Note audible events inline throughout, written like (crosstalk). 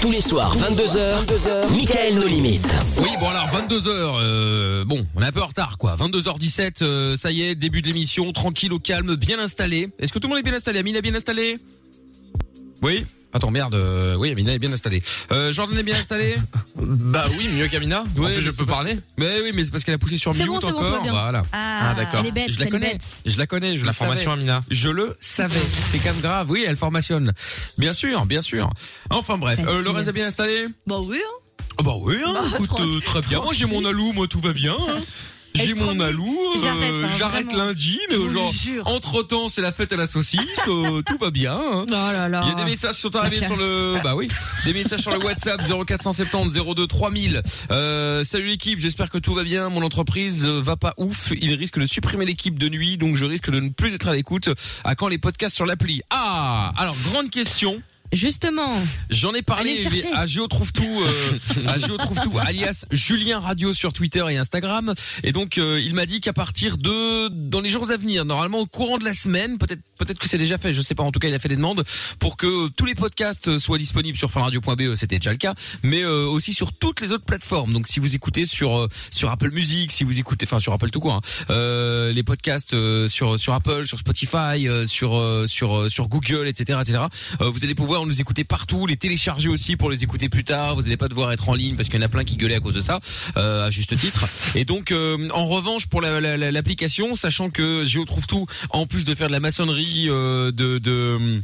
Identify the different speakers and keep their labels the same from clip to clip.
Speaker 1: Tous les soirs, 22h, 22h Michael nos limites.
Speaker 2: Oui, bon alors 22h, bon, on est un peu en retard quoi. 22h17, euh, ça y est, début de l'émission, tranquille au calme, bien installé. Est-ce que tout le monde est bien installé Amina est bien installée Oui Attends, merde, euh, oui, Amina est bien installée. Euh, Jordan est bien installée (laughs) Bah oui, mieux qu'Amina. Oui, je peux parler Mais oui, mais c'est parce qu'elle a poussé sur
Speaker 3: C'est
Speaker 2: mute
Speaker 3: bon, c'est bon, tout
Speaker 2: encore.
Speaker 3: va bien.
Speaker 2: Voilà.
Speaker 3: Ah, Ah, d'accord. elle est bête,
Speaker 2: je la
Speaker 3: elle est
Speaker 2: connais,
Speaker 3: bête.
Speaker 2: je la connais, je
Speaker 4: La
Speaker 2: le
Speaker 4: formation,
Speaker 2: savais.
Speaker 4: Amina.
Speaker 2: Je le savais, c'est quand même grave. Oui, elle formationne. Bien sûr, bien sûr. Enfin bref, euh,
Speaker 5: Facile.
Speaker 2: Lorenz est bien installée
Speaker 5: Bah oui, hein.
Speaker 2: Ah bah oui, hein,
Speaker 5: Bah,
Speaker 2: écoute,
Speaker 5: tranquille.
Speaker 2: euh, très bien. Moi j'ai mon alou, moi tout va bien. hein. J'ai mon alou, euh,
Speaker 5: j'arrête, hein,
Speaker 2: j'arrête
Speaker 5: vraiment.
Speaker 2: lundi, mais
Speaker 5: Je vous
Speaker 2: genre
Speaker 5: le jure.
Speaker 2: entre temps c'est la fête à la saucisse,
Speaker 5: (laughs)
Speaker 2: euh, tout va bien. hein.
Speaker 5: Oh là.
Speaker 2: Il y a des messages qui sont arrivés
Speaker 5: La
Speaker 2: sur le,
Speaker 5: classe.
Speaker 2: bah oui, des messages sur le
Speaker 5: (laughs)
Speaker 2: WhatsApp 0470 02 3000. Euh, salut l'équipe, j'espère que tout va bien. Mon entreprise euh, va pas ouf. Il risque de supprimer l'équipe de nuit, donc je risque de ne plus être à l'écoute. À quand les podcasts sur l'appli Ah, alors grande question.
Speaker 3: Justement.
Speaker 2: J'en ai
Speaker 3: Allez
Speaker 2: parlé
Speaker 3: le chercher.
Speaker 2: à Géo trouve tout,
Speaker 3: (laughs)
Speaker 2: euh, à Géo trouve tout, alias Julien Radio sur Twitter et Instagram. Et donc euh, il m'a dit qu'à partir de dans les jours à venir, normalement au courant de la semaine, peut-être peut-être que c'est déjà fait, je sais pas. En tout cas, il a fait des demandes pour que tous les podcasts soient disponibles sur finradio.be, euh, c'était déjà le cas, mais euh, aussi sur toutes les autres plateformes. Donc si vous écoutez sur euh, sur Apple Music, si vous écoutez, enfin sur Apple tout court, hein, euh, les podcasts euh, sur sur Apple, sur Spotify, euh, sur euh, sur euh, sur Google, etc., etc. Euh, vous allez pouvoir nous écouter partout, les télécharger aussi pour les écouter plus tard. Vous n'allez pas devoir être en ligne parce qu'il y en a plein qui gueulaient à cause de ça, euh, à juste titre. Et donc, euh, en revanche, pour la- la- la- l'application, sachant que Géo trouve tout, en plus de faire de la maçonnerie, euh, de, de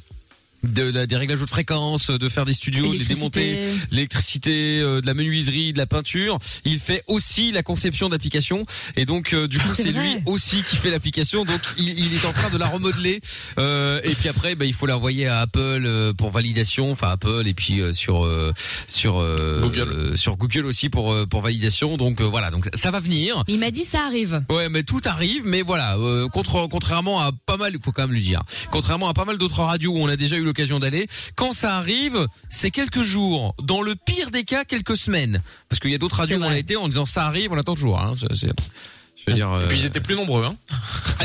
Speaker 2: de la- des réglages de fréquence, de faire des studios, de les
Speaker 3: Électricité.
Speaker 2: démonter, l'électricité, euh, de la menuiserie, de la peinture. Il fait aussi la conception d'applications et donc euh, du coup
Speaker 3: Ah, c'est
Speaker 2: c'est
Speaker 3: vrai.
Speaker 2: lui aussi qui fait l'application. Donc il, il est en train de la remodeler Euh, et puis après bah, il faut la envoyer à Apple euh, pour validation, enfin Apple et puis euh, sur euh, sur euh, euh, sur Google aussi pour euh, pour validation. Donc euh, voilà donc ça va venir.
Speaker 3: Il m'a dit ça arrive.
Speaker 2: Ouais, mais tout arrive, mais voilà, euh, contre, contrairement à pas mal, faut quand même le dire, contrairement à pas mal d'autres radios où on a déjà eu l'occasion d'aller, quand ça arrive, c'est quelques jours, dans le pire des cas, quelques semaines, parce qu'il y a d'autres radios où on a été en disant ça arrive, on attend toujours. Hein, Ça, c'est- je veux
Speaker 4: Et
Speaker 2: dire,
Speaker 4: puis
Speaker 2: euh,
Speaker 4: ils
Speaker 2: Ah,
Speaker 4: étaient plus nombreux, hein.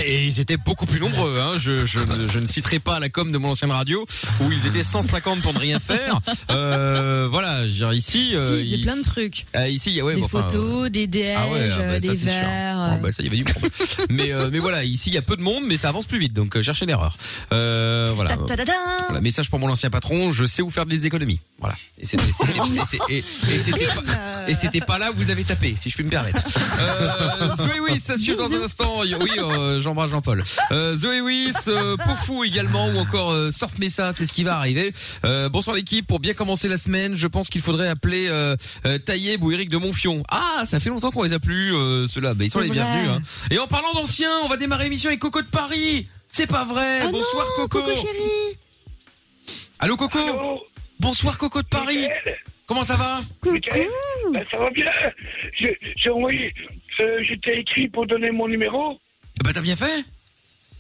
Speaker 2: et ils étaient beaucoup plus nombreux. Hein. Je, je, ne- je ne citerai pas la com de mon ancienne radio où ils étaient 150 pour ne rien faire. Euh, voilà, je veux dire, ici, euh,
Speaker 3: Si, il y a
Speaker 2: il-
Speaker 3: plein de trucs.
Speaker 2: euh, ici, il y a- ouais,
Speaker 3: des
Speaker 2: bon, enfin,
Speaker 3: photos, des DH,
Speaker 2: ah ouais, ah bah,
Speaker 3: euh,
Speaker 2: ça,
Speaker 3: des
Speaker 2: c'est sûr.
Speaker 3: verres.
Speaker 2: Ah bah, ça, il y avait du
Speaker 3: (laughs)
Speaker 2: problème. mais, euh, mais voilà, ici, il y a peu de monde, mais ça avance plus vite, donc euh, cherchez l'erreur. Euh, voilà.
Speaker 5: Ta- ta- ta- ta-
Speaker 2: Voilà, message pour mon ancien patron, je sais où faire des économies. Voilà. Et
Speaker 3: (laughs)
Speaker 2: c'était et c'était- et- et- et c'était pas, et c'était pas là où vous avez tapé, si je puis me permettre.
Speaker 3: (laughs)
Speaker 2: Euh, Zoé Wiss, ça suit dans un instant. Il y a- Oui, euh, j'embrasse Jean-Paul. Euh, Zoé Wiss, euh, Poufou également, ou encore euh, Surf Mesa, c'est ce qui va arriver. Euh, bonsoir l'équipe, pour bien commencer la semaine, je pense qu'il faudrait appeler euh, euh, Taïeb ou Eric de Monfion. Ah, ça fait longtemps qu'on les a plus, euh, ceux-là. Ben, ils sont
Speaker 3: C'est
Speaker 2: les
Speaker 3: vrai.
Speaker 2: bienvenus. Hein. Et en parlant d'anciens, on va démarrer l'émission avec Coco de Paris. C'est pas
Speaker 1: Eh,
Speaker 2: vrai.
Speaker 3: Oh
Speaker 2: Bonsoir
Speaker 3: non, Coco chérie.
Speaker 2: Allô Coco Bonsoir Coco de Paris Comment ça va
Speaker 3: Coucou.
Speaker 6: Michael, ben, ça va bien. Je- J'ai envoyé, euh, je t'ai écrit pour donner mon numéro.
Speaker 2: Eh Bah t'as bien fait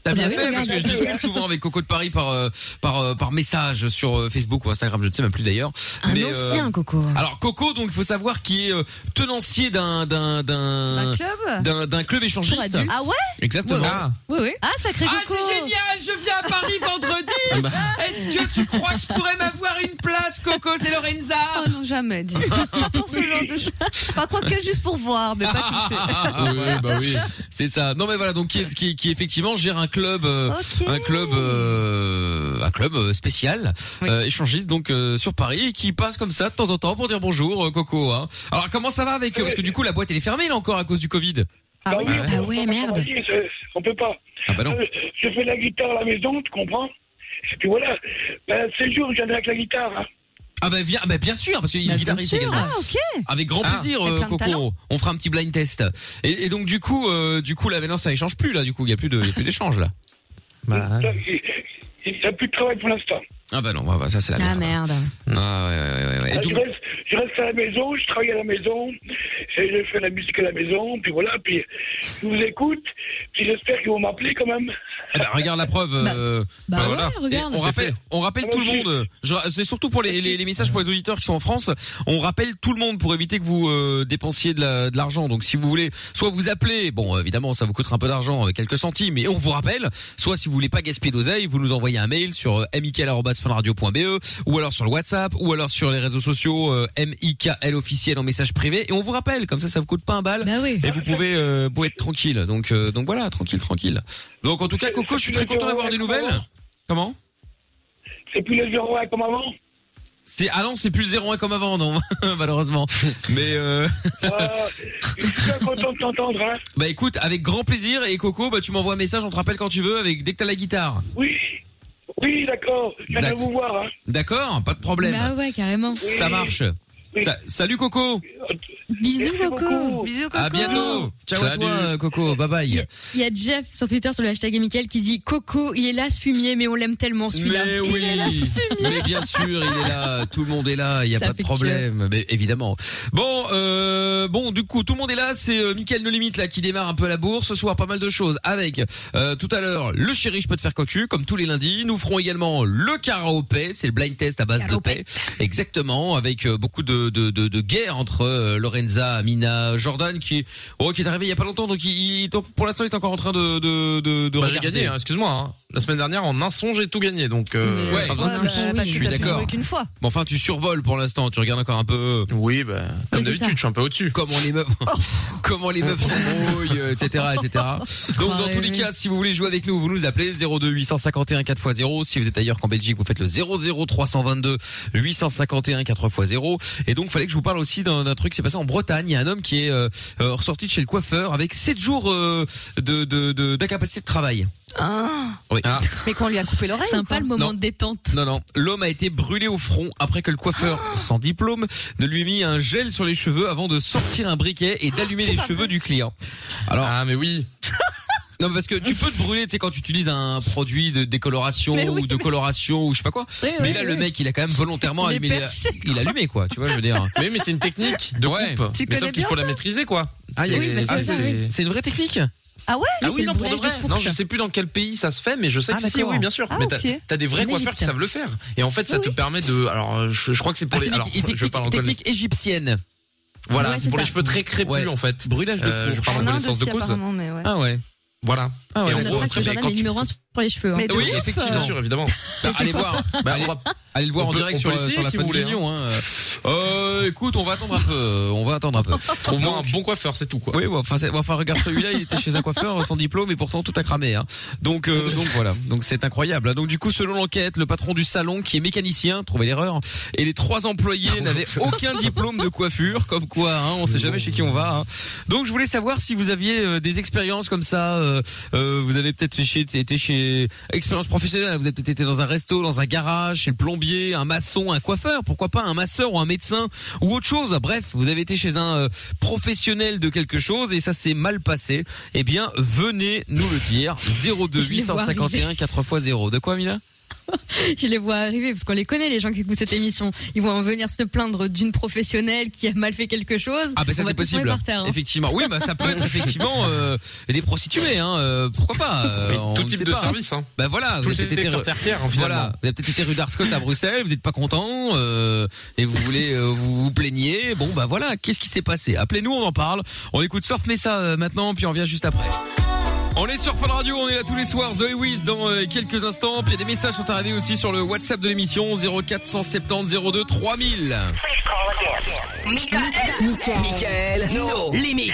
Speaker 2: T'as
Speaker 3: Ah
Speaker 2: bien
Speaker 3: bah oui,
Speaker 2: fait parce
Speaker 3: regarde.
Speaker 2: que je discute souvent avec Coco de Paris par euh, par euh, par message sur euh, Facebook ou Instagram, je ne sais même plus d'ailleurs.
Speaker 3: Un
Speaker 2: Mais, euh,
Speaker 3: ancien Coco.
Speaker 2: alors Coco, donc il faut savoir qui est euh, tenancier d'un d'un d'un
Speaker 5: Un club
Speaker 2: d'un d'un club échangiste.
Speaker 3: adultes.
Speaker 5: Ah ouais
Speaker 2: hein. Exactement.
Speaker 4: Ah.
Speaker 3: Oui, oui.
Speaker 5: Ah, sacré
Speaker 2: Ah
Speaker 5: coco
Speaker 2: c'est génial, je viens à Paris
Speaker 4: Ah
Speaker 2: vendredi.
Speaker 4: bah.
Speaker 2: Est-ce que tu crois que je pourrais m'avoir une place, Coco C'est Lorenza.
Speaker 5: Oh non,
Speaker 2: (laughs)
Speaker 5: jamais, dis. pas pour ce genre de choses. Pas quoi que juste pour voir, mais pas toucher.
Speaker 2: Ah,
Speaker 4: oui, bah oui.
Speaker 2: C'est ça. Non mais voilà, donc qui, est- qui, qui effectivement gère un club, euh,
Speaker 5: Ok.
Speaker 2: un club, euh, un club euh, spécial,
Speaker 5: Oui.
Speaker 2: euh, échangiste donc euh, sur Paris, et qui passe comme ça de temps en temps pour dire bonjour, euh, Coco. hein. Alors comment ça va avec eux Parce que du coup la boîte elle est fermée là encore à cause du Covid.
Speaker 5: Ah
Speaker 6: Ben
Speaker 5: oui
Speaker 6: on
Speaker 3: Ah
Speaker 6: peut
Speaker 3: ouais,
Speaker 6: pas
Speaker 3: merde.
Speaker 6: travailler, c'est- On peut pas.
Speaker 2: Ah bah non.
Speaker 6: Euh, je fais la guitare à la maison, tu comprends Et puis voilà, ben, ces jours, je viendrai avec la guitare. hein.
Speaker 2: Ah bah bien, ah bah, bien sûr parce qu'il est
Speaker 3: Bah, bien
Speaker 2: guitariste
Speaker 3: sûr.
Speaker 2: également.
Speaker 5: Ah, ok
Speaker 2: Avec grand
Speaker 4: Ah.
Speaker 2: plaisir,
Speaker 5: Et
Speaker 2: euh,
Speaker 5: plein de
Speaker 2: Coco.
Speaker 5: talent.
Speaker 2: On fera un petit blind test. Et, et donc du coup, euh, du coup la maintenant ça échange plus là. Du coup il y a plus de, il y a plus d'échange là.
Speaker 1: hein.
Speaker 4: Bah,
Speaker 6: Ça, Il il- il n'y a plus de travail pour l'instant.
Speaker 2: Ah bah non, bah, bah, ça c'est la
Speaker 3: Ah
Speaker 2: merde.
Speaker 3: merde.
Speaker 2: Ah ouais, ouais, ouais, ouais. Et
Speaker 6: Ah,
Speaker 2: donc-
Speaker 6: je, reste, je reste à la maison, je travaille à la maison, et je fais la musique à la maison, puis voilà, puis je vous écoute, puis j'espère qu'ils vont m'appeler quand même.
Speaker 2: Eh ben, regarde la preuve. euh,
Speaker 3: bah ouais, regarde.
Speaker 2: Et on
Speaker 3: C'est
Speaker 2: rappelle, on rappelle tout le monde. euh, Je ra- C'est surtout pour les, les- les messages pour les auditeurs qui sont en France. On rappelle tout le monde pour éviter que vous euh, dépensiez de la- de l'argent. Donc, si vous voulez, soit vous appelez. Bon, évidemment, ça vous coûtera un peu d'argent, euh, quelques centimes, et on vous rappelle. Soit, si vous voulez pas gaspiller d'oseille, vous nous envoyez un mail sur euh, mikel@funradio.be E, ou alors sur le WhatsApp ou alors sur les réseaux sociaux euh, mikl officiel en message privé, et on vous rappelle. Comme ça, ça vous coûte pas un bal.
Speaker 3: Bah oui.
Speaker 2: Et vous pouvez, euh, pouvez être tranquille. Donc, euh, donc voilà, tranquille, tranquille. Donc en tout cas, Coco, je suis très content d'avoir des nouvelles. Comment
Speaker 6: C'est plus le 01 comme avant
Speaker 2: C'est ah non, c'est plus le 01 comme avant, non (laughs) Malheureusement.
Speaker 6: (laughs)
Speaker 2: Mais euh,
Speaker 6: Euh, Je suis bien content de t'entendre, hein.
Speaker 2: bah écoute, avec grand plaisir. Et Coco, bah tu m'envoies un message, on te rappelle quand tu veux, avec dès que t'as la guitare.
Speaker 6: Oui, oui, d'accord, je viens de
Speaker 2: D'accord.
Speaker 6: vous voir, hein.
Speaker 2: D'accord, pas de problème.
Speaker 3: Bah ouais, carrément.
Speaker 2: Ça marche.
Speaker 6: Oui.
Speaker 2: Sa- salut Coco.
Speaker 3: Bisous,
Speaker 6: Merci
Speaker 3: Coco.
Speaker 6: beaucoup.
Speaker 5: Bisous, Coco.
Speaker 2: À bientôt. Ciao à
Speaker 4: Salut.
Speaker 2: toi, euh, Coco. Bye bye.
Speaker 3: Il y a Jeff sur Twitter sur le hashtag et Mickaël qui dit Coco, il est là ce fumier, mais on l'aime tellement celui-là.
Speaker 2: Mais oui, mais bien sûr, il est là, tout le monde est là, il y a
Speaker 3: Ça
Speaker 2: pas de
Speaker 3: fait
Speaker 2: problème, mais évidemment. Bon, euh, bon, du coup, tout le monde est là, c'est euh, Mickaël No Limite là qui démarre un peu à la bourse ce soir, pas mal de choses avec euh, tout à l'heure le chéri je peux te faire cocu comme tous les lundis, nous ferons également le karaopé, c'est le blind test à base de paix. Exactement, avec euh, beaucoup de de de, de guerre entre euh, Lorenza, Amina, Jordan qui oh, qui est arrivé il y a pas longtemps donc il, il- pour l'instant il est encore en train de de de, de
Speaker 4: Bah, j'ai
Speaker 2: regarder.
Speaker 4: gagné, hein, excuse-moi. hein. La semaine dernière, en un son, j'ai tout gagné, donc. euh,
Speaker 2: Ouais.
Speaker 4: pas
Speaker 5: Ouais,
Speaker 4: besoin de
Speaker 5: bah,
Speaker 4: plus.
Speaker 3: Oui,
Speaker 5: parce
Speaker 3: je
Speaker 5: que
Speaker 2: suis
Speaker 5: t'as plus
Speaker 2: d'accord.
Speaker 5: joué qu'une fois.
Speaker 2: Mais enfin, tu survoles pour l'instant, tu regardes encore un peu
Speaker 4: Oui, bah,
Speaker 3: Oui,
Speaker 4: comme
Speaker 3: c'est
Speaker 4: d'habitude,
Speaker 3: ça. Oh.
Speaker 4: je suis un peu au-dessus.
Speaker 2: comment
Speaker 3: (laughs)
Speaker 2: les meufs, (laughs) comment les meufs s'embrouillent, euh, etc., etc.
Speaker 3: (laughs)
Speaker 2: Donc, dans
Speaker 3: Ah,
Speaker 2: tous
Speaker 3: oui,
Speaker 2: les
Speaker 3: oui.
Speaker 2: cas, si vous voulez jouer avec nous, vous nous appelez 02 851 4x0. Si vous êtes ailleurs qu'en Belgique, vous faites le 00 322 851 4x0. Et donc, fallait que je vous parle aussi d'un d'un truc qui s'est passé en Bretagne. Il y a un homme qui est euh, euh, ressorti de chez le coiffeur avec 7 jours euh, de de- de- d'incapacité de, travail.
Speaker 5: Ah,
Speaker 2: Oui. (laughs)
Speaker 5: mais qu'on lui a coupé l'oreille. ou
Speaker 3: Sympa
Speaker 5: quoi
Speaker 3: le moment
Speaker 2: Non.
Speaker 3: de détente.
Speaker 2: Non, non. L'homme a été brûlé au front après que le coiffeur,
Speaker 5: Ah
Speaker 2: sans diplôme, ne lui ait mis un gel sur les cheveux avant de sortir un briquet et d'allumer les cheveux du client. Alors,
Speaker 4: Ah, mais oui.
Speaker 2: (laughs) non, mais parce que tu peux te brûler, tu sais, quand tu utilises un produit de décoloration
Speaker 5: Mais oui,
Speaker 2: ou de coloration ou je sais pas quoi.
Speaker 3: Oui,
Speaker 2: mais
Speaker 3: oui,
Speaker 2: là,
Speaker 3: oui.
Speaker 2: le mec, il a quand même volontairement
Speaker 5: Il est
Speaker 2: allumé. les-
Speaker 5: perché,
Speaker 2: il a allumé, quoi. Tu vois, je veux dire.
Speaker 4: Mais, mais c'est une technique de
Speaker 2: Ouais.
Speaker 4: coupe.
Speaker 5: Tu
Speaker 4: mais
Speaker 5: connais
Speaker 4: sauf qu'il
Speaker 5: bien
Speaker 4: faut la maîtriser, quoi.
Speaker 2: Ah, il y a-
Speaker 3: Oui, bah, c'est
Speaker 4: ah,
Speaker 3: ça,
Speaker 4: c'est-
Speaker 2: C'est une vraie technique.
Speaker 5: Ah ouais
Speaker 4: Ah
Speaker 3: c'est
Speaker 4: oui,
Speaker 3: le
Speaker 4: non, pour de
Speaker 3: brûlage de
Speaker 4: vrai.
Speaker 3: fourche.
Speaker 4: Non, je sais plus dans quel pays ça se fait, mais je sais
Speaker 5: Ah,
Speaker 4: que si,
Speaker 5: d'accord.
Speaker 4: oui, bien sûr.
Speaker 5: Ah,
Speaker 4: mais t'as
Speaker 5: ok.
Speaker 4: t'as des vrais
Speaker 3: En
Speaker 4: coiffeurs
Speaker 3: Égypte.
Speaker 4: qui savent le faire. Et en fait, ça
Speaker 3: Oui,
Speaker 4: te
Speaker 3: oui.
Speaker 4: permet de. Alors, je, je crois que c'est pour
Speaker 2: Ah,
Speaker 4: les.
Speaker 2: c'est une
Speaker 4: Alors,
Speaker 2: une
Speaker 4: je vais
Speaker 2: technique,
Speaker 4: pas le
Speaker 2: technique
Speaker 4: reconnaître.
Speaker 2: égyptienne.
Speaker 4: Voilà,
Speaker 3: Ah Ouais,
Speaker 4: c'est
Speaker 3: c'est
Speaker 4: pour les
Speaker 3: ça. Ah
Speaker 4: cheveux très crépus,
Speaker 2: Ouais.
Speaker 4: en fait.
Speaker 2: Brûlage de
Speaker 4: Euh,
Speaker 2: fourche.
Speaker 4: je parle en
Speaker 5: En Inde
Speaker 4: connaissance de
Speaker 5: aussi,
Speaker 4: cause.
Speaker 5: apparemment, mais ouais.
Speaker 2: Ah ouais.
Speaker 4: Voilà.
Speaker 2: Ah ouais.
Speaker 4: Et en
Speaker 3: On
Speaker 4: gros,
Speaker 3: notera que
Speaker 4: après,
Speaker 3: Jordan
Speaker 4: quand
Speaker 3: est
Speaker 4: tu-
Speaker 3: numéro 1 pour les cheveux. hein.
Speaker 5: Mais de
Speaker 2: Oui,
Speaker 5: ouf.
Speaker 2: effectivement.
Speaker 4: Bien sûr, évidemment.
Speaker 2: Bah, allez voir.
Speaker 4: Bah,
Speaker 2: Allez-
Speaker 4: on va-
Speaker 2: Allez le voir
Speaker 4: On
Speaker 2: en
Speaker 4: peut-
Speaker 2: direct
Speaker 4: on
Speaker 2: sur,
Speaker 4: peut
Speaker 2: la-
Speaker 4: essayer
Speaker 2: sur la
Speaker 4: si vous
Speaker 2: Fun
Speaker 4: voulez,
Speaker 2: Vision, hein. Euh, écoute, on va attendre un peu. euh, On va attendre un (laughs) peu.
Speaker 4: Trouve-moi un bon coiffeur, c'est tout, quoi.
Speaker 2: Oui, bon, enfin, c'est- bon, enfin, regarde celui-là, il était chez un coiffeur sans diplôme et pourtant tout a cramé. Hein. Donc, (laughs) euh, donc voilà, donc c'est incroyable. hein. Donc du coup, selon l'enquête, le patron du salon qui est mécanicien, trouvait l'erreur, et les trois employés (laughs) n'avaient aucun diplôme de coiffure, comme quoi, hein, on sait jamais chez qui on va. hein. Donc je voulais savoir si vous aviez euh, des expériences comme ça. euh, euh, vous avez peut-être chez- été chez expérience professionnelle, hein. vous avez peut-être été dans un resto, dans un garage, chez le plombier, un maçon, un coiffeur, pourquoi pas un masseur ou un médecin ou autre chose. Bref, vous avez été chez un euh, professionnel de quelque chose et ça s'est mal passé. Eh bien, venez nous le dire. 02
Speaker 3: Je les vois
Speaker 2: 851 4x0. De quoi, Mina
Speaker 3: (laughs) Je les vois arriver parce qu'on les connaît les gens qui écoutent cette émission. Ils vont en venir se plaindre d'une professionnelle qui a mal fait quelque chose.
Speaker 2: Ah ben ça
Speaker 3: On va
Speaker 2: c'est
Speaker 3: tous tomber
Speaker 2: possible.
Speaker 3: Par terre, hein.
Speaker 2: Effectivement. Oui,
Speaker 3: (laughs)
Speaker 2: bah ça peut être effectivement euh, des prostituées hein, euh, pourquoi pas
Speaker 4: (laughs)
Speaker 2: euh,
Speaker 4: Oui,
Speaker 2: on
Speaker 4: Tout
Speaker 2: ne
Speaker 4: type
Speaker 2: sait
Speaker 4: de
Speaker 2: pas.
Speaker 4: service, hein.
Speaker 2: Bah voilà,
Speaker 4: Tout
Speaker 2: vous
Speaker 4: type
Speaker 2: êtes été
Speaker 4: de tertiaire, hein, finalement.
Speaker 2: Voilà, vous avez peut-être été rue d'Arscott à Bruxelles, vous n'êtes pas content euh, et vous voulez euh, vous, vous plaignez. Bon bah voilà, qu'est-ce qui s'est passé Appelez-nous, on en parle. On écoute Surf ça maintenant, puis on revient juste après. On est sur Fun Radio, on est là tous les soirs, The Wiz dans euh, quelques instants. Puis il y a des messages sont arrivés aussi sur le WhatsApp de l'émission 0470 02 3000.
Speaker 1: Michael, no, limite.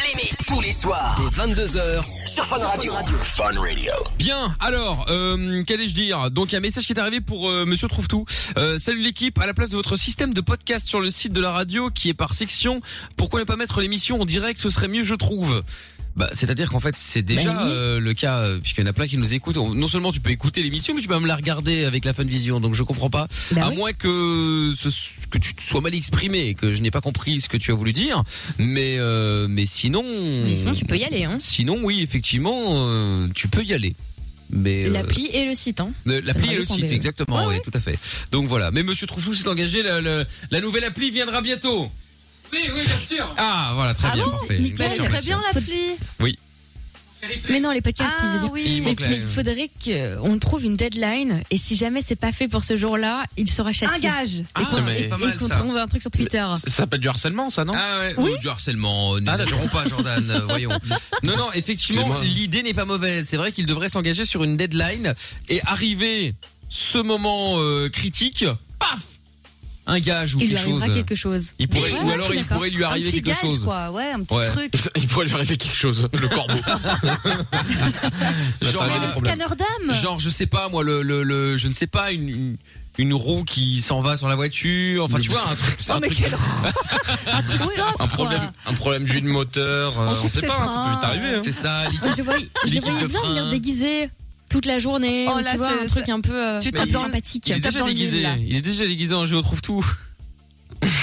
Speaker 1: Tous les soirs, dès 22h, sur Fun Radio. Fun (laughs) Radio.
Speaker 2: Bien, alors, euh, qu'allais-je dire Donc il y a un message qui est arrivé pour euh, Monsieur Trouve Tout. Euh, salut l'équipe, à la place de votre système de podcast sur le site de la radio qui est par section, pourquoi ne pas mettre l'émission en direct Ce serait mieux, je trouve. Bah, c'est-à-dire qu'en fait, c'est déjà euh, le cas euh, puisqu'il y en a plein qui nous écoutent. On- non seulement tu peux écouter l'émission, mais tu peux même la regarder avec la Fun Vision. Donc je comprends pas.
Speaker 3: Bah
Speaker 2: à
Speaker 3: oui.
Speaker 2: moins que ce, que tu te sois mal exprimé, que je n'ai pas compris ce que tu as voulu dire. Mais euh, mais sinon,
Speaker 3: Mais sinon tu peux y aller. Hein.
Speaker 2: Sinon, oui, effectivement, euh, tu peux y aller. Mais euh,
Speaker 3: L'appli et le site, hein.
Speaker 2: euh, l'appli
Speaker 3: Ça
Speaker 2: et le
Speaker 3: va dépendre,
Speaker 2: site,
Speaker 3: oui.
Speaker 2: exactement, oui, tout à fait. Donc voilà. Mais Monsieur Trouffou s'est engagé. La, la- la nouvelle appli viendra bientôt.
Speaker 7: Oui, oui, bien sûr.
Speaker 2: Ah voilà, très
Speaker 5: Ah
Speaker 2: bien,
Speaker 5: bon
Speaker 2: parfait.
Speaker 5: Elle
Speaker 2: Bien
Speaker 5: est
Speaker 2: sûr,
Speaker 5: très
Speaker 2: bien
Speaker 5: bien l'appli.
Speaker 3: Mais non, les podcasts, il veut
Speaker 5: Ah
Speaker 3: dire.
Speaker 5: oui.
Speaker 3: Mais, mais il faudrait qu'on trouve une deadline et si jamais c'est pas fait pour ce jour-là, il sera
Speaker 5: Un
Speaker 3: châtié.
Speaker 5: gage.
Speaker 2: Ah,
Speaker 3: et qu'on
Speaker 2: mais
Speaker 3: et-
Speaker 2: c'est pas
Speaker 3: et
Speaker 2: mal,
Speaker 3: qu'on
Speaker 2: ça.
Speaker 3: trouve un truc sur Twitter.
Speaker 4: Ça s'appelle du harcèlement, ça, non Ah,
Speaker 2: Ah ouais,
Speaker 3: Oui.
Speaker 2: ou du harcèlement, euh, n'exagérons pas Jordan, euh,
Speaker 4: (laughs)
Speaker 2: voyons. Non non, effectivement,
Speaker 4: Excusez-moi.
Speaker 2: l'idée n'est pas mauvaise. C'est vrai qu'il devrait s'engager sur une deadline et arriver ce moment euh, critique, paf, un gage ou
Speaker 3: Il lui
Speaker 2: quelque chose. euh,
Speaker 3: arrivera quelque chose.
Speaker 2: Il pourrait
Speaker 3: Ouais,
Speaker 2: ou
Speaker 3: ouais, je
Speaker 2: alors
Speaker 3: suis
Speaker 2: il
Speaker 3: d'accord.
Speaker 2: pourrait lui arriver
Speaker 5: un petit
Speaker 2: quelque
Speaker 5: gage,
Speaker 2: chose.
Speaker 5: quoi. Ouais, un petit
Speaker 2: Ouais. (laughs)
Speaker 5: truc.
Speaker 4: Il pourrait lui arriver quelque chose. Le
Speaker 5: (laughs)
Speaker 4: corbeau.
Speaker 2: Genre,
Speaker 4: Attends, il y a
Speaker 2: euh,
Speaker 4: des
Speaker 5: Un
Speaker 4: problèmes.
Speaker 5: scanner d'âme.
Speaker 2: Genre je sais pas moi le le, le- je ne sais pas une, une une roue qui s'en va sur la voiture. Enfin tu vois un truc
Speaker 5: Oh,
Speaker 2: un
Speaker 5: mais
Speaker 2: truc-
Speaker 5: quel Un truc soft,
Speaker 4: Un problème,
Speaker 5: quoi.
Speaker 4: un problème d'huile moteur. euh,
Speaker 5: On
Speaker 4: on
Speaker 5: coupe
Speaker 4: sait
Speaker 5: ses
Speaker 4: pas, hein, ça peut vite
Speaker 5: freins.
Speaker 4: arriver. hein.
Speaker 2: c'est ça.
Speaker 3: Moi, Je le voyais, je le
Speaker 2: L'équipe
Speaker 3: voyais
Speaker 2: de
Speaker 3: bien
Speaker 2: frein.
Speaker 3: venir déguisé toute la journée.
Speaker 5: Oh
Speaker 3: ou
Speaker 5: là,
Speaker 3: tu vois,
Speaker 5: c'est-
Speaker 3: un truc un peu euh,
Speaker 5: Tu
Speaker 2: tapes dans le-
Speaker 3: sympathique.
Speaker 2: Il est déjà
Speaker 5: dans le nul,
Speaker 2: déguisé.
Speaker 5: là.
Speaker 2: Il est déjà déguisé en jeu on trouve tout.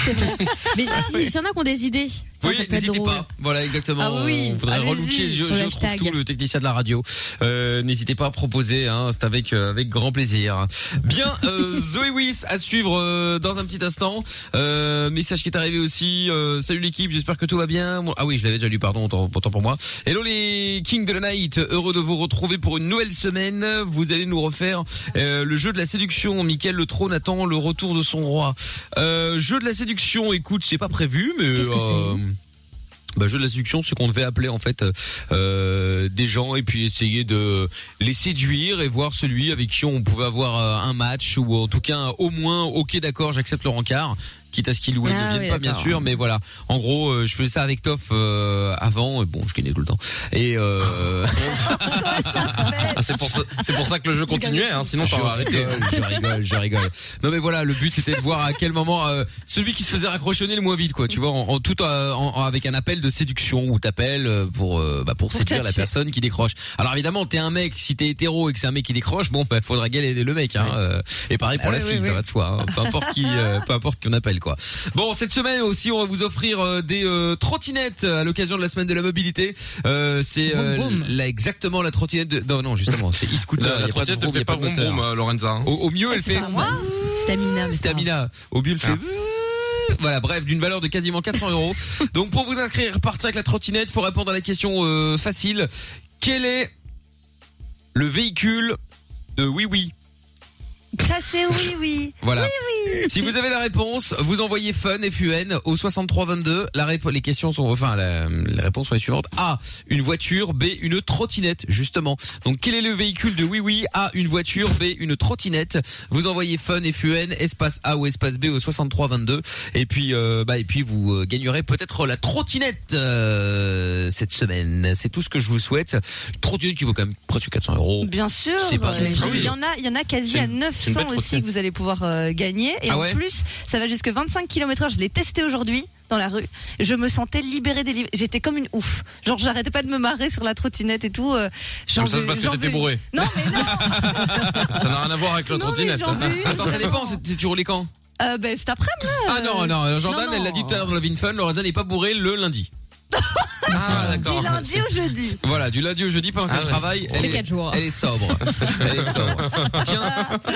Speaker 3: C'est vrai.
Speaker 2: (laughs)
Speaker 3: Mais si- s'il y en a qui ont des idées, ça,
Speaker 2: Oui,
Speaker 3: ça peut être
Speaker 2: n'hésitez
Speaker 3: drôle.
Speaker 2: pas. Voilà, exactement.
Speaker 5: Ah oui,
Speaker 2: On voudrait
Speaker 5: allez-y,
Speaker 2: relooker je,
Speaker 3: sur
Speaker 2: je
Speaker 3: le
Speaker 2: trouve
Speaker 3: hashtag.
Speaker 2: tout le technicien de la radio. Euh, n'hésitez pas à proposer, hein, c'est avec euh, avec grand plaisir. Bien, euh, Zoé Wiss à suivre euh, dans un petit instant. Euh, message qui est arrivé aussi. euh, salut l'équipe, j'espère que tout va bien. Bon, ah oui, je l'avais déjà lu, pardon, autant, autant pour moi. Hello les Kings de la Night, heureux de vous retrouver pour une nouvelle semaine. Vous allez nous refaire euh, le jeu de la séduction. Michael Le Trône attend le retour de son roi. Euh, jeu de la séduction, écoute, c'est pas prévu, mais...
Speaker 3: Qu'est-ce que c'est
Speaker 2: euh, bah, jeu de la séduction, c'est qu'on devait appeler en fait euh, des gens et puis essayer de les séduire et voir celui avec qui on pouvait avoir euh, un match ou en tout cas au moins ok d'accord j'accepte le rencard quitte à ce qu'il ou elle
Speaker 3: Ah
Speaker 2: ne vienne
Speaker 3: oui,
Speaker 2: pas bien
Speaker 3: d'accord.
Speaker 2: sûr mais voilà en gros euh, je faisais ça avec Toff euh, avant et bon je gagnais tout le temps et euh, (laughs)
Speaker 4: Ah, c'est pour ça, c'est pour ça que le jeu continuait. Hein, sinon,
Speaker 2: je
Speaker 4: t'aurais arrêté.
Speaker 2: rigole, je rigole, je rigole. Non mais voilà, le but c'était de voir à quel moment euh, celui qui se faisait raccrochonner le moins vite, quoi. Tu vois, en, en tout euh, en- en- avec un appel de séduction où t'appelles euh, pour euh, bah, pour, séduire la
Speaker 5: tchatcher.
Speaker 2: personne qui décroche. Alors évidemment, t'es un mec, si t'es hétéro et que c'est un mec qui décroche, bon, bah, faudra galérer le mec. Hein, euh, et pareil pour
Speaker 3: Ah
Speaker 2: la
Speaker 3: oui,
Speaker 2: fille,
Speaker 3: oui,
Speaker 2: ça
Speaker 3: oui.
Speaker 2: va de soi. hein. peu importe qui, euh, peu importe qui on appelle, quoi. Bon, cette semaine aussi, on va vous offrir euh, des euh, trottinettes à l'occasion de la semaine de la mobilité. Euh, c'est euh,
Speaker 3: Vroom, vroom.
Speaker 2: la- exactement la trottinette. De... Non, non, justement, c'est e-scooter.
Speaker 4: La,
Speaker 2: il y a
Speaker 4: la
Speaker 2: pas de
Speaker 4: trottinette ne
Speaker 2: vroom, il
Speaker 4: fait
Speaker 2: y a
Speaker 4: pas
Speaker 2: de
Speaker 4: vroom
Speaker 2: moteur.
Speaker 4: vroom, euh, Lorenza. hein.
Speaker 2: Au, au mieux, elle fait
Speaker 3: Ah, Pas moi. Stamina. mais c'est pas grave.
Speaker 2: stamina. Au mieux, elle fait. (laughs) Voilà, bref, d'une valeur de quasiment 400 euros. Donc, pour vous inscrire, partir avec la trottinette, faut répondre à la question euh, facile. Quel est le véhicule de Oui Oui
Speaker 5: Ça, c'est oui, oui.
Speaker 2: Voilà. Si vous avez la réponse, vous envoyez fun FUN au 6322. La répo- les questions sont enfin la- les réponses sont les suivantes. A, une voiture, B, une trottinette justement. Donc quel est le véhicule de oui oui A, une voiture, B, une trottinette. Vous envoyez fun FUN espace A ou espace B au 6322 et puis euh, bah et puis vous euh, gagnerez peut-être la trottinette euh, cette semaine. C'est tout ce que je vous souhaite. Trottinette qui vaut quand même presque 400 euros.
Speaker 5: Bien sûr.
Speaker 2: C'est pas Ah
Speaker 5: euh,
Speaker 2: vrai.
Speaker 5: Il y en a, il y en a quasi
Speaker 4: C'est
Speaker 5: à
Speaker 4: une- c'est une
Speaker 5: 900
Speaker 4: belle
Speaker 5: aussi
Speaker 4: trottinette.
Speaker 5: que vous allez pouvoir euh, gagner. Et
Speaker 2: Ah
Speaker 5: en
Speaker 2: ouais
Speaker 5: plus, ça va jusque 25 km/h. Je l'ai testé aujourd'hui dans la rue. Je me sentais libérée des li- J'étais comme une ouf. Genre, j'arrêtais pas de me marrer sur la trottinette et tout. euh, j'en
Speaker 4: Comme ça, c'est
Speaker 5: veux-
Speaker 4: parce que
Speaker 5: j'en
Speaker 4: t'étais
Speaker 5: veux-
Speaker 4: bourré.
Speaker 5: Non, mais
Speaker 2: (laughs)
Speaker 5: non.
Speaker 4: Ça n'a rien à voir avec la
Speaker 5: non, mais
Speaker 4: trottinette.
Speaker 5: j'en veux une.
Speaker 2: Attends, ça dépend, c'est- tu roulais quand
Speaker 5: Euh, ben, cet après-midi, là.
Speaker 2: Ah non, non, Jordan,
Speaker 5: non, non.
Speaker 2: elle l'a dit tout à l'heure dans le Vin Fun, Lorenza n'est pas bourrée le lundi.
Speaker 4: Ah,
Speaker 5: du lundi
Speaker 2: (laughs)
Speaker 5: au jeudi.
Speaker 2: Voilà, du lundi au jeudi, pendant
Speaker 4: Ah
Speaker 2: qu'elle
Speaker 4: ouais.
Speaker 2: travaille,
Speaker 3: fait
Speaker 2: elle est,
Speaker 3: quatre jours.
Speaker 2: elle est sobre. elle est sobre. Tiens,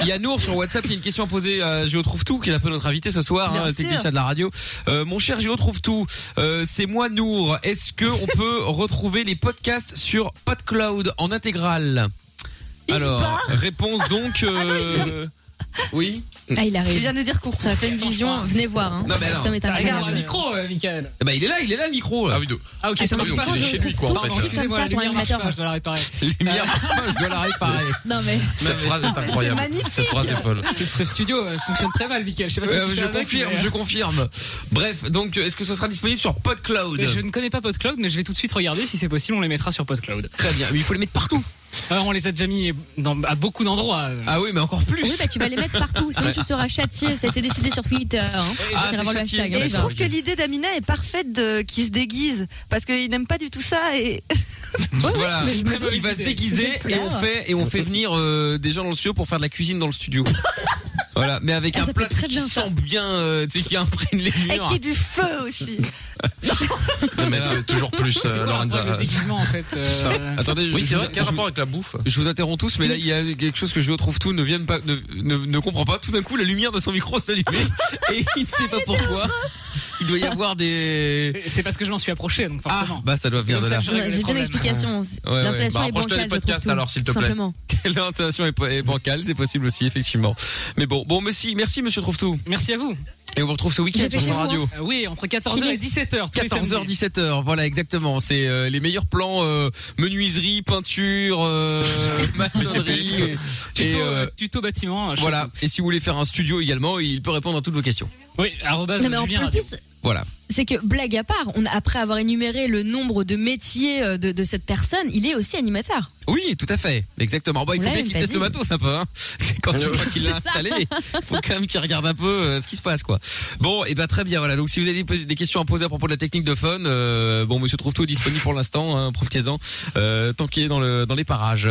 Speaker 2: il y a Nour sur WhatsApp qui a une question à poser à Géo Trouve Tout, qui est un peu notre invité ce soir,
Speaker 5: Bien
Speaker 2: hein, le
Speaker 5: sûr.
Speaker 2: technicien de la radio. Euh, mon cher Géo Trouve Tout, euh, c'est moi Nour. Est-ce que on peut retrouver les podcasts sur PodCloud en intégrale
Speaker 5: Il se
Speaker 2: Alors,
Speaker 5: barre.
Speaker 2: réponse donc... euh, Oui
Speaker 3: Ah, il
Speaker 5: Il
Speaker 3: arrive.
Speaker 5: vient de dire coucou.
Speaker 3: Sur la pleine vision, venez voir. Hein.
Speaker 2: Non, mais non.
Speaker 3: Putain, mais t'as un
Speaker 7: Regarde,
Speaker 3: canard.
Speaker 7: un micro, euh, Michael.
Speaker 2: Bah il est là, il est là le micro.
Speaker 4: Ah oui, donc-
Speaker 7: Ah, ok, ça
Speaker 4: oui,
Speaker 7: marche
Speaker 4: donc
Speaker 7: pas.
Speaker 4: il est chez lui, quoi, en
Speaker 7: Pardon,
Speaker 4: fait.
Speaker 7: Excusez-moi, la
Speaker 3: Comme ça, sur
Speaker 7: lumière marche
Speaker 3: l'animateur.
Speaker 7: pas, je dois la réparer. Euh.
Speaker 2: Lumière, je dois
Speaker 7: (laughs)
Speaker 2: la réparer.
Speaker 3: Non, mais.
Speaker 4: Cette phrase
Speaker 2: (laughs)
Speaker 4: est incroyable. Cette phrase est folle.
Speaker 7: Ce, ce studio euh, fonctionne très mal, Michael. Je sais pas ce que
Speaker 2: Euh,
Speaker 7: tu fais
Speaker 2: je
Speaker 7: avec,
Speaker 2: confirme,
Speaker 7: mais, euh,
Speaker 2: je confirme. Bref, donc euh, est-ce que ce sera disponible sur PodCloud
Speaker 7: Je ne connais pas PodCloud, mais je vais tout de suite regarder. Si c'est possible, on les mettra sur PodCloud.
Speaker 2: Très bien, mais il faut les mettre partout.
Speaker 7: Alors, on les a déjà mis dans, à beaucoup d'endroits. euh.
Speaker 2: Ah oui, mais encore plus.
Speaker 3: Oui, bah tu vas les mettre partout, sinon tu seras châtié. Ça a été décidé sur Twitter. Hein.
Speaker 2: Ah,
Speaker 3: Faut
Speaker 2: c'est
Speaker 3: avoir le
Speaker 2: châtié.
Speaker 3: hashtag, hein,
Speaker 5: Et je
Speaker 3: déjà.
Speaker 5: trouve que l'idée d'Amina est parfaite de qui se déguise parce qu'il n'aime pas du tout
Speaker 3: (laughs)
Speaker 5: ça et
Speaker 2: voilà,
Speaker 7: mais je me doute.
Speaker 2: il va se
Speaker 5: Je
Speaker 2: déguiser et
Speaker 5: pleure.
Speaker 2: on fait et on fait venir euh, des gens dans le studio pour faire de la cuisine dans
Speaker 7: (laughs)
Speaker 2: le studio. voilà, mais avec
Speaker 3: Ah,
Speaker 2: un
Speaker 3: ça
Speaker 2: plat
Speaker 3: peut être très
Speaker 2: qui
Speaker 3: bien, ça.
Speaker 2: sent bien, euh, tu sais qui imprègne les
Speaker 5: et
Speaker 2: murs.
Speaker 5: qui est du feu aussi.
Speaker 4: Non, mais t-
Speaker 7: (laughs)
Speaker 4: toujours plus,
Speaker 7: C'est
Speaker 4: euh,
Speaker 7: quoi le rapport avec
Speaker 4: Lorenza.
Speaker 7: le déguisement, Ah, en fait euh,
Speaker 2: Attendez,
Speaker 4: Oui,
Speaker 2: je-
Speaker 4: c'est
Speaker 2: je-
Speaker 4: vrai, quel
Speaker 2: je-
Speaker 4: rapport avec la bouffe
Speaker 2: Je vous interromps tous, mais là il y a quelque chose que je trouve tout ne vient pas, ne, ne, ne comprend pas. Tout d'un coup, la lumière de son micro
Speaker 3: (laughs)
Speaker 2: s'allumait et il ne sait pas pourquoi. Il doit y avoir des
Speaker 7: C'est parce que je m'en suis approché, donc
Speaker 2: ah
Speaker 7: forcément.
Speaker 2: bah ça doit venir
Speaker 7: comme
Speaker 2: de
Speaker 7: ça
Speaker 2: là.
Speaker 7: que je règle
Speaker 3: Ouais,
Speaker 7: les
Speaker 3: J'ai bien
Speaker 7: problèmes.
Speaker 3: l'explication.
Speaker 2: ouais.
Speaker 3: L'installation
Speaker 4: Bah,
Speaker 3: est
Speaker 4: approche-toi
Speaker 3: bancale.
Speaker 4: des podcasts,
Speaker 3: je trouve,
Speaker 4: alors, s'il te
Speaker 3: tout
Speaker 4: plaît.
Speaker 2: (laughs)
Speaker 3: Simplement.
Speaker 2: L'intention est, est bancale, c'est possible aussi effectivement. Mais bon, bon, merci, merci Monsieur Trouve-tout
Speaker 7: Merci à vous.
Speaker 2: et on vous retrouve ce week-end Ah, sur
Speaker 3: Dépêchez-vous,
Speaker 2: Fun Radio.
Speaker 7: Euh, oui, entre 14h et 17h.
Speaker 2: 14h 17h, voilà exactement, c'est euh, les meilleurs plans euh, menuiserie, peinture,
Speaker 7: (laughs)
Speaker 2: euh, maçonnerie et, et,
Speaker 7: Tuto,
Speaker 2: euh,
Speaker 7: tuto bâtiment. je-
Speaker 2: voilà, et si vous voulez faire un studio également, il peut répondre à toutes vos questions.
Speaker 7: Oui, arrobase
Speaker 3: Non, mais en
Speaker 7: Julien
Speaker 3: plus,
Speaker 7: Radio.
Speaker 2: Voilà.
Speaker 3: c'est que blague à part, on a- après avoir énuméré le nombre de métiers euh, de, de cette personne, il est aussi animateur.
Speaker 2: Oui, tout à fait, exactement. Bon, il
Speaker 3: On
Speaker 2: faut
Speaker 3: l'a
Speaker 2: bien
Speaker 3: même
Speaker 2: qu'il
Speaker 3: pas
Speaker 2: teste
Speaker 3: dit.
Speaker 2: le matos un peu. Hein. (laughs) C'est Quand
Speaker 4: Euh,
Speaker 2: tu vois qu'il
Speaker 3: (laughs)
Speaker 2: l'a installé, il faut quand même qu'il regarde un peu euh, ce qui se passe, quoi. Bon, et ben très bien. Voilà. Donc si vous avez des- des questions à poser à propos de la technique de fun, euh, bon, Monsieur Trouve-tout est disponible pour l'instant. Hein, Profitez-en euh, tant qu'il est dans le dans les parages.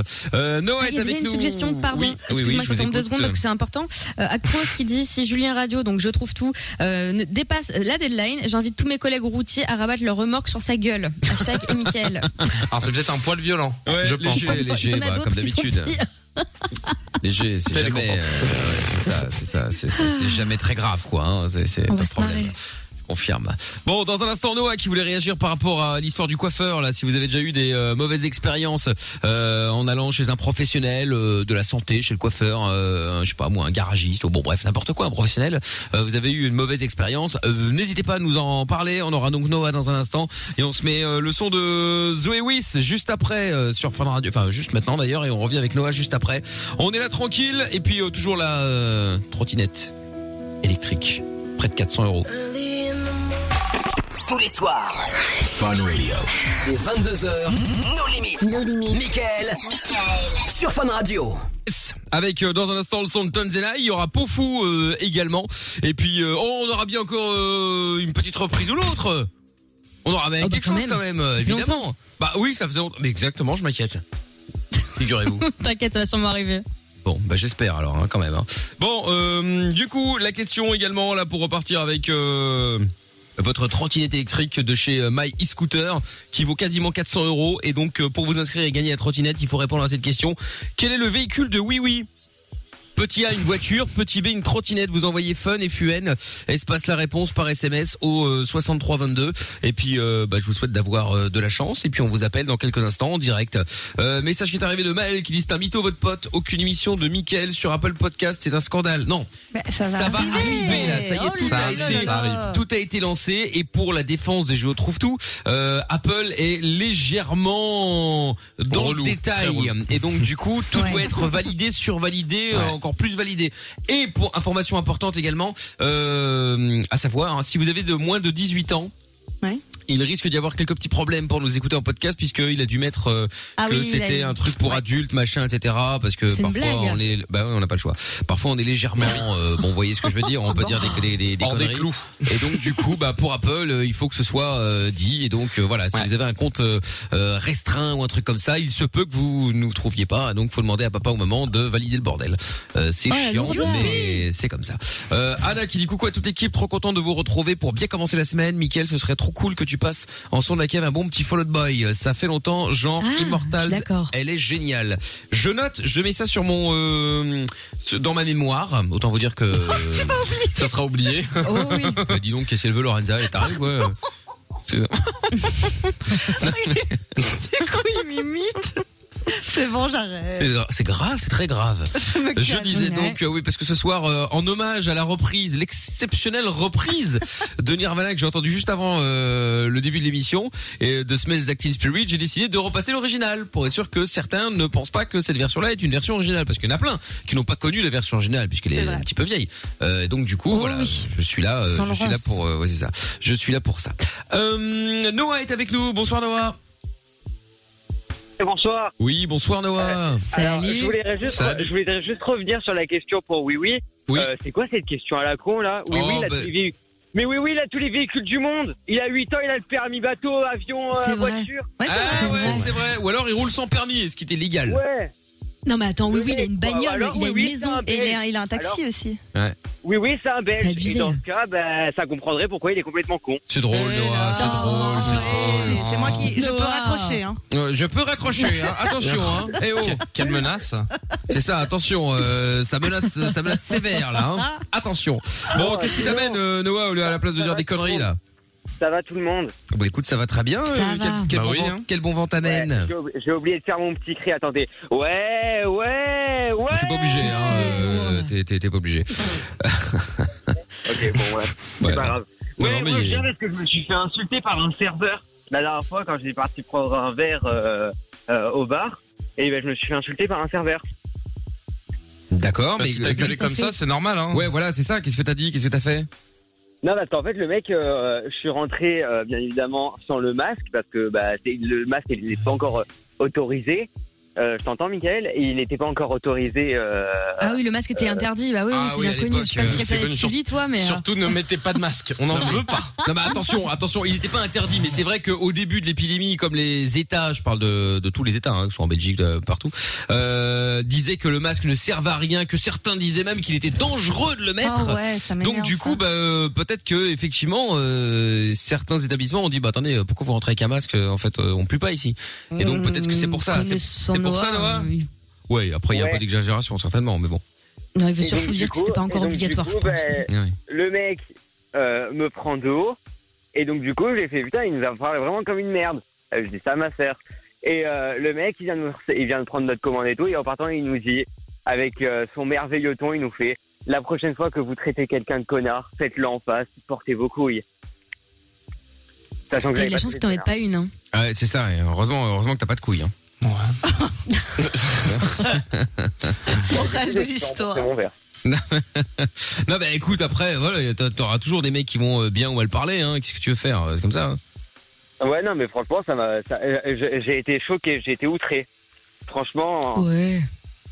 Speaker 4: (laughs)
Speaker 2: Euh, Noah est
Speaker 3: Il y a
Speaker 2: avec
Speaker 3: déjà une
Speaker 2: nous.
Speaker 3: suggestion, pardon.
Speaker 2: Oui, oui,
Speaker 3: Excuse-moi,
Speaker 2: oui,
Speaker 3: je te
Speaker 2: vous
Speaker 3: tombe deux
Speaker 2: écoute.
Speaker 3: secondes parce que c'est important. Euh, Actros qui dit si Julien Radio, donc je trouve tout, euh, ne- dépasse la deadline, j'invite tous mes collègues routiers à rabattre leur remorque sur sa gueule. Hashtag et Mickaël.
Speaker 4: Alors, Ah, c'est peut-être un poil violent,
Speaker 2: Ouais,
Speaker 4: je pense.
Speaker 2: léger.
Speaker 3: On a
Speaker 8: léger, bah,
Speaker 3: d'autres
Speaker 8: comme
Speaker 3: qui sont
Speaker 8: d'habitude.
Speaker 3: pires. (laughs)
Speaker 8: Léger, c'est
Speaker 4: T'es
Speaker 8: jamais,
Speaker 4: contente.
Speaker 8: euh, ouais, c'est ça, c'est ça, c'est- c'est- c'est jamais très grave, quoi. hein, c'est c'est
Speaker 3: On
Speaker 8: pas
Speaker 3: va
Speaker 8: de
Speaker 3: se marrer.
Speaker 8: problème. Je Confirme.
Speaker 2: Bon, dans un instant, Noah qui voulait réagir par rapport à l'histoire du coiffeur. Là, si vous avez déjà eu des euh, mauvaises expériences euh, en allant chez un professionnel euh, de la santé, chez le coiffeur, euh, un, je sais pas moi, un garagiste, ou bon bref, n'importe quoi, un professionnel. euh, vous avez eu une mauvaise expérience. euh, N'hésitez pas à nous en parler. On aura donc Noah dans un instant et on se met euh, le son de Zoé Wiss juste après euh, sur Fun Radio. Enfin, juste maintenant d'ailleurs et on revient avec Noah juste après. On est là tranquille et puis euh, toujours la euh, trottinette électrique, près de 400 euros.
Speaker 1: Tous les soirs. Fun Radio. Dès 22h, nos limites. Nos limites. Michael. Sur Fun Radio.
Speaker 2: Yes. Avec euh, dans un instant le son de Tonzela, il y aura Pofou euh, également. Et puis euh, oh, on aura bien encore euh, une petite reprise ou l'autre. On aura bien
Speaker 3: Ah bah,
Speaker 2: quelque
Speaker 3: quand
Speaker 2: chose
Speaker 3: même.
Speaker 2: quand même, euh,
Speaker 3: Ça fait
Speaker 2: évidemment. Bah oui, ça faisait longtemps. Mais exactement, je m'inquiète. Figurez-vous. (laughs)
Speaker 3: T'inquiète, ça va sûrement arriver.
Speaker 2: Bon, bah j'espère alors hein, quand même. hein. Bon, euh, du coup, la question également là pour repartir avec euh, votre trottinette électrique de chez euh, My e-scooter qui vaut quasiment 400 euros. Et donc, euh, pour vous inscrire et gagner la trottinette, il faut répondre à cette question. Quel est le véhicule de Oui Oui Petit A une voiture, petit B une trottinette. Vous envoyez fun et fun espace la réponse par SMS au euh, 6322. Et puis euh, bah, je vous souhaite d'avoir euh, de la chance. Et puis on vous appelle dans quelques instants en direct. Euh, message qui est arrivé de Maël qui dit c'est un mytho votre pote. Aucune émission de Mickaël sur Apple Podcast. C'est un scandale. Non,
Speaker 5: Bah, ça va,
Speaker 2: ça va arriver là. Ça y est,
Speaker 5: Oh
Speaker 2: tout
Speaker 5: là
Speaker 2: a
Speaker 5: là
Speaker 2: été-
Speaker 5: là là.
Speaker 2: tout a été lancé et pour la défense des jeux au trouve tout, euh, Apple est légèrement dans
Speaker 4: Relou,
Speaker 2: le
Speaker 4: très
Speaker 2: détail
Speaker 4: relou.
Speaker 2: et donc du coup tout
Speaker 5: (laughs) Ouais.
Speaker 2: doit être validé, survalidé, euh,
Speaker 4: Ouais.
Speaker 2: encore plus validé. Et pour information importante également, euh, à savoir hein, si vous avez de moins de 18 ans.
Speaker 5: Ouais.
Speaker 2: Il risque d'y avoir quelques petits problèmes pour nous écouter en podcast puisqu'il a dû mettre euh,
Speaker 5: Ah
Speaker 2: que
Speaker 5: oui, il a
Speaker 2: c'était
Speaker 5: eu-
Speaker 2: un truc pour adultes, machin, etc. Parce que
Speaker 3: C'est une
Speaker 2: parfois
Speaker 3: blague.
Speaker 2: on est, bah ouais, on n'a pas le choix. Parfois on est légèrement, euh, bon, vous voyez ce que je veux dire. On peut dire des, des, des, des
Speaker 4: hors des
Speaker 2: conneries.
Speaker 4: clous.
Speaker 2: Et donc du coup, bah pour Apple, euh, il faut que ce soit euh, dit. Et donc euh, voilà, si
Speaker 4: Ouais.
Speaker 2: vous avez un compte euh, euh, restreint ou un truc comme ça, il se peut que vous ne trouviez pas. Donc faut demander à papa ou maman de valider le bordel. Euh, c'est
Speaker 3: Oh, la
Speaker 2: chiant,
Speaker 3: lourdeur.
Speaker 2: mais c'est comme ça. Euh, Anna qui dit coucou à toute l'équipe, trop content de vous retrouver pour bien commencer la semaine. Mickaël, ce serait trop cool que tu passes en son de la cave un bon petit Fall Out Boy. Ça fait longtemps, genre
Speaker 3: Ah, je suis
Speaker 2: Immortals
Speaker 3: d'accord.
Speaker 2: elle est géniale. Je note, je mets ça sur mon euh, ce- dans ma mémoire. Autant vous dire que
Speaker 3: (laughs)
Speaker 2: ça sera oublié.
Speaker 3: Oh oui.
Speaker 2: Bah, dis donc, qu'est-ce qu'elle veut Lorenza Elle t'arrive, ouais. C'est ça.
Speaker 5: (laughs) C'est bon, j'arrête.
Speaker 2: C'est c'est grave, c'est très grave.
Speaker 5: (laughs) Je me
Speaker 2: Je
Speaker 5: calme.
Speaker 2: disais donc euh, oui parce que ce soir euh, en hommage à la reprise, l'exceptionnelle reprise de Nirvana que j'ai entendu juste avant euh, le début de l'émission et de Smells Like Teen Spirit, j'ai décidé de repasser l'original pour être sûr que certains ne pensent pas que cette version-là est une version originale parce qu'il y en a plein qui n'ont pas connu la version originale puisqu'elle est,
Speaker 5: C'est vrai.
Speaker 2: un petit peu vieille. Euh, et donc du coup
Speaker 3: Oh
Speaker 2: voilà,
Speaker 3: oui.
Speaker 2: je suis là, euh,
Speaker 3: Sans
Speaker 2: je suis là
Speaker 3: Laurence.
Speaker 2: pour euh, ouais, c'est ça. Je suis là pour ça. Euh, Noah est avec nous. Bonsoir Noah.
Speaker 9: Bonsoir.
Speaker 2: Oui, bonsoir
Speaker 5: Euh,
Speaker 2: Noah.
Speaker 9: Alors,
Speaker 3: Salut.
Speaker 9: je, voulais juste,
Speaker 4: Ça-
Speaker 9: je voulais juste revenir sur la question pour Oui Oui.
Speaker 2: Oui.
Speaker 9: Euh, c'est quoi cette question à la con là Oui
Speaker 2: Oh,
Speaker 9: Oui, là,
Speaker 2: bah-
Speaker 9: tous les véhicules- Mais oui, oui, il a tous les véhicules du monde. Il a 8 ans, il a le permis bateau, avion, euh,
Speaker 3: C'est vrai.
Speaker 9: voiture.
Speaker 5: Ouais, c'est
Speaker 2: Ah
Speaker 5: vrai.
Speaker 2: ouais, c'est vrai. Ou alors il roule sans permis, ce qui était légal.
Speaker 9: Ouais.
Speaker 3: Non, mais attends, oui, oui, il a une
Speaker 9: Bah,
Speaker 3: bagnole,
Speaker 9: alors,
Speaker 3: il a
Speaker 9: oui,
Speaker 3: une
Speaker 9: oui,
Speaker 3: maison.
Speaker 9: c'est un
Speaker 5: Et il
Speaker 9: Belge.
Speaker 5: a, il a un taxi
Speaker 9: Alors euh,
Speaker 5: aussi.
Speaker 9: Oui, oui, c'est un belge.
Speaker 3: C'est abusé. Euh,
Speaker 9: Et dans ce cas, bah, ça comprendrait pourquoi il est complètement con.
Speaker 2: C'est drôle, Noah, c'est drôle, c'est drôle.
Speaker 5: Et Eh, C'est moi qui. Je peux
Speaker 3: Noah.
Speaker 5: raccrocher. Hein.
Speaker 2: Euh, Je peux raccrocher, hein. attention.
Speaker 4: (laughs)
Speaker 2: Hein. Eh oh.
Speaker 4: Que- Quelle menace
Speaker 2: C'est ça, attention, euh, ça menace, ça menace sévère là.
Speaker 5: Ah.
Speaker 3: Ah.
Speaker 2: Hein. Attention. Bon, qu'est-ce qui t'amène, euh, Noah, au lieu- à la place de dire des conneries là
Speaker 9: Ça va tout le monde.
Speaker 2: Ah Bah écoute, ça va très bien.
Speaker 3: Ça
Speaker 2: euh, quel,
Speaker 3: va.
Speaker 2: quel
Speaker 4: Bah
Speaker 2: bon
Speaker 4: oui,
Speaker 2: vent,
Speaker 4: hein.
Speaker 2: quel bon vent
Speaker 9: Ouais,
Speaker 2: t'amène
Speaker 9: j'ai oubli- J'ai oublié de faire mon petit cri, attendez. Ouais, ouais, ouais.
Speaker 2: T'es pas obligé, hein, euh, t'es- t'es t'es pas obligé.
Speaker 9: Ok, bon, ouais. C'est
Speaker 2: Ouais.
Speaker 9: pas grave.
Speaker 2: Non,
Speaker 9: Ouais,
Speaker 2: non, mais
Speaker 9: moi,
Speaker 2: il-
Speaker 9: je viens parce que je me suis fait insulter par un serveur la dernière fois quand j'étais parti prendre un verre euh, euh, au bar. Et ben, je me suis fait insulter par un serveur.
Speaker 2: D'accord,
Speaker 4: Bah,
Speaker 2: mais euh,
Speaker 4: Si t'as gueulé comme ça, c'est normal. Hein.
Speaker 2: ouais, voilà, c'est ça. Qu'est-ce que t'as dit Qu'est-ce que t'as fait
Speaker 9: Non, parce qu'en fait, le mec, euh, je suis rentré, euh, bien évidemment, sans le masque, parce que bah, c'est- le masque, il n'est pas encore euh, autorisé. Euh, je t'entends, Michael Et Il n'était pas encore autorisé. Euh...
Speaker 3: Ah oui, le masque était interdit. Bah oui,
Speaker 2: ah
Speaker 3: oui, c'est
Speaker 2: oui, à
Speaker 3: bien connu. Je sais pas
Speaker 2: l'époque,
Speaker 3: si
Speaker 4: euh, c'est
Speaker 3: Captain
Speaker 4: connu
Speaker 3: tu vis, toi, mais. euh,
Speaker 4: Surtout ne mettez pas de masque, on n'en veut
Speaker 3: (laughs)
Speaker 4: pas.
Speaker 2: Non, mais attention, attention. Il n'était pas interdit, mais c'est vrai qu'au début de l'épidémie, comme les États, je parle de, de tous les États, hein, que ce soit en Belgique, de- partout, euh, disaient que le masque ne servait à rien, que certains disaient même qu'il était dangereux de le mettre.
Speaker 5: Ah ouais, ça m'énerve,
Speaker 2: Donc du coup,
Speaker 5: ça.
Speaker 2: bah, euh, peut-être que effectivement, euh, certains établissements ont dit, bah attendez, euh, pourquoi vous rentrez avec un masque En fait, euh, on pue pas ici. Et donc peut-être que c'est pour ça. C'est-
Speaker 3: Mmh, connaissant
Speaker 2: c'est pour ça, Noah
Speaker 3: euh, il-
Speaker 2: Ouais. Après, il y a un
Speaker 9: Ouais.
Speaker 2: peu d'exagération certainement, mais bon.
Speaker 3: Non, il veut
Speaker 9: Et donc,
Speaker 3: surtout
Speaker 9: du
Speaker 3: dire que
Speaker 9: coup-
Speaker 3: c'était pas
Speaker 9: et
Speaker 3: encore
Speaker 9: donc, du
Speaker 3: obligatoire, je
Speaker 9: coup,
Speaker 3: pense.
Speaker 9: ben,
Speaker 2: Ouais.
Speaker 9: le mec euh, me prend de haut. Et donc, du coup, j'ai fait putain, il nous a parlé vraiment comme une merde. Euh, Je dis ça à ma sœur. Et euh, le mec, il vient, de, nous- il vient de prendre notre commande et tout. Et en partant, il nous dit, avec euh, son merveilleux ton, il nous fait La prochaine fois que vous traitez quelqu'un de connard, faites-le en face, portez vos couilles. Sachant que
Speaker 3: T'as eu
Speaker 9: j'avais
Speaker 3: de la
Speaker 9: pas
Speaker 3: chance que
Speaker 9: traité
Speaker 3: t'en
Speaker 9: de
Speaker 3: mettes pas une, hein.
Speaker 2: Ah ouais, c'est ça. et Heureusement, heureusement que t'as pas de couilles. Hein.
Speaker 5: Morale de
Speaker 9: connard.
Speaker 5: l'histoire.
Speaker 9: C'est mon
Speaker 2: (laughs)
Speaker 9: verre.
Speaker 2: Non, bah écoute, après, voilà, t'a- t'auras toujours des mecs qui vont euh, bien ou mal parler. Hein. Qu'est-ce que tu veux faire C'est comme ça. hein.
Speaker 9: Ouais, non, mais franchement, ça m'a, ça- euh, j'ai j'ai été choqué, j'ai été outré. Franchement.
Speaker 3: Ouais.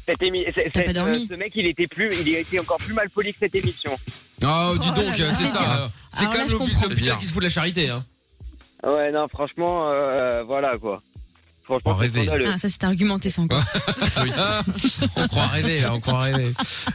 Speaker 9: Cette émi- c'est-
Speaker 3: T'as
Speaker 9: c'est-
Speaker 3: pas dormi
Speaker 9: ce mec, il était plus, il était encore plus mal poli que cette émission.
Speaker 2: Ah, dis
Speaker 5: Oh
Speaker 2: donc,
Speaker 5: là là.
Speaker 2: c'est
Speaker 3: C'est
Speaker 2: ça.
Speaker 3: dur.
Speaker 2: euh, C'est quand
Speaker 3: Alors là,
Speaker 2: même
Speaker 3: je
Speaker 2: le
Speaker 3: comprends.
Speaker 2: putain qui se fout de la charité. Hein.
Speaker 9: Ouais, non, franchement, euh, voilà quoi. Franchement,
Speaker 2: Oh,
Speaker 9: c'est
Speaker 2: réveille.
Speaker 9: scandaleux.
Speaker 3: Ah, ça, c'est argumenté, ça encore.
Speaker 2: (laughs) Ah, on croit rêver, là, on croit rêver.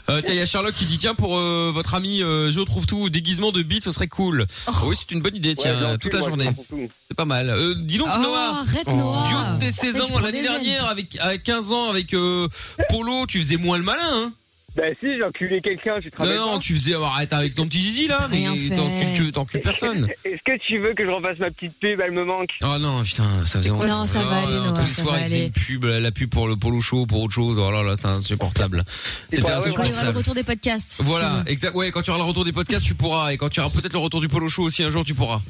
Speaker 2: Euh, tiens, il y a Sherlock qui dit tiens pour euh, votre ami euh, Je trouve tout déguisement de bite, ce serait cool. Oui, c'est une bonne idée,
Speaker 9: Ouais,
Speaker 2: tiens,
Speaker 9: je l'encule,
Speaker 2: toute la
Speaker 9: moi,
Speaker 2: journée.
Speaker 9: je prends tout.
Speaker 2: C'est pas mal. Euh, dis donc
Speaker 3: Oh,
Speaker 2: Noah.
Speaker 3: arrête,
Speaker 2: Dieu
Speaker 3: Noah.
Speaker 2: de tes 16 ans, l'année dernière, avec, à 15 ans, avec euh, Polo, tu faisais moins le malin, hein
Speaker 9: Bah si, j'ai enculé quelqu'un, tu te
Speaker 2: Non,
Speaker 9: rappelles
Speaker 2: non,
Speaker 9: pas
Speaker 2: tu faisais avoir arrête avec ton petit zizi, là, mais
Speaker 3: Rien fait.
Speaker 2: t'encules que- t'encules personne.
Speaker 9: Est-ce que tu veux que je refasse ma petite pub Elle me manque.
Speaker 2: Oh non, putain, ça faisait Oh
Speaker 3: Non, ça va aller, Noah,
Speaker 2: Tous les
Speaker 3: ça
Speaker 2: soirs,
Speaker 3: va
Speaker 2: il faisait
Speaker 3: aller.
Speaker 2: une pub, la pub pour le polo chaud, pour autre chose. Oh là là, c'était insupportable.
Speaker 9: C'est
Speaker 2: C'était
Speaker 9: pas- ouais,
Speaker 3: Quand il y aura le
Speaker 2: insupportable.
Speaker 3: retour des podcasts. si
Speaker 2: Voilà, exact. Ouais, quand tu auras le retour des podcasts, tu pourras. Et quand tu auras peut-être le retour du polo chaud aussi, un jour, tu pourras.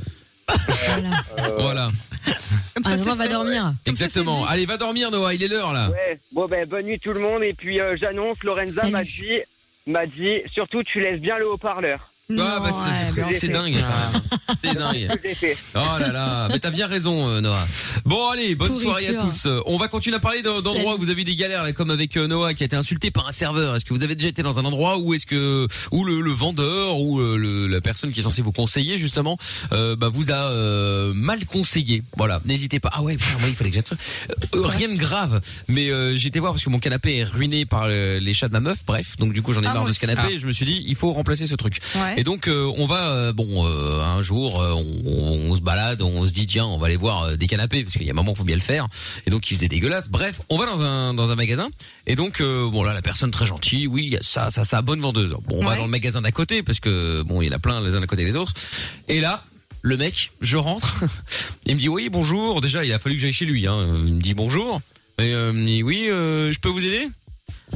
Speaker 3: tu veux.
Speaker 2: (laughs)
Speaker 3: Voilà.
Speaker 2: Voilà,
Speaker 5: Comme ça,
Speaker 3: Ah,
Speaker 5: c'est
Speaker 3: Noah va
Speaker 5: fait.
Speaker 3: dormir.
Speaker 2: exactement. Allez, va dormir, Noah. Il est l'heure là.
Speaker 9: Ouais. Bon ben, bonne nuit tout le monde. Et puis euh, j'annonce, Lorenza
Speaker 3: Salut.
Speaker 9: m'a dit, m'a dit, surtout tu laisses bien le haut-parleur. Ah.
Speaker 2: Ah, bah,
Speaker 5: Non, ouais,
Speaker 2: c'est-
Speaker 5: bon.
Speaker 2: c'est dingue.
Speaker 3: Ah.
Speaker 2: (laughs) C'est dingue.
Speaker 9: Que j'ai fait.
Speaker 2: Oh là là, mais t'as bien raison, euh, Noah. Bon allez, bonne
Speaker 3: Pourriture.
Speaker 2: soirée à tous. Euh, On va continuer à parler d'un- d'endroits où vous avez eu des galères, là, comme avec euh, Noah qui a été insulté par un serveur. Est-ce que vous avez déjà été dans un endroit où est-ce que où le, le vendeur ou euh, le- la personne qui est censée vous conseiller justement, euh, bah vous a euh, mal conseillé. Voilà, n'hésitez pas. Ah ouais, putain, moi il fallait que j'attire. Euh, rien de grave, mais euh, j'étais voir parce que mon canapé est ruiné par euh, les chats de ma meuf. Bref, donc du coup j'en ai
Speaker 5: Ah,
Speaker 2: marre
Speaker 5: moi
Speaker 2: de ce
Speaker 5: aussi.
Speaker 2: canapé. Et je me suis dit il faut remplacer ce truc.
Speaker 5: Ouais.
Speaker 2: Et donc euh, on va euh, bon euh, un jour euh, on, on- on se balade, on se dit tiens on va aller voir euh, des canapés parce qu'il y a un moment faut bien le faire. Et donc il faisait dégueulasse. Bref, on va dans un dans un magasin et donc euh, bon là la personne très gentille, oui il y a ça ça ça bonne vendeuse. Bon on va
Speaker 5: Ouais.
Speaker 2: dans le magasin d'à côté parce que bon il y en a plein les uns à côté des autres. Et là le mec, je rentre, (laughs) il me dit oui bonjour. Déjà il a fallu que j'aille chez lui. Hein. Il me dit bonjour. Et euh, il me dit, oui euh, je peux vous aider.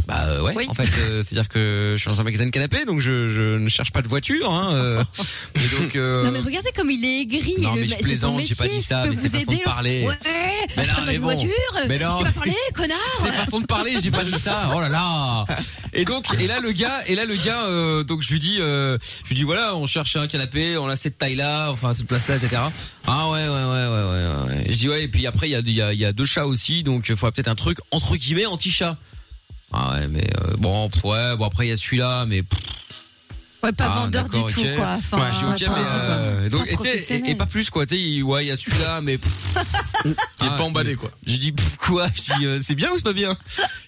Speaker 2: Bah euh, ouais,
Speaker 5: Oui.
Speaker 2: en fait, euh, c'est-à-dire que je suis dans un magasin de canapé, donc je, je ne cherche pas de voiture. Hein, euh, et donc, euh,
Speaker 3: Non, mais regardez comme il est aigri.
Speaker 2: Non,
Speaker 3: et le
Speaker 2: mais je
Speaker 3: mec- c'est son
Speaker 2: plaisante, j'ai pas
Speaker 3: métier,
Speaker 2: dit ça,
Speaker 3: je
Speaker 2: mais
Speaker 3: peux
Speaker 2: c'est
Speaker 3: vous
Speaker 2: façon
Speaker 3: aider,
Speaker 2: de
Speaker 3: l'autre.
Speaker 2: parler.
Speaker 3: Ouais,
Speaker 2: Mais
Speaker 3: mais
Speaker 2: non,
Speaker 3: non,
Speaker 2: mais
Speaker 3: mais
Speaker 2: bon.
Speaker 3: voiture.
Speaker 2: Mais
Speaker 3: Mais
Speaker 2: non.
Speaker 3: non. Tu vas parler, connard.
Speaker 2: c'est façon de parler, j'ai pas dit ça. Oh là là. Et donc et là le gars et là le gars euh, donc je lui dis euh, je lui dis voilà on cherche un canapé, on a cette taille là, enfin cette place là etc. Ah ouais ouais ouais ouais ouais. ouais. Je dis ouais et puis après il y a il y a, il y a deux chats aussi donc il faudrait peut-être un truc entre guillemets anti chat. Ah ouais mais euh, bon pff, ouais bon après il y a celui-là mais pff,
Speaker 5: Ouais, pas
Speaker 2: Ah,
Speaker 5: vendeur du
Speaker 2: d'accord,
Speaker 5: tout,
Speaker 2: ok.
Speaker 5: quoi. Enfin,
Speaker 2: je dis ok
Speaker 5: pas-
Speaker 2: mais euh, donc
Speaker 5: pas
Speaker 2: et, tu sais, et, et
Speaker 5: professionnel.
Speaker 2: pas plus quoi tu sais il- ouais il y a celui-là mais pff,
Speaker 4: Il est
Speaker 2: Ah,
Speaker 4: pas emballé quoi.
Speaker 2: je dis pff, quoi Je dis euh, c'est bien ou c'est pas bien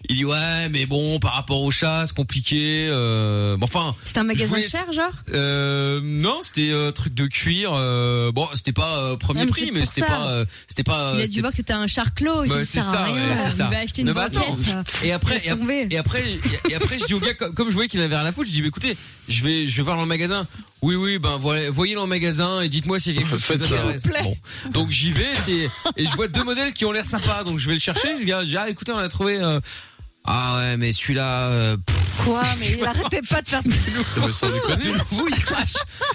Speaker 2: Il dit ouais, mais bon, par rapport au chat, c'est compliqué. euh, bon, enfin,
Speaker 3: C'était un magasin
Speaker 2: voulais-
Speaker 3: cher, genre
Speaker 2: euh, non, c'était euh, truc de cuir. euh, bon, c'était pas euh, premier
Speaker 3: Non, mais
Speaker 2: prix,
Speaker 3: c'est
Speaker 2: mais
Speaker 3: pour
Speaker 2: c'était
Speaker 3: ça.
Speaker 2: pas, euh, c'était pas.
Speaker 3: Il a
Speaker 2: c'était
Speaker 3: dû voir que c'était un char clos, il
Speaker 2: bah,
Speaker 3: s'est dit,
Speaker 2: c'est
Speaker 3: sert à
Speaker 2: ça,
Speaker 3: rien,
Speaker 2: ouais, c'est
Speaker 3: il
Speaker 2: ça.
Speaker 3: va acheter une
Speaker 2: Non, mais attends.
Speaker 3: banquette.
Speaker 2: Et après, et,
Speaker 3: Laisse tomber.
Speaker 2: après- et après, et après, je dis au gars, comme, comme je voyais qu'il avait rien à foutre, je dis, bah, écoutez, je vais, je vais voir dans le magasin. Oui, oui, ben, voilà, voyez dans le magasin et dites-moi s'il y
Speaker 4: (laughs)
Speaker 2: a quelque chose qui vous
Speaker 4: Faites ça.
Speaker 2: intéresse. Bon. Donc, j'y vais, et, et je vois deux modèles qui ont l'air sympas, donc je vais le chercher, je dis, ah, je dis, ah, écoutez, on a trouvé, euh, ah ouais, mais celui-là, euh, pff,
Speaker 5: Quoi Mais il arrêtait pas de faire.
Speaker 4: (laughs) Mais sans déconner.
Speaker 2: de nouveau, il crache.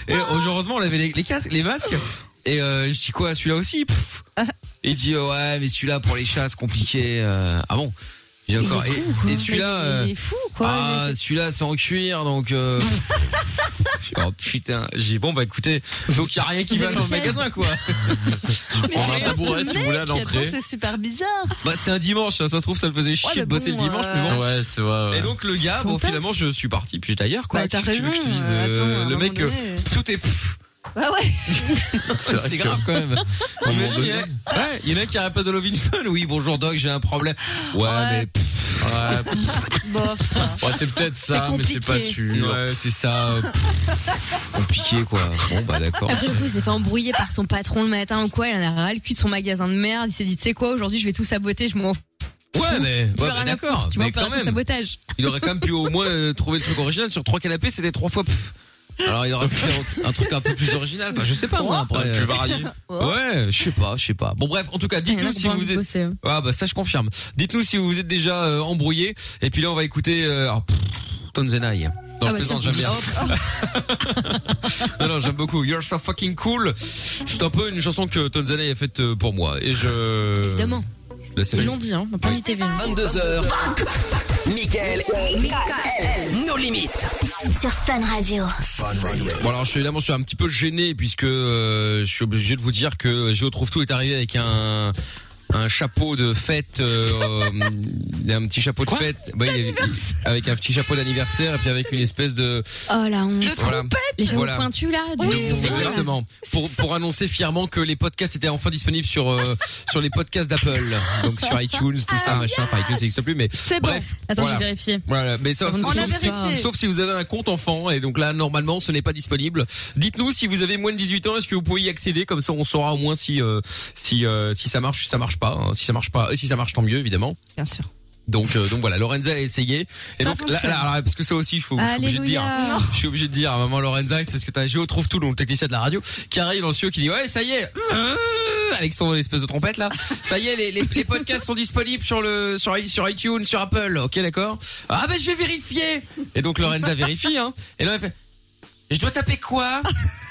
Speaker 2: Et heureusement, on avait les, les casques, les masques. Et euh, je dis quoi, celui-là aussi Pff. Et il dit euh, ouais, mais celui-là pour les chats, c'est compliqué. euh, ah bon J'ai encore.
Speaker 5: Il
Speaker 2: Et,
Speaker 5: est con, quoi.
Speaker 2: et celui-là, euh,
Speaker 5: Il est fou, quoi.
Speaker 2: ah, celui-là c'est en cuir, donc.
Speaker 5: (laughs)
Speaker 2: Euh... je dis, oh putain, j'ai dit, bon bah écoutez, donc y a rien qui
Speaker 3: Vous
Speaker 2: va
Speaker 3: avez
Speaker 2: dans le
Speaker 3: une chaise
Speaker 2: magasin
Speaker 5: (laughs)
Speaker 2: quoi.
Speaker 4: On a un tabouret si vous voulez à l'entrée.
Speaker 5: C'est super bizarre.
Speaker 2: bah c'était un dimanche, ça se trouve ça le faisait chier
Speaker 5: Ouais, mais
Speaker 2: de bosser
Speaker 5: bon,
Speaker 2: le dimanche,
Speaker 5: euh,
Speaker 2: mais bon.
Speaker 4: Ouais, c'est vrai. ouais.
Speaker 2: Et donc le gars, bon
Speaker 5: Fantasme.
Speaker 2: finalement je suis parti, puis j'étais ailleurs quoi.
Speaker 5: bah, t'as
Speaker 2: Qu'est-ce que tu
Speaker 5: raison.
Speaker 2: veux que je te dise
Speaker 5: euh,
Speaker 2: euh,
Speaker 5: attends, à un
Speaker 2: Le mec,
Speaker 5: moment
Speaker 2: euh,
Speaker 5: donné, euh,
Speaker 2: tout est. pff,
Speaker 5: Bah ouais.
Speaker 2: C'est
Speaker 4: vrai que-
Speaker 2: grave quand (laughs) même.
Speaker 4: Au moment
Speaker 2: Imagine, il y en a- ouais, il y en a qui arrêtent pas de Lovin Fun. Oui, bonjour Doc, j'ai un problème. Ouais, mais pff,
Speaker 4: Ouais,
Speaker 3: (laughs)
Speaker 5: Bof.
Speaker 4: ouais, c'est peut-être ça,
Speaker 5: C'est
Speaker 4: mais c'est pas
Speaker 5: compliqué.
Speaker 4: sûr.
Speaker 2: ouais, c'est ça. euh, pff, compliqué quoi. Bon bah d'accord.
Speaker 3: (laughs) Après, il s'est fait embrouiller par son patron le matin ou quoi, il en a ras le cul de son magasin de merde, il s'est dit, tu sais quoi, aujourd'hui je vais tout saboter, je m'en fous,
Speaker 2: Ouais, mais ouais,
Speaker 3: je vais
Speaker 2: bah,
Speaker 3: rien à
Speaker 2: d'accord.
Speaker 3: foutre, tu
Speaker 2: Ah, Mais
Speaker 3: vois, pas
Speaker 2: quand
Speaker 3: un
Speaker 2: même,
Speaker 3: sabotage.
Speaker 2: il aurait quand même pu au moins euh, trouver le truc original sur trois canapés. C'était trois fois. pff. Alors il aurait pu faire un truc un peu plus original. Enfin, je sais pas moi. Après,
Speaker 4: Tu
Speaker 2: euh,
Speaker 3: (laughs)
Speaker 4: varier.
Speaker 2: ouais, je sais pas, je sais pas. Bon bref, en tout cas,
Speaker 3: Il y en a
Speaker 2: dites-nous
Speaker 3: qui
Speaker 2: si
Speaker 3: ont envie
Speaker 2: vous
Speaker 3: de
Speaker 2: êtes.
Speaker 3: bosser, hein.
Speaker 2: Ah bah ça je confirme. Dites-nous si vous êtes déjà euh, embrouillé. Et puis là on va écouter euh, alors, pff, Tonzenai. Non
Speaker 3: Ah
Speaker 2: je
Speaker 3: bah,
Speaker 2: plaisante,
Speaker 3: tiens.
Speaker 2: j'aime bien. non non j'aime beaucoup. You're so fucking cool. C'est un peu une chanson que Tonzenai a faite euh, pour moi. Et je...
Speaker 3: Évidemment.
Speaker 2: Je la salue.
Speaker 3: Ils l'ont dit, hein, dans plein de TV.
Speaker 1: 22h.
Speaker 2: (laughs)
Speaker 1: Michael, nos limites.
Speaker 10: Sur Fun Radio.
Speaker 2: Bon alors je suis évidemment je suis un petit peu gêné puisque euh, je suis obligé de vous dire que Géo trouve tout est arrivé avec un un chapeau de fête euh,
Speaker 3: (laughs)
Speaker 2: euh, un petit chapeau de fête Bah, il- il- avec un petit chapeau d'anniversaire et puis avec une espèce de
Speaker 3: Oh la honte.
Speaker 2: voilà.
Speaker 3: Les gens
Speaker 2: Voilà.
Speaker 3: pointus là, du
Speaker 2: Donc, exactement pour pour annoncer fièrement que les podcasts étaient enfin disponibles sur euh, sur les podcasts d'Apple donc sur iTunes tout ça machin enfin iTunes ça n'existe plus mais
Speaker 5: Ah, C'est bon.
Speaker 2: bref
Speaker 3: Attends,
Speaker 2: voilà.
Speaker 3: j'ai vérifié.
Speaker 2: Voilà, mais ça,
Speaker 3: On
Speaker 2: sauf,
Speaker 5: a
Speaker 2: si,
Speaker 5: vérifié.
Speaker 2: sauf si vous avez un compte enfant et donc là normalement ce n'est pas disponible. Dites-nous si vous avez moins de 18 ans, est-ce que vous pouvez y accéder comme ça on saura au moins si euh, si euh, si ça marche, si ça marche pas, hein. si ça marche pas, et si ça marche tant mieux évidemment.
Speaker 5: Bien sûr.
Speaker 2: Donc euh, donc voilà, Lorenza a essayé et
Speaker 5: Ça
Speaker 2: donc là,
Speaker 5: fonctionne.
Speaker 2: là, alors, parce que ça aussi il faut je suis obligé de dire.
Speaker 3: Alléluia.
Speaker 2: Je suis obligé de dire à maman Lorenza c'est parce que t'as Géo trouve tout donc le technicien de la radio qui arrive dans le studio qui dit ouais ça y est euh, avec son espèce de trompette là ça y est les, les, les podcasts sont disponibles sur le sur i- sur iTunes sur Apple ok d'accord ah ben je vais vérifier et donc Lorenza vérifie hein et là elle fait je dois taper quoi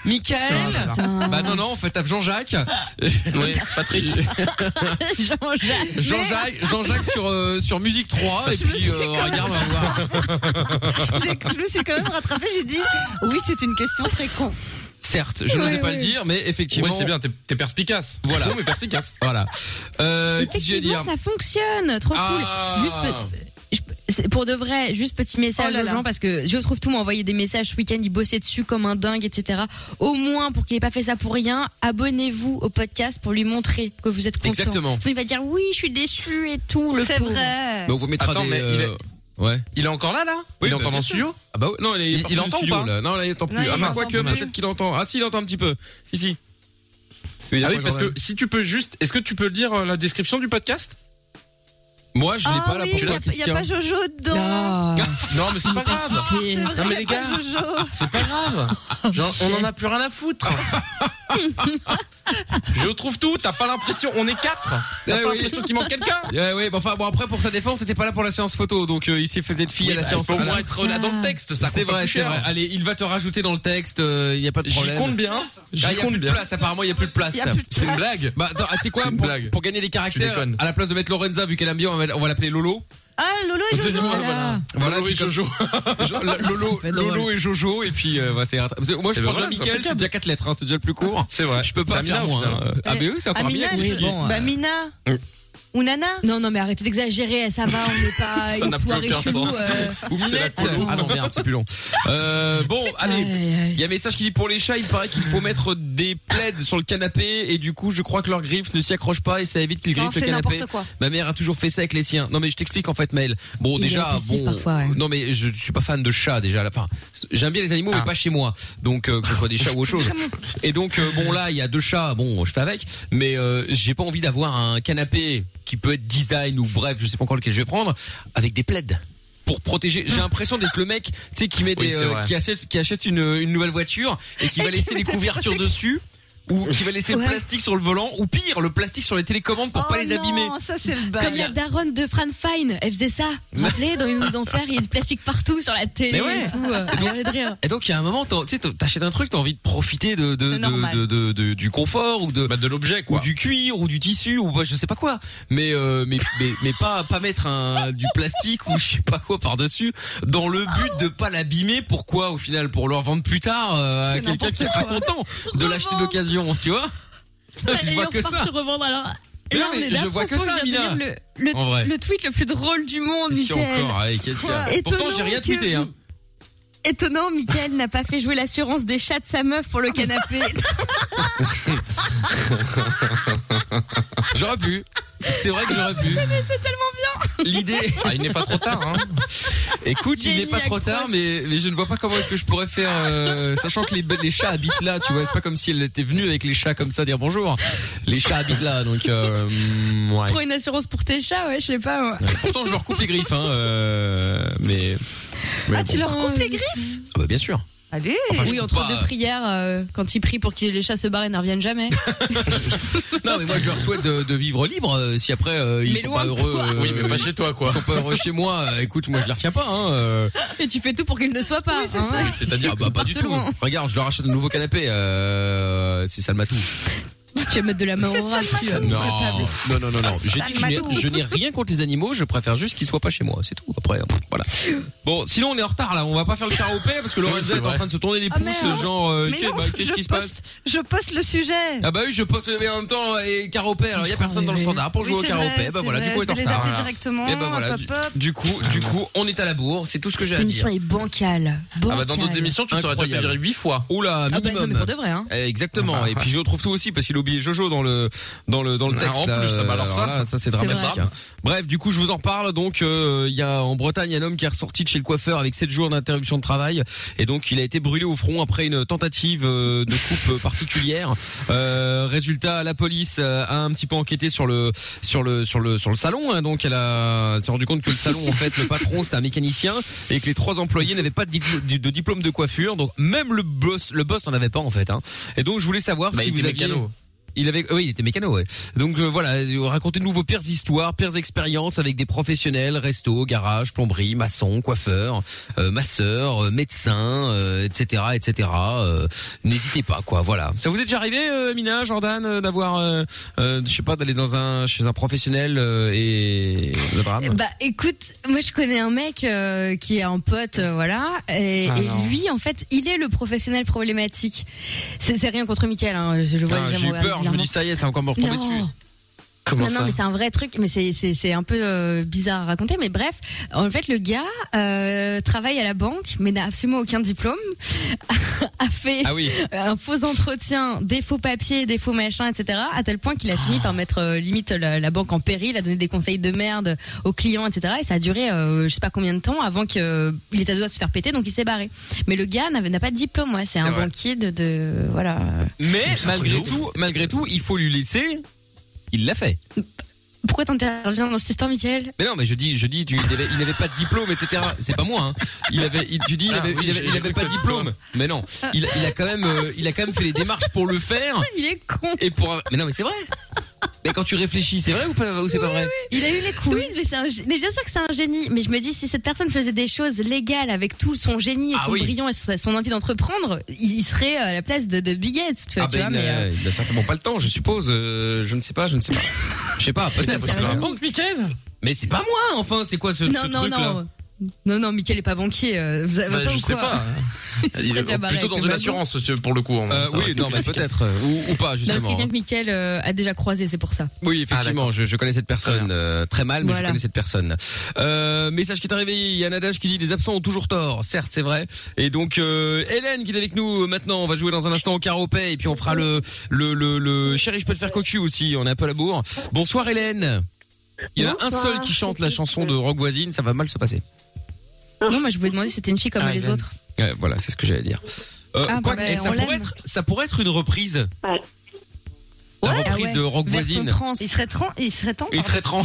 Speaker 2: Michael
Speaker 3: Putain.
Speaker 2: bah non non en fait tape Jean-Jacques
Speaker 4: Oui, Patrick.
Speaker 3: (laughs) Jean-Jacques.
Speaker 2: Jean-Jacques Jean-Jacques sur euh, sur musique 3 et
Speaker 5: Je me
Speaker 2: puis
Speaker 5: suis
Speaker 2: euh, regarde on va voir
Speaker 5: J'ai- Je me suis quand même rattrapée. J'ai dit oui, c'est une question très con.
Speaker 2: certes je n'osais
Speaker 3: Oui,
Speaker 2: pas
Speaker 3: oui.
Speaker 2: le dire mais effectivement
Speaker 4: Oui, c'est bien, t'es- t'es perspicace.
Speaker 2: (laughs) Voilà.
Speaker 4: Non, mais perspicace.
Speaker 2: voilà euh, qu'est-ce que je vais
Speaker 3: Effectivement,
Speaker 2: dire
Speaker 3: ça fonctionne, trop
Speaker 2: Ah.
Speaker 3: cool. Juste pe- je peux- c'est- pour de vrai, juste petit message
Speaker 5: Oh là
Speaker 3: aux
Speaker 5: là.
Speaker 3: gens parce que je trouve tout m'a envoyé des messages ce week-end, il bossait dessus comme un dingue, etc. Au moins pour qu'il ait pas fait ça pour rien, abonnez-vous au podcast pour lui montrer que vous êtes content.
Speaker 2: Exactement.
Speaker 3: Sinon, il va dire oui, je suis déçu et tout. Le
Speaker 5: C'est
Speaker 3: pauvre.
Speaker 5: vrai.
Speaker 2: Mais on vous mettra
Speaker 4: Attends,
Speaker 2: des. euh,
Speaker 4: mais il est-
Speaker 2: Ouais.
Speaker 4: Il est encore là, là
Speaker 2: Oui,
Speaker 4: Il est
Speaker 2: bah,
Speaker 4: encore
Speaker 2: bien
Speaker 4: dans le
Speaker 2: sûr.
Speaker 4: studio
Speaker 2: Ah bah non, il, est
Speaker 4: Il-
Speaker 2: parti
Speaker 4: il
Speaker 2: du
Speaker 4: entend ou
Speaker 2: studio,
Speaker 4: pas
Speaker 2: là. Non, là il entend plus.
Speaker 5: Non, il
Speaker 2: ah bah
Speaker 5: entend
Speaker 2: quoique,
Speaker 5: plus.
Speaker 2: peut-être qu'il entend. Ah si, il entend un petit peu. Si si.
Speaker 4: Ah oui, parce que si tu peux juste. Est-ce que tu peux lire euh, la description du podcast
Speaker 2: moi je n'ai
Speaker 5: Ah
Speaker 2: pas la
Speaker 5: oui,
Speaker 2: pourquoi
Speaker 5: il n'y a pas
Speaker 2: Christian.
Speaker 5: Jojo dedans.
Speaker 2: (laughs)
Speaker 3: Ah.
Speaker 4: Non, mais c'est pas grave.
Speaker 5: C'est
Speaker 3: Capacité.
Speaker 5: vrai,
Speaker 4: Non, mais
Speaker 5: y a
Speaker 4: les
Speaker 5: pas
Speaker 4: gars.
Speaker 5: Jojo.
Speaker 4: C'est pas grave. Genre, on en a plus rien à
Speaker 3: (laughs)
Speaker 4: foutre. Je trouve tout. T'as pas l'impression. On est quatre. T'as
Speaker 2: Eh
Speaker 4: pas
Speaker 2: oui.
Speaker 4: l'impression qu'il manque
Speaker 2: (laughs)
Speaker 4: quelqu'un.
Speaker 2: Ouais, ouais, bah, enfin bon après pour sa défense, c'était pas là pour la séance photo, donc euh, il s'est fait d'être fille à la
Speaker 4: Bah, il
Speaker 2: séance.
Speaker 4: faut au
Speaker 2: à la-
Speaker 4: moins être là dans
Speaker 3: Ah.
Speaker 4: le texte. Ça
Speaker 2: C'est
Speaker 4: coûte pas
Speaker 2: vrai,
Speaker 4: plus
Speaker 2: c'est
Speaker 4: cher.
Speaker 2: vrai. Allez, il va te rajouter dans le texte. euh, Il y a pas de
Speaker 4: J'y
Speaker 2: problème.
Speaker 4: compte bien.
Speaker 2: Ah,
Speaker 4: J'y
Speaker 2: il y a plus
Speaker 4: compte
Speaker 2: de
Speaker 4: bien.
Speaker 2: place. Apparemment, il y a plus de place.
Speaker 5: Il y a plus de
Speaker 4: C'est une (laughs) blague.
Speaker 2: Bah attends, ah, tu sais quoi
Speaker 4: C'est une
Speaker 2: pour,
Speaker 4: blague.
Speaker 2: pour gagner des caractères,
Speaker 4: déconnes.
Speaker 2: à la place de mettre Lorenza vu qu'elle aime bien, on va- on va l'appeler Lolo.
Speaker 5: Ah, Lolo et Jojo.
Speaker 4: Voilà.
Speaker 2: Voilà,
Speaker 4: Lolo et
Speaker 2: puis
Speaker 4: (laughs)
Speaker 2: comme-
Speaker 4: Jojo.
Speaker 2: Jo- la- (laughs) Lolo,
Speaker 3: fait drôle.
Speaker 2: Lolo et Jojo et puis euh, voilà, c'est rattra- parce que Moi je
Speaker 4: Et
Speaker 2: prends
Speaker 4: ben voilà,
Speaker 2: déjà
Speaker 4: c'est
Speaker 2: Mickaël, c'est
Speaker 4: impeccable.
Speaker 2: déjà quatre lettres, hein, c'est déjà le plus court.
Speaker 4: C'est vrai.
Speaker 2: Je peux pas
Speaker 4: C'est
Speaker 2: faire
Speaker 4: Amina, au
Speaker 2: moins.
Speaker 4: final.
Speaker 2: hein. Ah mais oui, c'est un premier.
Speaker 5: Amina,
Speaker 3: Oui,
Speaker 5: je-
Speaker 3: bon, euh.
Speaker 5: bah Mina.
Speaker 2: Hum.
Speaker 5: Ou Nana.
Speaker 3: Non, non, mais arrêtez d'exagérer, ça va, on n'est
Speaker 2: (laughs)
Speaker 3: pas
Speaker 4: Ça n'a
Speaker 3: une
Speaker 4: plus
Speaker 3: soirée
Speaker 4: aucun
Speaker 3: chelou.
Speaker 4: sens.
Speaker 3: euh.
Speaker 2: Ou
Speaker 4: C'est la
Speaker 2: Minette.
Speaker 4: polo.
Speaker 2: Ah non merde, c'est plus long. Euh, bon,
Speaker 3: Aïe,
Speaker 2: allez.
Speaker 3: aïe, aïe.
Speaker 2: Il y a un message qui dit pour les chats, il paraît qu'il faut mettre des plaids sur le canapé et du coup, je crois que leurs griffes ne s'y accrochent pas et ça évite qu'ils
Speaker 5: Non,
Speaker 2: griffent le
Speaker 5: c'est
Speaker 2: canapé.
Speaker 5: n'importe quoi.
Speaker 2: Ma mère a toujours fait ça avec les siens. Non mais je t'explique en fait, Maël. Bon
Speaker 5: Il est
Speaker 2: déjà,
Speaker 5: impulsif
Speaker 2: bon,
Speaker 5: parfois, ouais.
Speaker 2: non mais je, suis pas fan de chats déjà. à la fin. j'aime bien les animaux mais pas chez moi. Donc euh, que ce soit des chats
Speaker 5: (laughs)
Speaker 2: ou autre chose. Et donc euh, bon là, il y a deux chats. Bon, je fais avec, mais euh, j'ai pas envie d'avoir un canapé qui peut être design ou bref, je sais pas encore lequel je vais prendre avec des plaids. Pour protéger, j'ai l'impression d'être le mec, tu sais, qui met
Speaker 8: Oui,
Speaker 2: des,
Speaker 8: c'est
Speaker 2: euh,
Speaker 8: vrai.
Speaker 2: qui achète, qui achète une, une nouvelle voiture et qui
Speaker 8: Et
Speaker 2: va
Speaker 8: qui
Speaker 2: laisser
Speaker 8: met
Speaker 2: les
Speaker 8: des
Speaker 2: couvertures dessus ou qui va laisser
Speaker 3: Ouais.
Speaker 2: le plastique sur le volant ou pire, le plastique sur les télécommandes pour
Speaker 3: Oh
Speaker 2: pas les abîmer.
Speaker 5: ça c'est le
Speaker 3: Comme la daronne de Fran Fine, elle
Speaker 2: (laughs)
Speaker 3: faisait ça. Vous vous rappelez, dans une nuit d'enfer, il y a du plastique partout sur la télé
Speaker 2: Mais ouais.
Speaker 3: et tout. euh,
Speaker 2: Et donc-
Speaker 3: j'avais de rire.
Speaker 2: Et donc il y a un moment, t'en- tu sais, t'en- t'achètes un truc, t'as envie de profiter de, de,
Speaker 3: C'est
Speaker 2: de,
Speaker 3: normal.
Speaker 2: de, de- de- du confort ou de Bah, de l'objet ou du cuir ou du tissu ou bah, je sais pas quoi, mais euh, mais, mais mais pas pas mettre un du plastique ou je sais pas quoi par dessus dans le but de pas l'abîmer. Pourquoi au final pour le revendre plus tard euh, à quelqu'un qui sera content de l'acheter d'occasion, tu vois
Speaker 3: Ça,
Speaker 2: (laughs) Je
Speaker 3: et
Speaker 2: vois
Speaker 3: on
Speaker 2: que
Speaker 3: repart
Speaker 2: ça.
Speaker 3: sur revendre alors.
Speaker 2: Mais
Speaker 3: là,
Speaker 2: non,
Speaker 3: on
Speaker 2: mais
Speaker 3: est là,
Speaker 2: je vois que
Speaker 3: propos,
Speaker 2: ça,
Speaker 3: je viens de
Speaker 2: Mina.
Speaker 3: lire Le, le-
Speaker 2: En vrai.
Speaker 3: le tweet le plus drôle du monde,
Speaker 2: Si
Speaker 3: Mickaël.
Speaker 2: encore, eh, allez, quel
Speaker 3: Quoi
Speaker 2: gars. Pourtant j'ai
Speaker 3: Étonnant
Speaker 2: rien
Speaker 3: que-
Speaker 2: tweeté. Hein.
Speaker 3: Étonnant, Michael n'a pas fait jouer l'assurance des chats de sa meuf
Speaker 2: Ah,
Speaker 3: pour le
Speaker 2: (laughs)
Speaker 3: canapé.
Speaker 2: (laughs) J'aurais pu. C'est vrai que j'aurais pu.
Speaker 3: Ah, Mais c'est tellement
Speaker 2: (laughs)
Speaker 3: bien (laughs)
Speaker 2: L'idée. il n'est pas trop tard. Hein. Écoute, il
Speaker 3: Jenny
Speaker 2: n'est pas trop
Speaker 3: Across.
Speaker 2: tard, mais, mais je ne vois pas comment est-ce que je pourrais faire, euh, sachant que les, les chats habitent là, tu vois. C'est pas comme si elle était venue avec les chats comme ça dire bonjour. Les chats habitent là, donc euh, mm, ouais.
Speaker 3: Prends une assurance pour tes chats, ouais, je sais pas moi.
Speaker 2: Ouais. Pourtant, je leur coupe les griffes, hein, euh, mais. mais
Speaker 3: Ah,
Speaker 2: bon.
Speaker 3: tu leur coupes les griffes
Speaker 2: Ah bah, bien sûr.
Speaker 5: Allez
Speaker 2: Enfin, je
Speaker 3: Oui,
Speaker 2: coupe
Speaker 3: entre
Speaker 2: pas,
Speaker 3: deux
Speaker 2: euh,
Speaker 3: prières, euh, quand ils prient pour que les chats se barrent et ne reviennent jamais.
Speaker 2: Non, mais moi, je leur souhaite de, de vivre libre. euh, Si après, euh, ils
Speaker 3: Mais
Speaker 2: sont
Speaker 3: loin
Speaker 2: pas
Speaker 3: de
Speaker 2: heureux.
Speaker 3: toi.
Speaker 4: Oui, mais pas chez toi, quoi.
Speaker 2: Ils sont pas heureux chez moi. euh, Écoute, moi, je les retiens pas, hein. euh.
Speaker 3: (laughs) Et tu fais tout pour qu'ils ne soient pas. hein.
Speaker 2: C'est-à-dire, bah, pas du
Speaker 3: Partent
Speaker 2: tout.
Speaker 3: loin.
Speaker 2: Regarde, je leur achète un nouveau canapé. Euh, c'est ça le matou.
Speaker 3: (laughs) Tu vas mettre de la main au rat dessus, euh,
Speaker 2: Non,
Speaker 3: potable.
Speaker 2: non, non, non, non. J'ai dit que je n'ai-
Speaker 3: Salmatou.
Speaker 2: je n'ai rien contre les animaux. Je préfère juste qu'ils soient pas chez moi. C'est tout. Après, euh, voilà. Bon, sinon on est en retard là. On va pas faire le karaopé parce que Lorenzo
Speaker 4: c'est
Speaker 2: est en
Speaker 4: vrai.
Speaker 2: train de se tourner les
Speaker 5: Ah,
Speaker 2: pouces,
Speaker 5: merde.
Speaker 2: genre euh,
Speaker 5: Mais
Speaker 2: qu'est-
Speaker 5: non,
Speaker 2: bah, qu'est-ce
Speaker 5: je
Speaker 2: qui se
Speaker 5: poste-
Speaker 2: passe
Speaker 5: Je poste le sujet.
Speaker 2: Ah bah oui, je poste mais en même temps euh, et karaopé. Alors il y a personne dans le standard pour
Speaker 5: Oui,
Speaker 2: jouer au
Speaker 5: c'est vrai,
Speaker 2: karaopé. Bah
Speaker 5: c'est
Speaker 2: voilà,
Speaker 5: vrai,
Speaker 2: du coup on est
Speaker 5: je
Speaker 2: en
Speaker 5: vais les
Speaker 2: retard.
Speaker 5: appeler directement,
Speaker 2: Et bah voilà.
Speaker 5: hop,
Speaker 2: Du,
Speaker 5: hop.
Speaker 2: du coup, du coup, on est à la bourre. C'est tout ce que j'ai à
Speaker 3: Cette émission
Speaker 2: dire.
Speaker 3: est bancale. bancale.
Speaker 2: Ah bah, dans d'autres émissions, tu te serais déjà fait virer
Speaker 4: 8 fois.
Speaker 2: Oula,
Speaker 3: Ah bah,
Speaker 2: minimum.
Speaker 3: non, mais pour de vrai, hein.
Speaker 2: Euh, Exactement.
Speaker 4: Ah,
Speaker 2: Et
Speaker 4: ouais.
Speaker 2: puis je retrouve tout aussi parce qu'il a oublié Jojo dans le dans le dans le
Speaker 4: Ah,
Speaker 2: texte.
Speaker 4: en
Speaker 2: là.
Speaker 4: plus, ça, bah, alors ça.
Speaker 2: là, ça c'est
Speaker 4: C'est
Speaker 2: dramatique.
Speaker 4: vrai.
Speaker 2: hein. Bref, du coup, je vous en parle. Donc, euh, il y a en Bretagne un homme qui est ressorti de chez le coiffeur avec 7 jours d'interruption de travail, et donc il a été brûlé au front après une tentative euh, de coupe (laughs) euh, particulière. Euh, résultat, la police euh, a un petit peu enquêté sur le sur le sur le sur le salon. hein. donc, elle a s'est rendu compte que le salon, en fait, le patron c'était un mécanicien et que les trois employés n'avaient pas de, dipl- de- de diplôme de coiffure. Donc, même le boss le boss n'en avait pas en fait. hein. Et donc, je voulais savoir
Speaker 4: Bah,
Speaker 2: si
Speaker 4: il
Speaker 2: vous
Speaker 4: était
Speaker 2: aviez
Speaker 4: mécano.
Speaker 2: il avait, oui, il était mécano, ouais. Donc euh, voilà, euh, racontez-nous vos pires histoires, pires expériences avec des professionnels, resto, garage, plomberie, maçon, coiffeur, euh, masseur, euh, médecin, euh, etc., etc. euh, N'hésitez pas, quoi. Voilà. Ça vous est déjà arrivé, euh, Mina, Jordan, euh, d'avoir, euh, euh, je sais pas, d'aller dans un chez un professionnel euh, et euh, le drame.
Speaker 3: Bah écoute, moi je connais un mec euh, qui est un pote, euh, voilà, et,
Speaker 2: Ah
Speaker 3: et
Speaker 2: non.
Speaker 3: lui en fait, il est le professionnel problématique. C'est c'est rien contre Mickaël, hein, je le vois
Speaker 2: Ah,
Speaker 3: déjà
Speaker 2: J'ai eu
Speaker 3: me regarder
Speaker 2: peur. Je me
Speaker 3: bizarrement.
Speaker 2: dis ça y est, ça va encore me retomber
Speaker 3: Non.
Speaker 2: dessus.
Speaker 3: non, non, mais c'est un vrai truc, mais c'est c'est c'est un peu euh, bizarre à raconter, mais bref, en fait le gars euh, travaille à la banque, mais n'a absolument aucun diplôme, (laughs) a fait
Speaker 2: Ah oui.
Speaker 3: un faux entretien, des faux papiers, des faux machins, etc. À tel point qu'il a
Speaker 2: Ah.
Speaker 3: fini par mettre euh, limite la, la banque en péril, a donné des conseils de merde aux clients, etc. Et ça a duré euh, je sais pas combien de temps avant qu'il était à deux doigts de se faire péter, donc il s'est barré. Mais le gars n'avait- n'a pas de diplôme, ouais,
Speaker 2: C'est
Speaker 3: c'est un
Speaker 2: vrai.
Speaker 3: banquier de, de voilà.
Speaker 2: Mais
Speaker 4: C'est un truc
Speaker 2: malgré
Speaker 4: de
Speaker 2: tout, malgré tout, il faut lui laisser. Il l'a fait.
Speaker 3: Pourquoi t'interviens dans cette histoire, Michael
Speaker 2: Mais non, mais je dis, je dis, tu, il avait, il avait pas de diplôme, etc. C'est pas moi. Hein. Il avait, il- tu dis, il
Speaker 4: Ah
Speaker 2: avait,
Speaker 4: oui,
Speaker 2: il avait,
Speaker 4: j'ai-
Speaker 2: il
Speaker 4: j'ai cru
Speaker 2: avait pas
Speaker 4: que
Speaker 2: de
Speaker 4: c'était
Speaker 2: diplôme. Mais non, il, il a quand même, euh, il a quand même fait les démarches pour le faire
Speaker 3: Il est con.
Speaker 2: et pour. Mais non, mais c'est vrai. Mais quand tu réfléchis, c'est vrai ou pas ou c'est pas vrai
Speaker 5: Il a eu les couilles.
Speaker 3: Oui, mais, c'est un gé- mais bien sûr que c'est un génie. Mais je me dis, si cette personne faisait des choses légales avec tout son génie et
Speaker 2: Ah
Speaker 3: son
Speaker 2: oui.
Speaker 3: brillant et son, son envie d'entreprendre, il il serait à la place de, de Bill Gates, tu vois.
Speaker 2: Ah
Speaker 3: tu vois,
Speaker 2: ben, il
Speaker 3: mais,
Speaker 2: a-
Speaker 3: euh,
Speaker 2: il a certainement pas le temps, je suppose. euh, je ne sais pas, je ne sais pas. Je sais pas, peut-être.
Speaker 4: bossé dans la
Speaker 2: Mais c'est pas moi, enfin, c'est quoi ce, ce
Speaker 3: non, non,
Speaker 2: truc-là
Speaker 3: non. Non, non, Mickaël est pas banquier. euh, Vous avez
Speaker 4: Bah,
Speaker 3: pas
Speaker 4: je
Speaker 3: ou
Speaker 4: sais
Speaker 3: quoi
Speaker 2: hein.
Speaker 4: pas.
Speaker 3: Il serait
Speaker 4: Il est
Speaker 3: bien barré
Speaker 4: plutôt
Speaker 3: avec
Speaker 4: dans
Speaker 3: le
Speaker 4: une
Speaker 3: magot.
Speaker 4: assurance ce- pour le coup. en-
Speaker 2: Euh,
Speaker 4: ça aurait
Speaker 2: oui,
Speaker 4: été
Speaker 2: non,
Speaker 4: plus
Speaker 2: mais
Speaker 4: efficace.
Speaker 2: peut-être euh, ou, ou pas
Speaker 3: Non, c'est
Speaker 2: justement. hein.
Speaker 3: quelqu'un que Mickaël euh, a déjà croisé, c'est pour ça.
Speaker 2: Oui, effectivement, je, je connais cette personne euh, Ah, très mal, mais je
Speaker 3: Voilà.
Speaker 2: connais cette personne. Euh, message qui est arrivé, il y a un adage qui dit les absents ont toujours tort. Certes, c'est vrai. Et donc euh, Hélène qui est avec nous euh, maintenant, on va jouer dans un instant au caropet et puis on fera le le le, le chéri, je peux te faire cocu aussi, on est un peu à la bourre. Bonsoir Hélène. Il y en a un
Speaker 3: Bonsoir.
Speaker 2: seul qui chante la chanson de Rock Voisine, ça va mal se passer.
Speaker 3: Non, moi je voulais demander si c'était une fille comme
Speaker 2: Ah,
Speaker 3: les
Speaker 2: Hélène.
Speaker 3: autres.
Speaker 2: Ouais, voilà, c'est ce que j'allais dire. Euh,
Speaker 3: Ah,
Speaker 2: quoi
Speaker 3: bah,
Speaker 2: que- eh, ça
Speaker 3: on
Speaker 2: pourrait
Speaker 3: l'aime.
Speaker 2: être ça pourrait être une reprise.
Speaker 10: Ouais.
Speaker 2: La
Speaker 5: Ouais.
Speaker 2: reprise
Speaker 5: Ah ouais.
Speaker 2: de Rock
Speaker 5: Version
Speaker 2: Voisine.
Speaker 5: trans. Il serait trans, il serait temps. (laughs)
Speaker 2: Il serait (laughs) trans.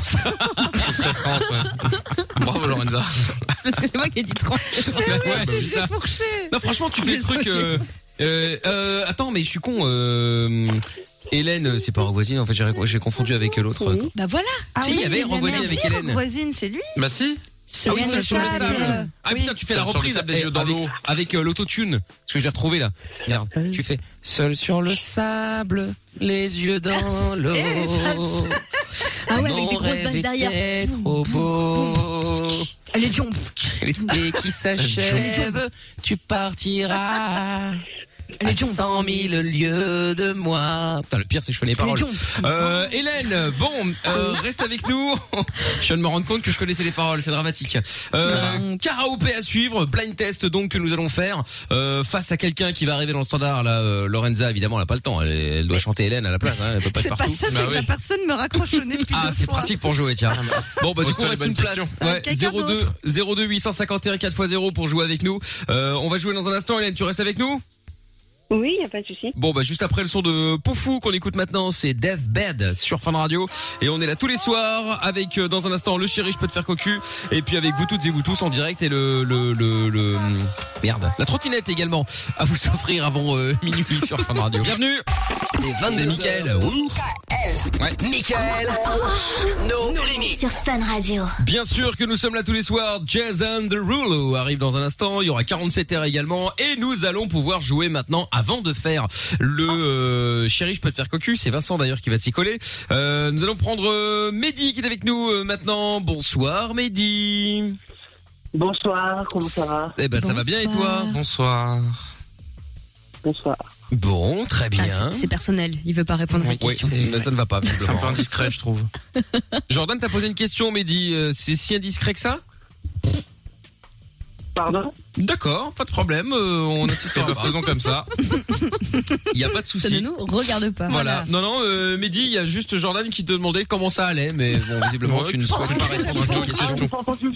Speaker 4: Il serait trans, ouais. Bravo Lorenza.
Speaker 3: C'est parce que c'est moi qui ai dit trans.
Speaker 2: (laughs) Ouais, bah, c'est ça. Non, franchement, tu fais le truc. Euh, euh, euh, attends, mais je suis con. Euh, Hélène, c'est pas Rogoisine. En fait, j'ai j'ai confondu avec l'autre. quoi.
Speaker 3: Bah voilà.
Speaker 5: Ah
Speaker 2: Si, il y
Speaker 5: oui,
Speaker 2: avait
Speaker 5: il
Speaker 2: Rock Voisine
Speaker 5: mais
Speaker 2: avec
Speaker 5: si,
Speaker 2: Hélène.
Speaker 5: Rock Voisine, c'est lui.
Speaker 4: Bah si.
Speaker 2: Ah oui, sur, sur le sable.
Speaker 5: euh,
Speaker 2: Ah putain, tu fais la
Speaker 4: Sur le
Speaker 2: reprise
Speaker 4: sable, les
Speaker 2: eh,
Speaker 4: yeux dans
Speaker 2: avec,
Speaker 4: l'eau. Euh.
Speaker 2: avec euh, l'autotune. Parce que je l'ai retrouvé là. Regarde, tu fais seul sur le sable, les yeux
Speaker 3: (laughs)
Speaker 2: dans l'eau.
Speaker 3: Eh, Ah ouais, avec
Speaker 2: Mon
Speaker 3: des grosses
Speaker 2: rêve
Speaker 3: bases derrière.
Speaker 2: était trop beau.
Speaker 3: Elle est jump. (laughs)
Speaker 2: L'été qui s'achève, tu
Speaker 3: (laughs)
Speaker 2: partiras.
Speaker 3: Elle
Speaker 2: à
Speaker 3: est jump.
Speaker 2: 100 000 lieues de moi. Putain, le pire, c'est que je connais les
Speaker 3: Elle est
Speaker 2: paroles.
Speaker 3: jump.
Speaker 2: Euh, Hélène, bon, euh, reste avec nous. (laughs) je viens de me rendre compte que je connaissais les paroles, c'est dramatique. Euh, karaopé à suivre, blind test donc que nous allons faire euh, face à quelqu'un qui va arriver dans le standard. Là, euh, Lorenza, évidemment, elle a pas le temps. Elle, elle doit chanter Hélène à la place. Hein, elle peut pas être
Speaker 5: C'est pas
Speaker 2: partout.
Speaker 5: ça, c'est
Speaker 4: Bah
Speaker 5: que la
Speaker 4: oui.
Speaker 5: personne me raccroche au nez depuis
Speaker 2: Ah,
Speaker 5: deux
Speaker 2: c'est
Speaker 5: fois.
Speaker 2: pratique pour jouer, tiens. Bon, bah, du coup, on
Speaker 4: Pose-toi les
Speaker 2: reste
Speaker 4: bonnes
Speaker 2: une place.
Speaker 4: questions.
Speaker 2: Ouais,
Speaker 5: Quelqu'un
Speaker 2: 02, 02 851 4x0 pour jouer avec nous. Euh, on va jouer dans un instant, Hélène. Tu restes avec nous?
Speaker 10: Oui, y a pas de souci.
Speaker 2: Bon bah juste après le son de Poufou qu'on écoute maintenant, c'est Deathbed sur Fun Radio et on est là tous les soirs avec euh, dans un instant le chéri je peux te faire cocu et puis avec vous toutes et vous tous en direct et le le le, le- hmm, merde la trottinette également à vous offrir avant euh, minuit sur Fun Radio. Bienvenue. C'est Mickaël. Oui.
Speaker 1: Michael, no, limites.
Speaker 11: Sur Fun Radio.
Speaker 2: Bien sûr que nous sommes là tous les soirs. Jason Derulo arrive dans un instant. Il y aura 47 heures également. Et nous allons pouvoir jouer maintenant avant de faire le euh, chéri, je peux te faire cocu. C'est Vincent d'ailleurs qui va s'y coller. Euh, nous allons prendre euh, Mehdi qui est avec nous euh, maintenant. Bonsoir Mehdi.
Speaker 10: Bonsoir, comment ça va
Speaker 2: Eh ben ça va bien et toi
Speaker 4: Bonsoir.
Speaker 10: Bonsoir.
Speaker 2: Bon, très
Speaker 3: Ah,
Speaker 2: bien.
Speaker 3: c'est- c'est personnel, il veut pas répondre à cette
Speaker 2: Oui,
Speaker 3: question.
Speaker 2: mais ça ne va pas.
Speaker 4: C'est un
Speaker 2: visiblement.
Speaker 4: peu indiscret, je trouve.
Speaker 2: (laughs) Jordan, t'as posé une question, Mehdi. Euh, C'est si indiscret que ça
Speaker 10: Pardon
Speaker 2: D'accord, pas de problème. euh, on
Speaker 4: (laughs)
Speaker 2: assistera.
Speaker 4: Eh ben, faisons
Speaker 2: comme ça. Il n'y a pas de
Speaker 3: Ça
Speaker 2: souci.
Speaker 3: ne nous regarde pas.
Speaker 2: Voilà. Non, non, euh, Mehdi, il y a juste Jordan qui te demandait comment ça allait, mais bon, visiblement,
Speaker 4: Ouais,
Speaker 2: tu ne souhaites pas répondre à cette question.
Speaker 3: Il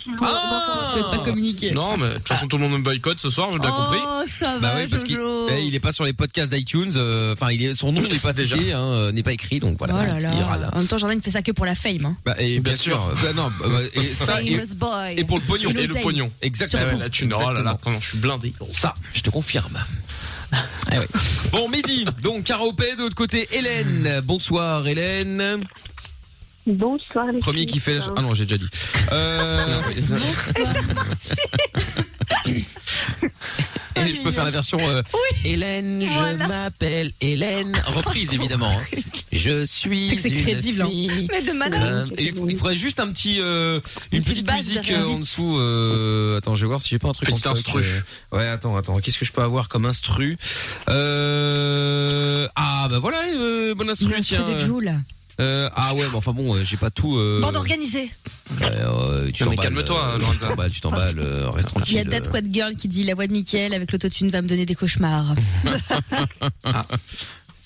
Speaker 3: souhaite Ah pas communiquer.
Speaker 4: Non, mais de toute façon, tout le monde me boycotte ce soir, j'ai bien compris.
Speaker 5: Oh, ça
Speaker 2: Bah
Speaker 5: va,
Speaker 2: oui, parce qu'il
Speaker 5: Jojo.
Speaker 2: eh, il est pas sur les podcasts d'iTunes, euh, enfin, il est, son nom n'est pas déjà, n'est pas écrit, donc voilà.
Speaker 3: Oh là
Speaker 2: Il ira
Speaker 3: là.
Speaker 2: là.
Speaker 3: En même temps, Jordan il fait ça que pour la fame. hein.
Speaker 2: Bah, et bien,
Speaker 4: Bien
Speaker 2: sûr.
Speaker 4: sûr.
Speaker 2: Bah, non, bah, bah, et ça, et,
Speaker 5: Famous boy.
Speaker 2: et pour le pognon.
Speaker 3: Et le-
Speaker 4: Et le
Speaker 3: l'oseille.
Speaker 4: pognon.
Speaker 2: Exactement.
Speaker 4: Ah ouais, la thune. Oh là là,
Speaker 2: Exactement.
Speaker 4: attends, je suis blindé. Ah gros.
Speaker 2: Ça, je
Speaker 4: (laughs)
Speaker 2: te confirme. Eh ouais. Bon, Mehdi, donc karaopé, de l'autre côté, Hélène. Bonsoir, Hélène.
Speaker 10: Bonsoir les
Speaker 2: Premier qui fait la... ch- Ah non, j'ai déjà dit. Euh... (laughs) Et je peux faire la version euh, Hélène, je m'appelle Hélène. Reprise, évidemment.
Speaker 5: (laughs)
Speaker 2: hein. Je suis
Speaker 3: C'est que c'est
Speaker 2: une
Speaker 3: crédible, hein.
Speaker 2: fille
Speaker 5: Mais de malade.
Speaker 2: comme- Et il faut- il faudrait juste un petit, euh, une,
Speaker 5: Une petite
Speaker 2: petite
Speaker 5: base
Speaker 2: musique
Speaker 5: derrière.
Speaker 2: euh, en dessous. euh, Attends, je vais voir si j'ai pas un truc.
Speaker 4: Petite
Speaker 2: en stock,
Speaker 4: instru.
Speaker 2: euh, Ouais, attends, attends. Qu'est-ce que je peux avoir comme instru euh... Ah bah voilà, euh, bonne instru.
Speaker 3: Une instru
Speaker 2: tiens.
Speaker 3: de Joule.
Speaker 2: Euh, Ah ouais, mais enfin bon, euh, j'ai pas tout. Euh...
Speaker 5: Bande organisée.
Speaker 2: Euh, tu
Speaker 4: Non, mais
Speaker 2: t'emballes,
Speaker 4: calme-toi,
Speaker 2: euh,
Speaker 4: Lorenza.
Speaker 2: tu t'emballes, tu t'emballes, euh, reste
Speaker 3: Ah. Il
Speaker 2: tranquille.
Speaker 3: y a Dad Quad Girl qui dit la voix de Mickaël avec l'autotune va me donner des cauchemars.
Speaker 2: (laughs)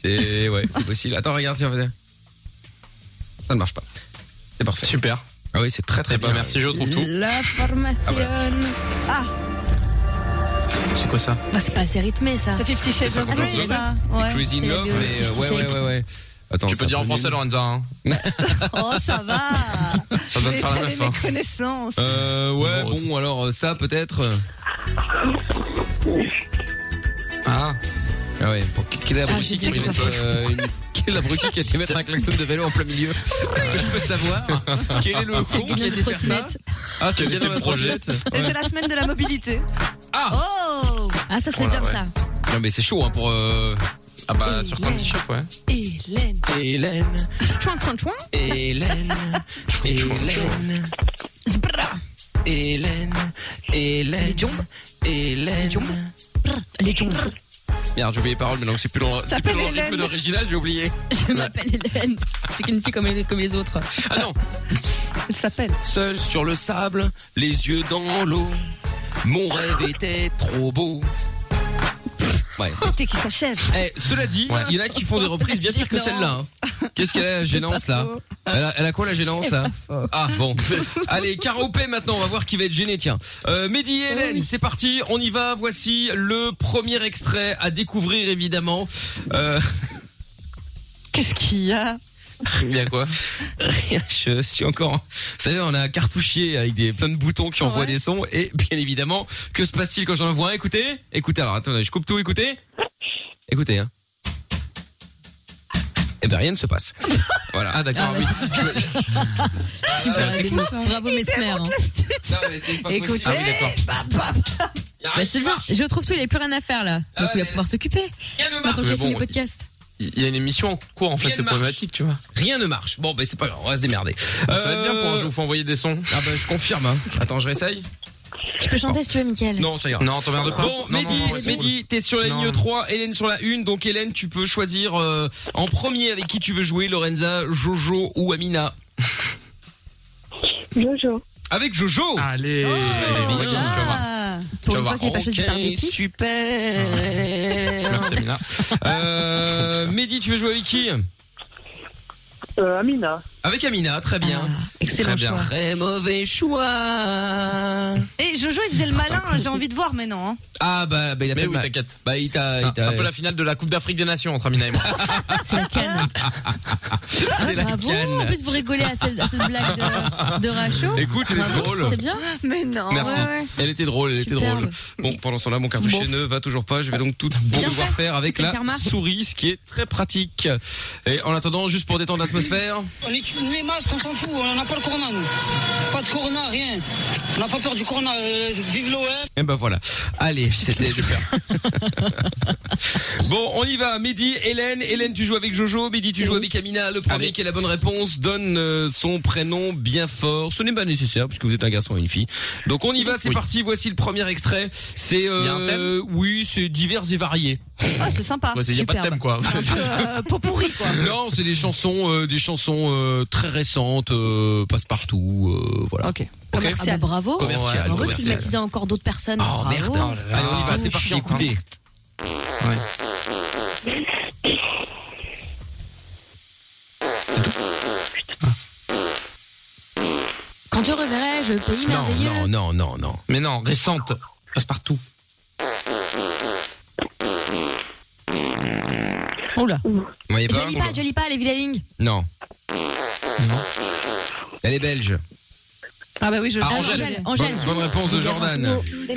Speaker 2: C'est ouais, c'est possible. Attends, regarde, tiens, vas-y. ça ne marche pas. C'est parfait.
Speaker 4: Super.
Speaker 2: Ah oui, c'est très très
Speaker 4: Eh ben,
Speaker 2: bien.
Speaker 4: merci, je retrouve tout.
Speaker 3: La formation.
Speaker 2: Ah,
Speaker 3: Ah.
Speaker 5: Ah.
Speaker 4: C'est quoi ça
Speaker 3: Bah, c'est pas assez rythmé ça.
Speaker 5: C'est Fifty Shades of
Speaker 4: qu'on
Speaker 5: Grey,
Speaker 4: joue.
Speaker 2: bah,
Speaker 5: là. Ouais.
Speaker 2: Crazy
Speaker 3: C'est
Speaker 2: in
Speaker 3: la
Speaker 2: Love,
Speaker 3: bio-
Speaker 2: mais euh,
Speaker 3: fiche
Speaker 2: ouais, ouais,
Speaker 3: chérie.
Speaker 2: ouais, ouais. Attends,
Speaker 4: Tu
Speaker 2: c'est
Speaker 4: peux
Speaker 2: un
Speaker 4: dire en
Speaker 2: peu
Speaker 4: français,
Speaker 2: nul.
Speaker 4: Lorenza. Hein.
Speaker 5: Oh, ça va.
Speaker 4: Ça doit te faire la
Speaker 5: Étalez
Speaker 4: meuf.
Speaker 5: mes
Speaker 4: Hein.
Speaker 5: connaissances.
Speaker 2: Euh, ouais,
Speaker 4: Oh,
Speaker 2: bon, alors euh, ça peut-être. euh,
Speaker 4: Ah.
Speaker 2: Ah ouais, pour- quel est l'abruti qui
Speaker 3: je
Speaker 2: a
Speaker 3: sais
Speaker 2: été
Speaker 3: que
Speaker 2: mettre,
Speaker 3: ça
Speaker 2: euh, une- quel abruti qui a été mettre un klaxon de vélo en plein milieu Est-ce que je peux savoir quel est le
Speaker 3: C'est
Speaker 2: con
Speaker 3: bien
Speaker 2: qui a été
Speaker 3: notre
Speaker 2: faire ça
Speaker 3: trottinette.
Speaker 2: Ah, c'est
Speaker 4: Quel
Speaker 2: bien
Speaker 4: était
Speaker 2: dans
Speaker 4: le
Speaker 2: la
Speaker 4: projet
Speaker 2: trottinette.
Speaker 5: Et c'est la semaine de la mobilité.
Speaker 2: Ah
Speaker 5: Oh
Speaker 3: Ah ça c'est
Speaker 4: Oh là,
Speaker 3: bien
Speaker 4: ouais.
Speaker 3: ça.
Speaker 2: Non mais c'est chaud hein, pour euh,
Speaker 4: Ah bah, sur ton t-shirt, ouais.
Speaker 5: Hélène.
Speaker 2: Hélène,
Speaker 3: Chouin chouin chouin.
Speaker 2: Hélène, Hélène,
Speaker 3: Zbra.
Speaker 2: Hélène, Hélène, Hélène.
Speaker 3: Les jambes.
Speaker 2: Merde, j'ai oublié les paroles, mais donc c'est plus dans, c'est plus dans le rythme d'original, j'ai oublié.
Speaker 3: Je m'appelle Hélène. Je suis qu'une fille comme les, comme les autres.
Speaker 2: Ah non
Speaker 5: Elle s'appelle.
Speaker 2: Seul sur le sable, les yeux dans l'eau, mon rêve était trop beau. Ouais.
Speaker 5: T'es qui s'achève.
Speaker 2: Eh, cela dit, il y en a qui font des reprises bien pires que celle-là. hein. Qu'est-ce qu'elle a la gênance là elle a, elle a quoi la gênance là Ah bon. Allez, karaopé maintenant, on va voir qui va être gêné, tiens. Euh, Mehdi et Hélène, c'est parti, on y va, voici le premier extrait à découvrir évidemment. Euh,
Speaker 5: Qu'est-ce qu'il y a
Speaker 2: il y a quoi (laughs) Rien, je suis encore... Vous savez, on a un cartouchier avec des plein de boutons qui envoient des sons et bien évidemment, que se passe-t-il quand j'en envoie un Écoutez, écoutez, alors attendez, je coupe tout, écoutez. Écoutez, hein. Eh ben rien ne se (laughs) passe. Voilà, ah d'accord, oui.
Speaker 3: Super,
Speaker 2: Ah, c'est
Speaker 3: Adèle.
Speaker 2: cool,
Speaker 3: Bravo Mesmer. hein.
Speaker 2: Non, mais c'est pas possible.
Speaker 3: Écoutez,
Speaker 2: Ah oui, d'accord.
Speaker 3: Bah, c'est bien. Je retrouve tout, il n'y a plus rien à faire là.
Speaker 2: Ah
Speaker 3: Donc il va pouvoir s'occuper. Maintenant
Speaker 2: Mais
Speaker 3: qu'il a
Speaker 2: bon,
Speaker 3: fini le podcast.
Speaker 2: Il y a une émission en cours en
Speaker 4: fait, c'est problématique,
Speaker 2: tu vois. Rien ne marche. Bon, ben c'est pas grave, on va se démerder.
Speaker 4: Ça va être bien pour un jeu,
Speaker 2: faut envoyer des sons. Ah ben je confirme. hein. Attends, je réessaye.
Speaker 3: Je peux chanter si tu veux, Mickaël.
Speaker 2: Non, ça ira.
Speaker 4: Non, t'emmerdes pas.
Speaker 2: Bon,
Speaker 4: Non,
Speaker 2: Mehdi,
Speaker 4: non, non, c'est
Speaker 2: Mehdi, t'es sur la
Speaker 4: Non,
Speaker 2: ligne
Speaker 4: non.
Speaker 2: 3, Hélène sur la 1. Donc Hélène, tu peux choisir euh, en premier avec qui tu veux jouer, Lorenza, Jojo ou Amina.
Speaker 10: Jojo.
Speaker 2: Avec Jojo. Allez.
Speaker 3: Oh, Pour une fois qu'il n'est pas choisi par Becky.
Speaker 2: Super. Merci Amina. Euh, Mehdi, tu veux jouer avec qui
Speaker 10: Euh, Amina.
Speaker 2: Avec Amina, très bien.
Speaker 3: Ah,
Speaker 5: excellent
Speaker 2: très bien.
Speaker 5: choix.
Speaker 2: Très mauvais choix.
Speaker 5: Et Eh, Jojo, il faisait le malin, j'ai envie de voir maintenant. hein.
Speaker 2: Ah bah, bah, il a
Speaker 4: Mais
Speaker 2: fait
Speaker 4: oui,
Speaker 2: mal.
Speaker 4: t'inquiète.
Speaker 2: Bah il t'a. il
Speaker 4: C'est
Speaker 2: t'a-
Speaker 4: un peu la finale de la Coupe d'Afrique des Nations entre Amina et moi.
Speaker 3: (laughs) C'est la canne.
Speaker 2: (laughs)
Speaker 3: Ah,
Speaker 2: C'est la
Speaker 3: Bravo.
Speaker 2: canne.
Speaker 3: En plus, vous rigolez à cette, à cette blague
Speaker 2: (laughs)
Speaker 3: de, de Rachaud.
Speaker 2: Écoute, elle est
Speaker 3: Bravo,
Speaker 2: drôle.
Speaker 3: C'est bien.
Speaker 5: Mais non.
Speaker 2: Merci.
Speaker 3: Ouais, ouais.
Speaker 2: Elle était drôle, elle était
Speaker 3: Superbe.
Speaker 2: drôle. Bon, pendant ce temps-là, mon cartouchier
Speaker 3: Bon.
Speaker 2: ne va toujours pas. Je vais donc tout bon
Speaker 3: Bien
Speaker 2: devoir
Speaker 3: fait.
Speaker 2: faire avec
Speaker 3: C'est
Speaker 2: la
Speaker 3: le karma.
Speaker 2: souris, ce qui est très pratique. Et en attendant, juste pour détendre l'atmosphère,
Speaker 11: On est les masques, on s'en fout, on n'a pas le corona, nous. Pas de corona, rien. On n'a pas peur du corona. euh, vive l'OM.
Speaker 2: et ben voilà. Allez, c'était super. (laughs) bon, on y va. Mehdi, Hélène, Hélène, tu joues avec Jojo. Mehdi, tu joues avec Amina. Le premier qui a la bonne réponse donne euh, son prénom bien fort. Ce n'est pas nécessaire puisque vous êtes un garçon et une fille. Donc on y va, c'est parti. Voici le premier extrait. C'est
Speaker 4: Il y a un
Speaker 2: euh, oui, c'est divers et varié.
Speaker 5: Ah, c'est sympa.
Speaker 4: Il n'y a pas de
Speaker 3: Superbe.
Speaker 4: thème quoi.
Speaker 5: Euh, pot pourri, quoi.
Speaker 2: Non, c'est des chansons, euh, des chansons euh, très récentes, euh, passe-partout, euh, voilà.
Speaker 5: Ok.
Speaker 3: Ah bah,
Speaker 5: Commercial.
Speaker 3: bravo.
Speaker 2: Commercial,
Speaker 3: Bravo,
Speaker 2: commercial.
Speaker 3: stigmatiser encore d'autres personnes.
Speaker 2: Oh
Speaker 3: Bravo.
Speaker 2: merde.
Speaker 4: Ah,
Speaker 2: Allez, on y va, c'est parti,
Speaker 4: Chiant,
Speaker 2: écoutez.
Speaker 3: Quand tu reverrai, je pays
Speaker 2: Non,
Speaker 3: merveilleux.
Speaker 2: non, non, non, non.
Speaker 4: Mais non, récente. Passe partout.
Speaker 5: Oh là.
Speaker 2: Vous voyez pas
Speaker 3: Je lis pas, je lis pas, les vilalings.
Speaker 2: Non. Elle est belge.
Speaker 5: Ah, bah oui, je
Speaker 2: Ah,
Speaker 3: Ah,
Speaker 2: Angèle.
Speaker 3: Angèle, Angèle.
Speaker 2: Bonne, bonne réponse de Jordan.
Speaker 3: Mais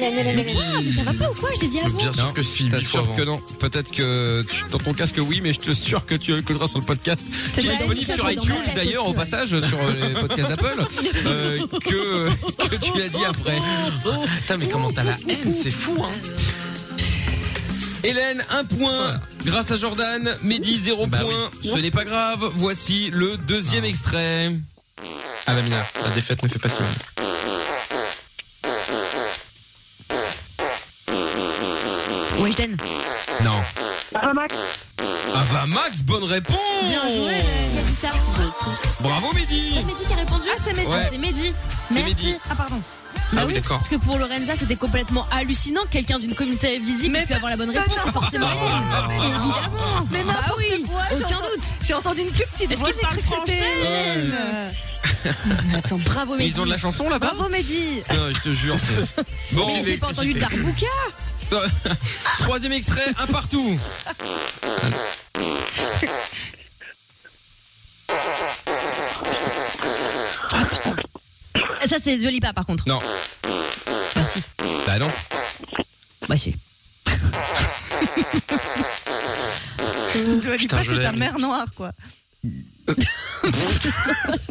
Speaker 3: quoi Mais ça va pas ou quoi Je l'ai dit avant.
Speaker 4: Bien sûr que si.
Speaker 2: T'as
Speaker 4: huit fois
Speaker 2: sûr
Speaker 4: avant.
Speaker 2: que non. Peut-être que tu, dans ton casque oui, mais je te sûr que tu écouteras sur le podcast qui est
Speaker 3: vrai,
Speaker 2: disponible
Speaker 3: ça,
Speaker 2: sur
Speaker 3: dans ma
Speaker 2: iTunes
Speaker 3: tête
Speaker 2: d'ailleurs
Speaker 3: aussi,
Speaker 2: au
Speaker 3: ouais.
Speaker 2: passage sur euh, les podcasts
Speaker 3: (laughs)
Speaker 2: d'Apple euh, que que tu l'as dit après.
Speaker 4: Putain, mais comment t'as la haine, c'est fou hein.
Speaker 2: Hélène, un point grâce à Jordan. Mehdi, zéro
Speaker 4: Bah
Speaker 2: point. Ce n'est pas grave. Voici le deuxième extrait.
Speaker 4: Ah bah Mina, la défaite ne fait pas si mal.
Speaker 3: Weshden.
Speaker 2: Non.
Speaker 10: Ah, Max.
Speaker 2: Ah bah Max, bonne réponse
Speaker 5: Bien joué.
Speaker 3: Qui a dit ça
Speaker 2: Bravo Mehdi
Speaker 3: C'est Mehdi qui a répondu
Speaker 5: Ah, c'est Mehdi.
Speaker 2: Ouais.
Speaker 3: C'est Mehdi.
Speaker 2: C'est
Speaker 3: Merci. Bah
Speaker 2: Mehdi.
Speaker 5: Ah, pardon.
Speaker 4: Ah oui, d'accord.
Speaker 3: Parce que pour Lorenza, c'était complètement hallucinant. Quelqu'un d'une communauté visible et puis avoir la bonne
Speaker 5: Mais
Speaker 3: réponse,
Speaker 5: n'importe
Speaker 3: forcément.
Speaker 5: quoi.
Speaker 2: Ah.
Speaker 3: Évidemment.
Speaker 5: Mais n'importe quoi, j'ai
Speaker 3: aucun
Speaker 5: entendu-
Speaker 3: doute.
Speaker 5: J'ai entendu une plus petite
Speaker 3: Est-ce
Speaker 5: voix,
Speaker 3: qu'il
Speaker 5: j'ai
Speaker 3: parle
Speaker 5: cru que c'était
Speaker 3: français
Speaker 5: Hélène.
Speaker 2: Ah,
Speaker 3: (laughs) Attends, bravo
Speaker 2: Mais
Speaker 3: Mehdi.
Speaker 2: Ils ont de la chanson là-bas
Speaker 5: Euh, Bravo Mehdi.
Speaker 2: Non, je te jure.
Speaker 3: (laughs)
Speaker 2: c'est- Bon,
Speaker 3: Mais J'ai pas entendu de l'arbouca.
Speaker 2: (laughs) troisième extrait, un
Speaker 3: (laughs)
Speaker 2: partout.
Speaker 3: Ça, c'est Dua Lipa par contre.
Speaker 2: Non.
Speaker 3: Merci.
Speaker 2: Bah non.
Speaker 3: Bah, si.
Speaker 5: Dua Lipa,
Speaker 4: je
Speaker 5: c'est ta
Speaker 4: l'aime.
Speaker 5: mère noire, quoi.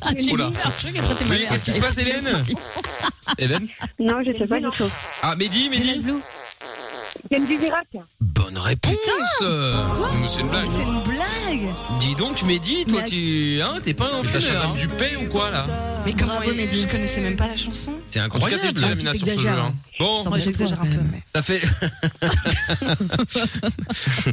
Speaker 3: Ah, j'ai
Speaker 4: Oula.
Speaker 3: mis un truc après t'es
Speaker 2: Oui,
Speaker 3: malade.
Speaker 2: qu'est-ce qui se passe, Hélène
Speaker 3: Merci.
Speaker 4: Hélène
Speaker 10: Non, je sais pas du tout.
Speaker 2: Ah, Mehdi,
Speaker 3: Jonas
Speaker 2: Mehdi
Speaker 3: Blue.
Speaker 10: Yann Virac.
Speaker 2: Bonne bonne réponse. Mais c'est une blague.
Speaker 5: C'est une blague
Speaker 2: Dis donc, Mehdi, toi,
Speaker 5: Mais-
Speaker 2: tu hein, t'es pas un
Speaker 4: Mais ça
Speaker 2: fumeur.
Speaker 4: Shazam
Speaker 2: du paix ou quoi là
Speaker 5: Mais comment Je connaissais même pas la chanson.
Speaker 2: C'est incroyable.
Speaker 4: En tout cas, t'es
Speaker 2: la
Speaker 4: éliminé Ah, tu sur ce t'exagères, jeu, hein. hein.
Speaker 2: Bon,
Speaker 5: Moi, j'exagère un peu. mais-
Speaker 2: ça fait.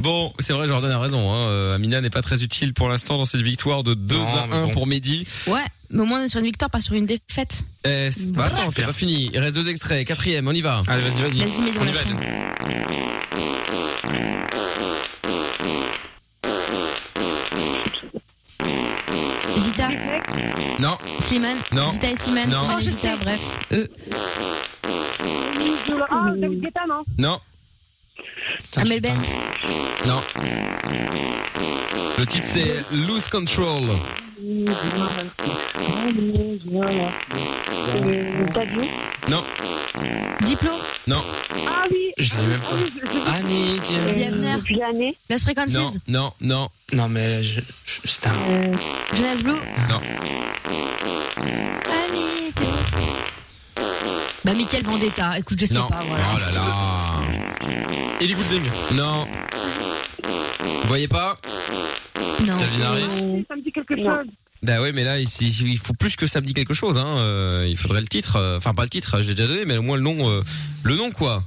Speaker 2: (laughs) bon, c'est vrai, Jordan a raison. Hein. euh, Amina n'est pas très utile pour l'instant dans cette victoire de 2
Speaker 4: Non, mais
Speaker 2: à 1
Speaker 4: bon.
Speaker 2: pour Mehdi.
Speaker 3: Ouais, mais au moins on est sur une victoire, pas sur une défaite.
Speaker 2: Eh, c'est- bah, attends, c'est pas fini. Il reste deux extraits. Quatrième, on y va.
Speaker 4: Allez, vas-y, vas-y.
Speaker 3: Vas-y, Mehdi, on
Speaker 2: On y va.
Speaker 3: lâche rien. Vita.
Speaker 2: Non.
Speaker 3: Slimane.
Speaker 2: Non.
Speaker 3: Vita et Slimane.
Speaker 2: Non. Oh,
Speaker 3: Slimane et
Speaker 2: je
Speaker 3: Vita, bref. Eux.
Speaker 10: Ah, David Guetta, non
Speaker 2: Non.
Speaker 3: Amel Bent.
Speaker 2: Non. Le titre c'est Loose Control. Non.
Speaker 3: Diplo.
Speaker 2: Non.
Speaker 10: Ah oui
Speaker 2: Je l'ai même
Speaker 10: pas.
Speaker 2: Annie,
Speaker 3: Diavner. Lost
Speaker 2: Non,
Speaker 3: Frequencies.
Speaker 2: non, non. Non mais je... Putain.
Speaker 3: Jonas Blue.
Speaker 2: Non.
Speaker 3: Bah, Michael Vendetta. Écoute, je sais
Speaker 2: non.
Speaker 3: pas, voilà.
Speaker 2: Oh là là. Ellie Goulding. Non. Vous voyez pas
Speaker 3: Non.
Speaker 2: Calvin Harris.
Speaker 10: Ça me dit quelque chose.
Speaker 2: Bah ouais, mais là, il, il faut plus que ça me dit quelque chose. Hein. Euh, Il faudrait le titre. euh, Enfin, pas le titre, je l'ai déjà donné, mais au moins le nom. euh, Le nom, quoi.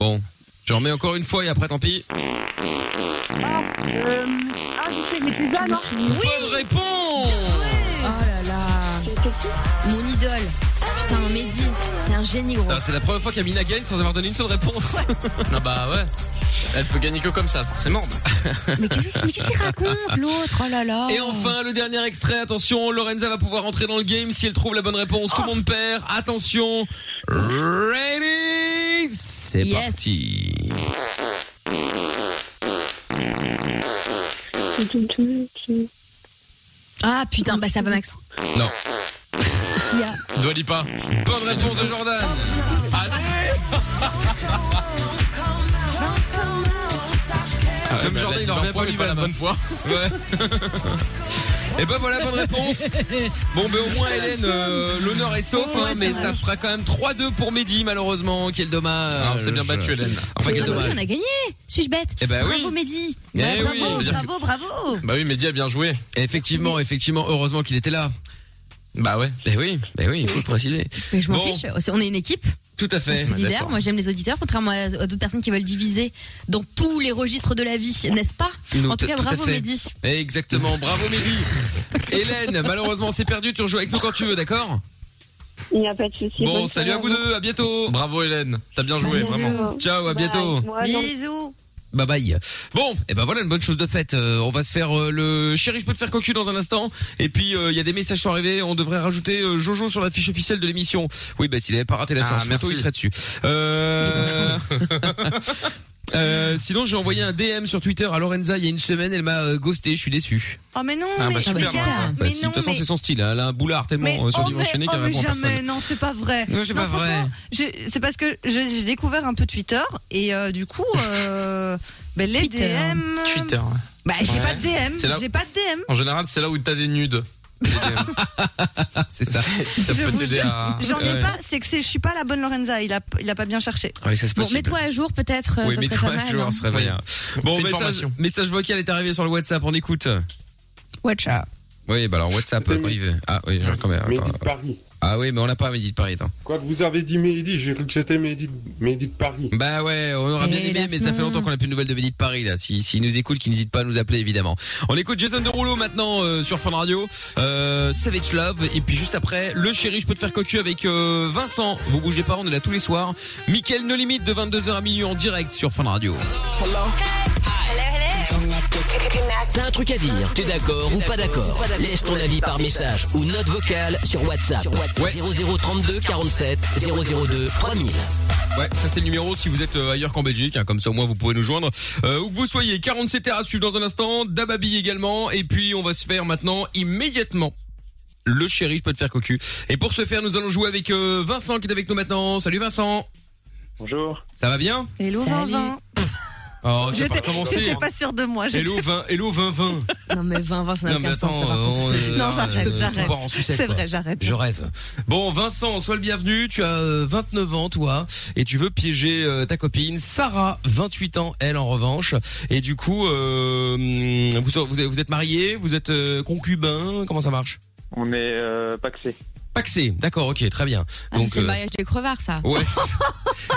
Speaker 2: Bon. J'en remets encore une fois et après, tant pis.
Speaker 10: Euh, ah, je sais, mais tu vas, non
Speaker 2: Bonne réponse
Speaker 3: Oh là là. Mon idole. Putain, Mehdi. C'est un
Speaker 2: (laughs)
Speaker 3: génie, gros.
Speaker 2: Ah, C'est la première fois qu'Amina gagne sans avoir donné une seule réponse. (laughs) non, bah ouais. Elle peut gagner que comme ça, forcément.
Speaker 3: Mais qu'est-ce qu'il raconte, l'autre Oh là là.
Speaker 2: Et enfin, le dernier extrait. Attention, Lorenza va pouvoir entrer dans le game si elle trouve la bonne réponse. Tout le monde perd. Attention. Ready C'est
Speaker 3: Yes.
Speaker 2: parti.
Speaker 3: Ah, putain, bah, ça va, Max.
Speaker 2: Non.
Speaker 3: Sia.
Speaker 2: Dolipa. Bonne réponse de Jordan.
Speaker 4: Ah,
Speaker 2: Comme
Speaker 4: mais
Speaker 2: Jordan,
Speaker 4: elle
Speaker 2: il en
Speaker 4: a dit
Speaker 2: revient
Speaker 4: vingt fois,
Speaker 2: pas
Speaker 4: mais
Speaker 2: lui
Speaker 4: pas la bonne fois.
Speaker 2: Ouais. (laughs) Et ben voilà, bonne réponse. Bon, ben au moins, Hélène, euh, l'honneur est sauf, hein, mais ça fera quand même 3-2 pour Mehdi, malheureusement. Quel dommage.
Speaker 4: Ah, on s'est bien battu, Hélène.
Speaker 2: Enfin, quel
Speaker 3: Ah bah oui,
Speaker 2: dommage.
Speaker 3: on a gagné. Suis-je bête
Speaker 2: Eh ben
Speaker 3: Bravo,
Speaker 2: oui.
Speaker 3: Mehdi.
Speaker 2: Eh
Speaker 3: Bah,
Speaker 2: oui,
Speaker 3: bravo,
Speaker 2: c'est-à-dire
Speaker 3: bravo, bravo.
Speaker 2: Bah oui, Mehdi a bien joué. Effectivement, effectivement, heureusement qu'il était là. Bah ouais. Eh oui, eh oui, il faut le préciser.
Speaker 3: Mais je m'en
Speaker 2: Bon.
Speaker 3: fiche. Oh, On est une équipe.
Speaker 2: Tout à fait.
Speaker 3: solidaire. Moi, j'aime les auditeurs, contrairement à à d'autres personnes qui veulent diviser dans tous les registres de la vie, n'est-ce pas
Speaker 2: Nous,
Speaker 3: En tout cas,
Speaker 2: à
Speaker 3: bravo
Speaker 2: fait.
Speaker 3: Mehdi.
Speaker 2: Exactement, bravo
Speaker 3: (laughs)
Speaker 2: Mehdi. Hélène, malheureusement, c'est perdu, tu rejoues avec nous quand tu veux, d'accord
Speaker 10: Il n'y a pas de souci.
Speaker 2: Bon, salut à vous deux, à bientôt. Bravo Hélène, t'as bien joué,
Speaker 10: vraiment.
Speaker 2: Ciao, à
Speaker 10: Bye.
Speaker 2: bientôt.
Speaker 10: Bah, Moi, non.
Speaker 5: Bisous.
Speaker 2: Bye bye. Bon, et ben voilà une bonne chose de faite. Euh, on va se faire euh, le chéri, je peux te faire cocu dans un instant. Et puis euh, il y a des messages qui sont arrivés. On devrait rajouter euh, Jojo sur la fiche officielle de l'émission. Oui, bah s'il avait pas raté la
Speaker 4: Ah,
Speaker 2: séance photo,
Speaker 4: merci.
Speaker 2: il serait dessus. Euh... (laughs) euh, sinon, j'ai envoyé un DM sur Twitter à Lorenza il y a une semaine. Elle m'a euh, ghosté. Je suis déçu.
Speaker 5: Oh, mais non,
Speaker 2: Ah,
Speaker 5: mais
Speaker 2: bah, super,
Speaker 5: mais gars,
Speaker 2: Bah,
Speaker 5: mais
Speaker 2: si, de
Speaker 5: non,
Speaker 2: toute façon,
Speaker 5: mais-
Speaker 2: c'est son style. hein. Elle a un boulard
Speaker 5: Mais,
Speaker 2: tellement
Speaker 5: oh,
Speaker 2: euh,
Speaker 5: mais,
Speaker 2: surdimensionné
Speaker 5: oh,
Speaker 2: qu'elle
Speaker 5: mais
Speaker 2: répond à
Speaker 5: jamais,
Speaker 2: personne.
Speaker 5: non, c'est pas vrai.
Speaker 2: Non, c'est pas vrai.
Speaker 5: franchement, je- C'est parce que je- j'ai découvert un peu Twitter et euh, du coup, euh, (laughs) ben, les
Speaker 3: Twitter.
Speaker 5: DM.
Speaker 4: Twitter. ouais.
Speaker 5: Bah, j'ai
Speaker 4: Ouais.
Speaker 5: pas de DM,
Speaker 4: C'est là-
Speaker 5: j'ai pas de DM.
Speaker 4: En général, c'est là où t'as des nudes.
Speaker 5: (laughs)
Speaker 2: c'est ça.
Speaker 4: ça
Speaker 5: Je
Speaker 4: peut
Speaker 5: vous
Speaker 4: t'aider
Speaker 5: jure,
Speaker 2: Ah.
Speaker 4: à.
Speaker 5: J'en ai
Speaker 4: Ouais.
Speaker 5: pas, c'est que c'est- je suis pas la bonne Lorenza, il a, il a pas bien cherché.
Speaker 2: Oui, ça se
Speaker 3: Bon, mets-toi à jour peut-être, euh,
Speaker 2: Oui,
Speaker 3: ça
Speaker 2: mais
Speaker 3: serait
Speaker 2: toi,
Speaker 3: pas mal.
Speaker 2: je
Speaker 3: hein.
Speaker 2: on serait bien. Bon,
Speaker 4: Fais une
Speaker 2: message,
Speaker 4: formation.
Speaker 2: message vocal est arrivé sur le WhatsApp. On écoute.
Speaker 3: Watch out.
Speaker 2: Oui, bah alors WhatsApp, euh, quand il veut. Ah oui, genre, quand même.
Speaker 12: Mehdi
Speaker 2: attends.
Speaker 12: de Paris.
Speaker 2: Ah oui, mais on n'a pas Mehdi de Paris, attends.
Speaker 12: Quoi que vous avez dit Mehdi, j'ai cru que c'était Mehdi, Mehdi de Paris.
Speaker 2: Bah ouais, on aura bien aimé, mais ça fait longtemps qu'on n'a plus de nouvelles de Mehdi de Paris, là. S'il si, s'il nous écoute, qu'il n'hésite pas à nous appeler, évidemment. On écoute Jason Derulo maintenant euh, sur Fun Radio, euh, Savage Love, et puis juste après, le chéri, je peux te faire cocu avec euh, Vincent. Vous bougez pas, on est là tous les soirs. Mickaël No Limite de 22h à minuit en direct sur Fun Radio.
Speaker 1: T'as un truc à dire, t'es d'accord ou pas d'accord Laisse ton avis par message ou note vocale sur WhatsApp. 0032 47 002 3000.
Speaker 2: Ouais, ça c'est le numéro si vous êtes euh, ailleurs qu'en Belgique, hein, comme ça au moins vous pouvez nous joindre. Euh, où que vous soyez, 47 terres à suivre dans un instant, Dababi également, et puis on va se faire maintenant immédiatement. Le chéri, je peux te faire cocu. Et pour ce faire, nous allons jouer avec euh, Vincent qui est avec nous maintenant. Salut Vincent.
Speaker 13: Bonjour.
Speaker 2: Ça va bien
Speaker 5: Hello, Vincent.
Speaker 2: Oh, j'ai pas
Speaker 5: J'étais
Speaker 2: commencé.
Speaker 5: j'étais pas sûre de moi. j'étais-
Speaker 2: Hello 20, hello 20, 20.
Speaker 3: Non, mais 20, 20, ça n'a
Speaker 2: Non, mais
Speaker 3: aucun sens.
Speaker 2: attends,
Speaker 3: ça, par contre.
Speaker 2: on est-
Speaker 5: Non,
Speaker 2: là,
Speaker 5: j'arrête,
Speaker 2: euh, on
Speaker 5: j'arrête.
Speaker 2: part en sucette,
Speaker 5: C'est
Speaker 2: quoi.
Speaker 5: vrai, j'arrête.
Speaker 2: Je rêve. Bon, Vincent, sois le bienvenu. Tu as euh, 29 ans, toi, et tu veux piéger euh, ta copine Sarah, 28 ans, elle en revanche. Et du coup, euh, vous, so- vous êtes- vous êtes mariés, vous êtes euh, concubins, comment ça marche
Speaker 13: On est euh, paxé.
Speaker 2: Paxé, d'accord, ok, très bien.
Speaker 3: Ah, c'est le
Speaker 2: euh,
Speaker 3: mariage des crevards, ça.
Speaker 5: (laughs)
Speaker 2: Ouais.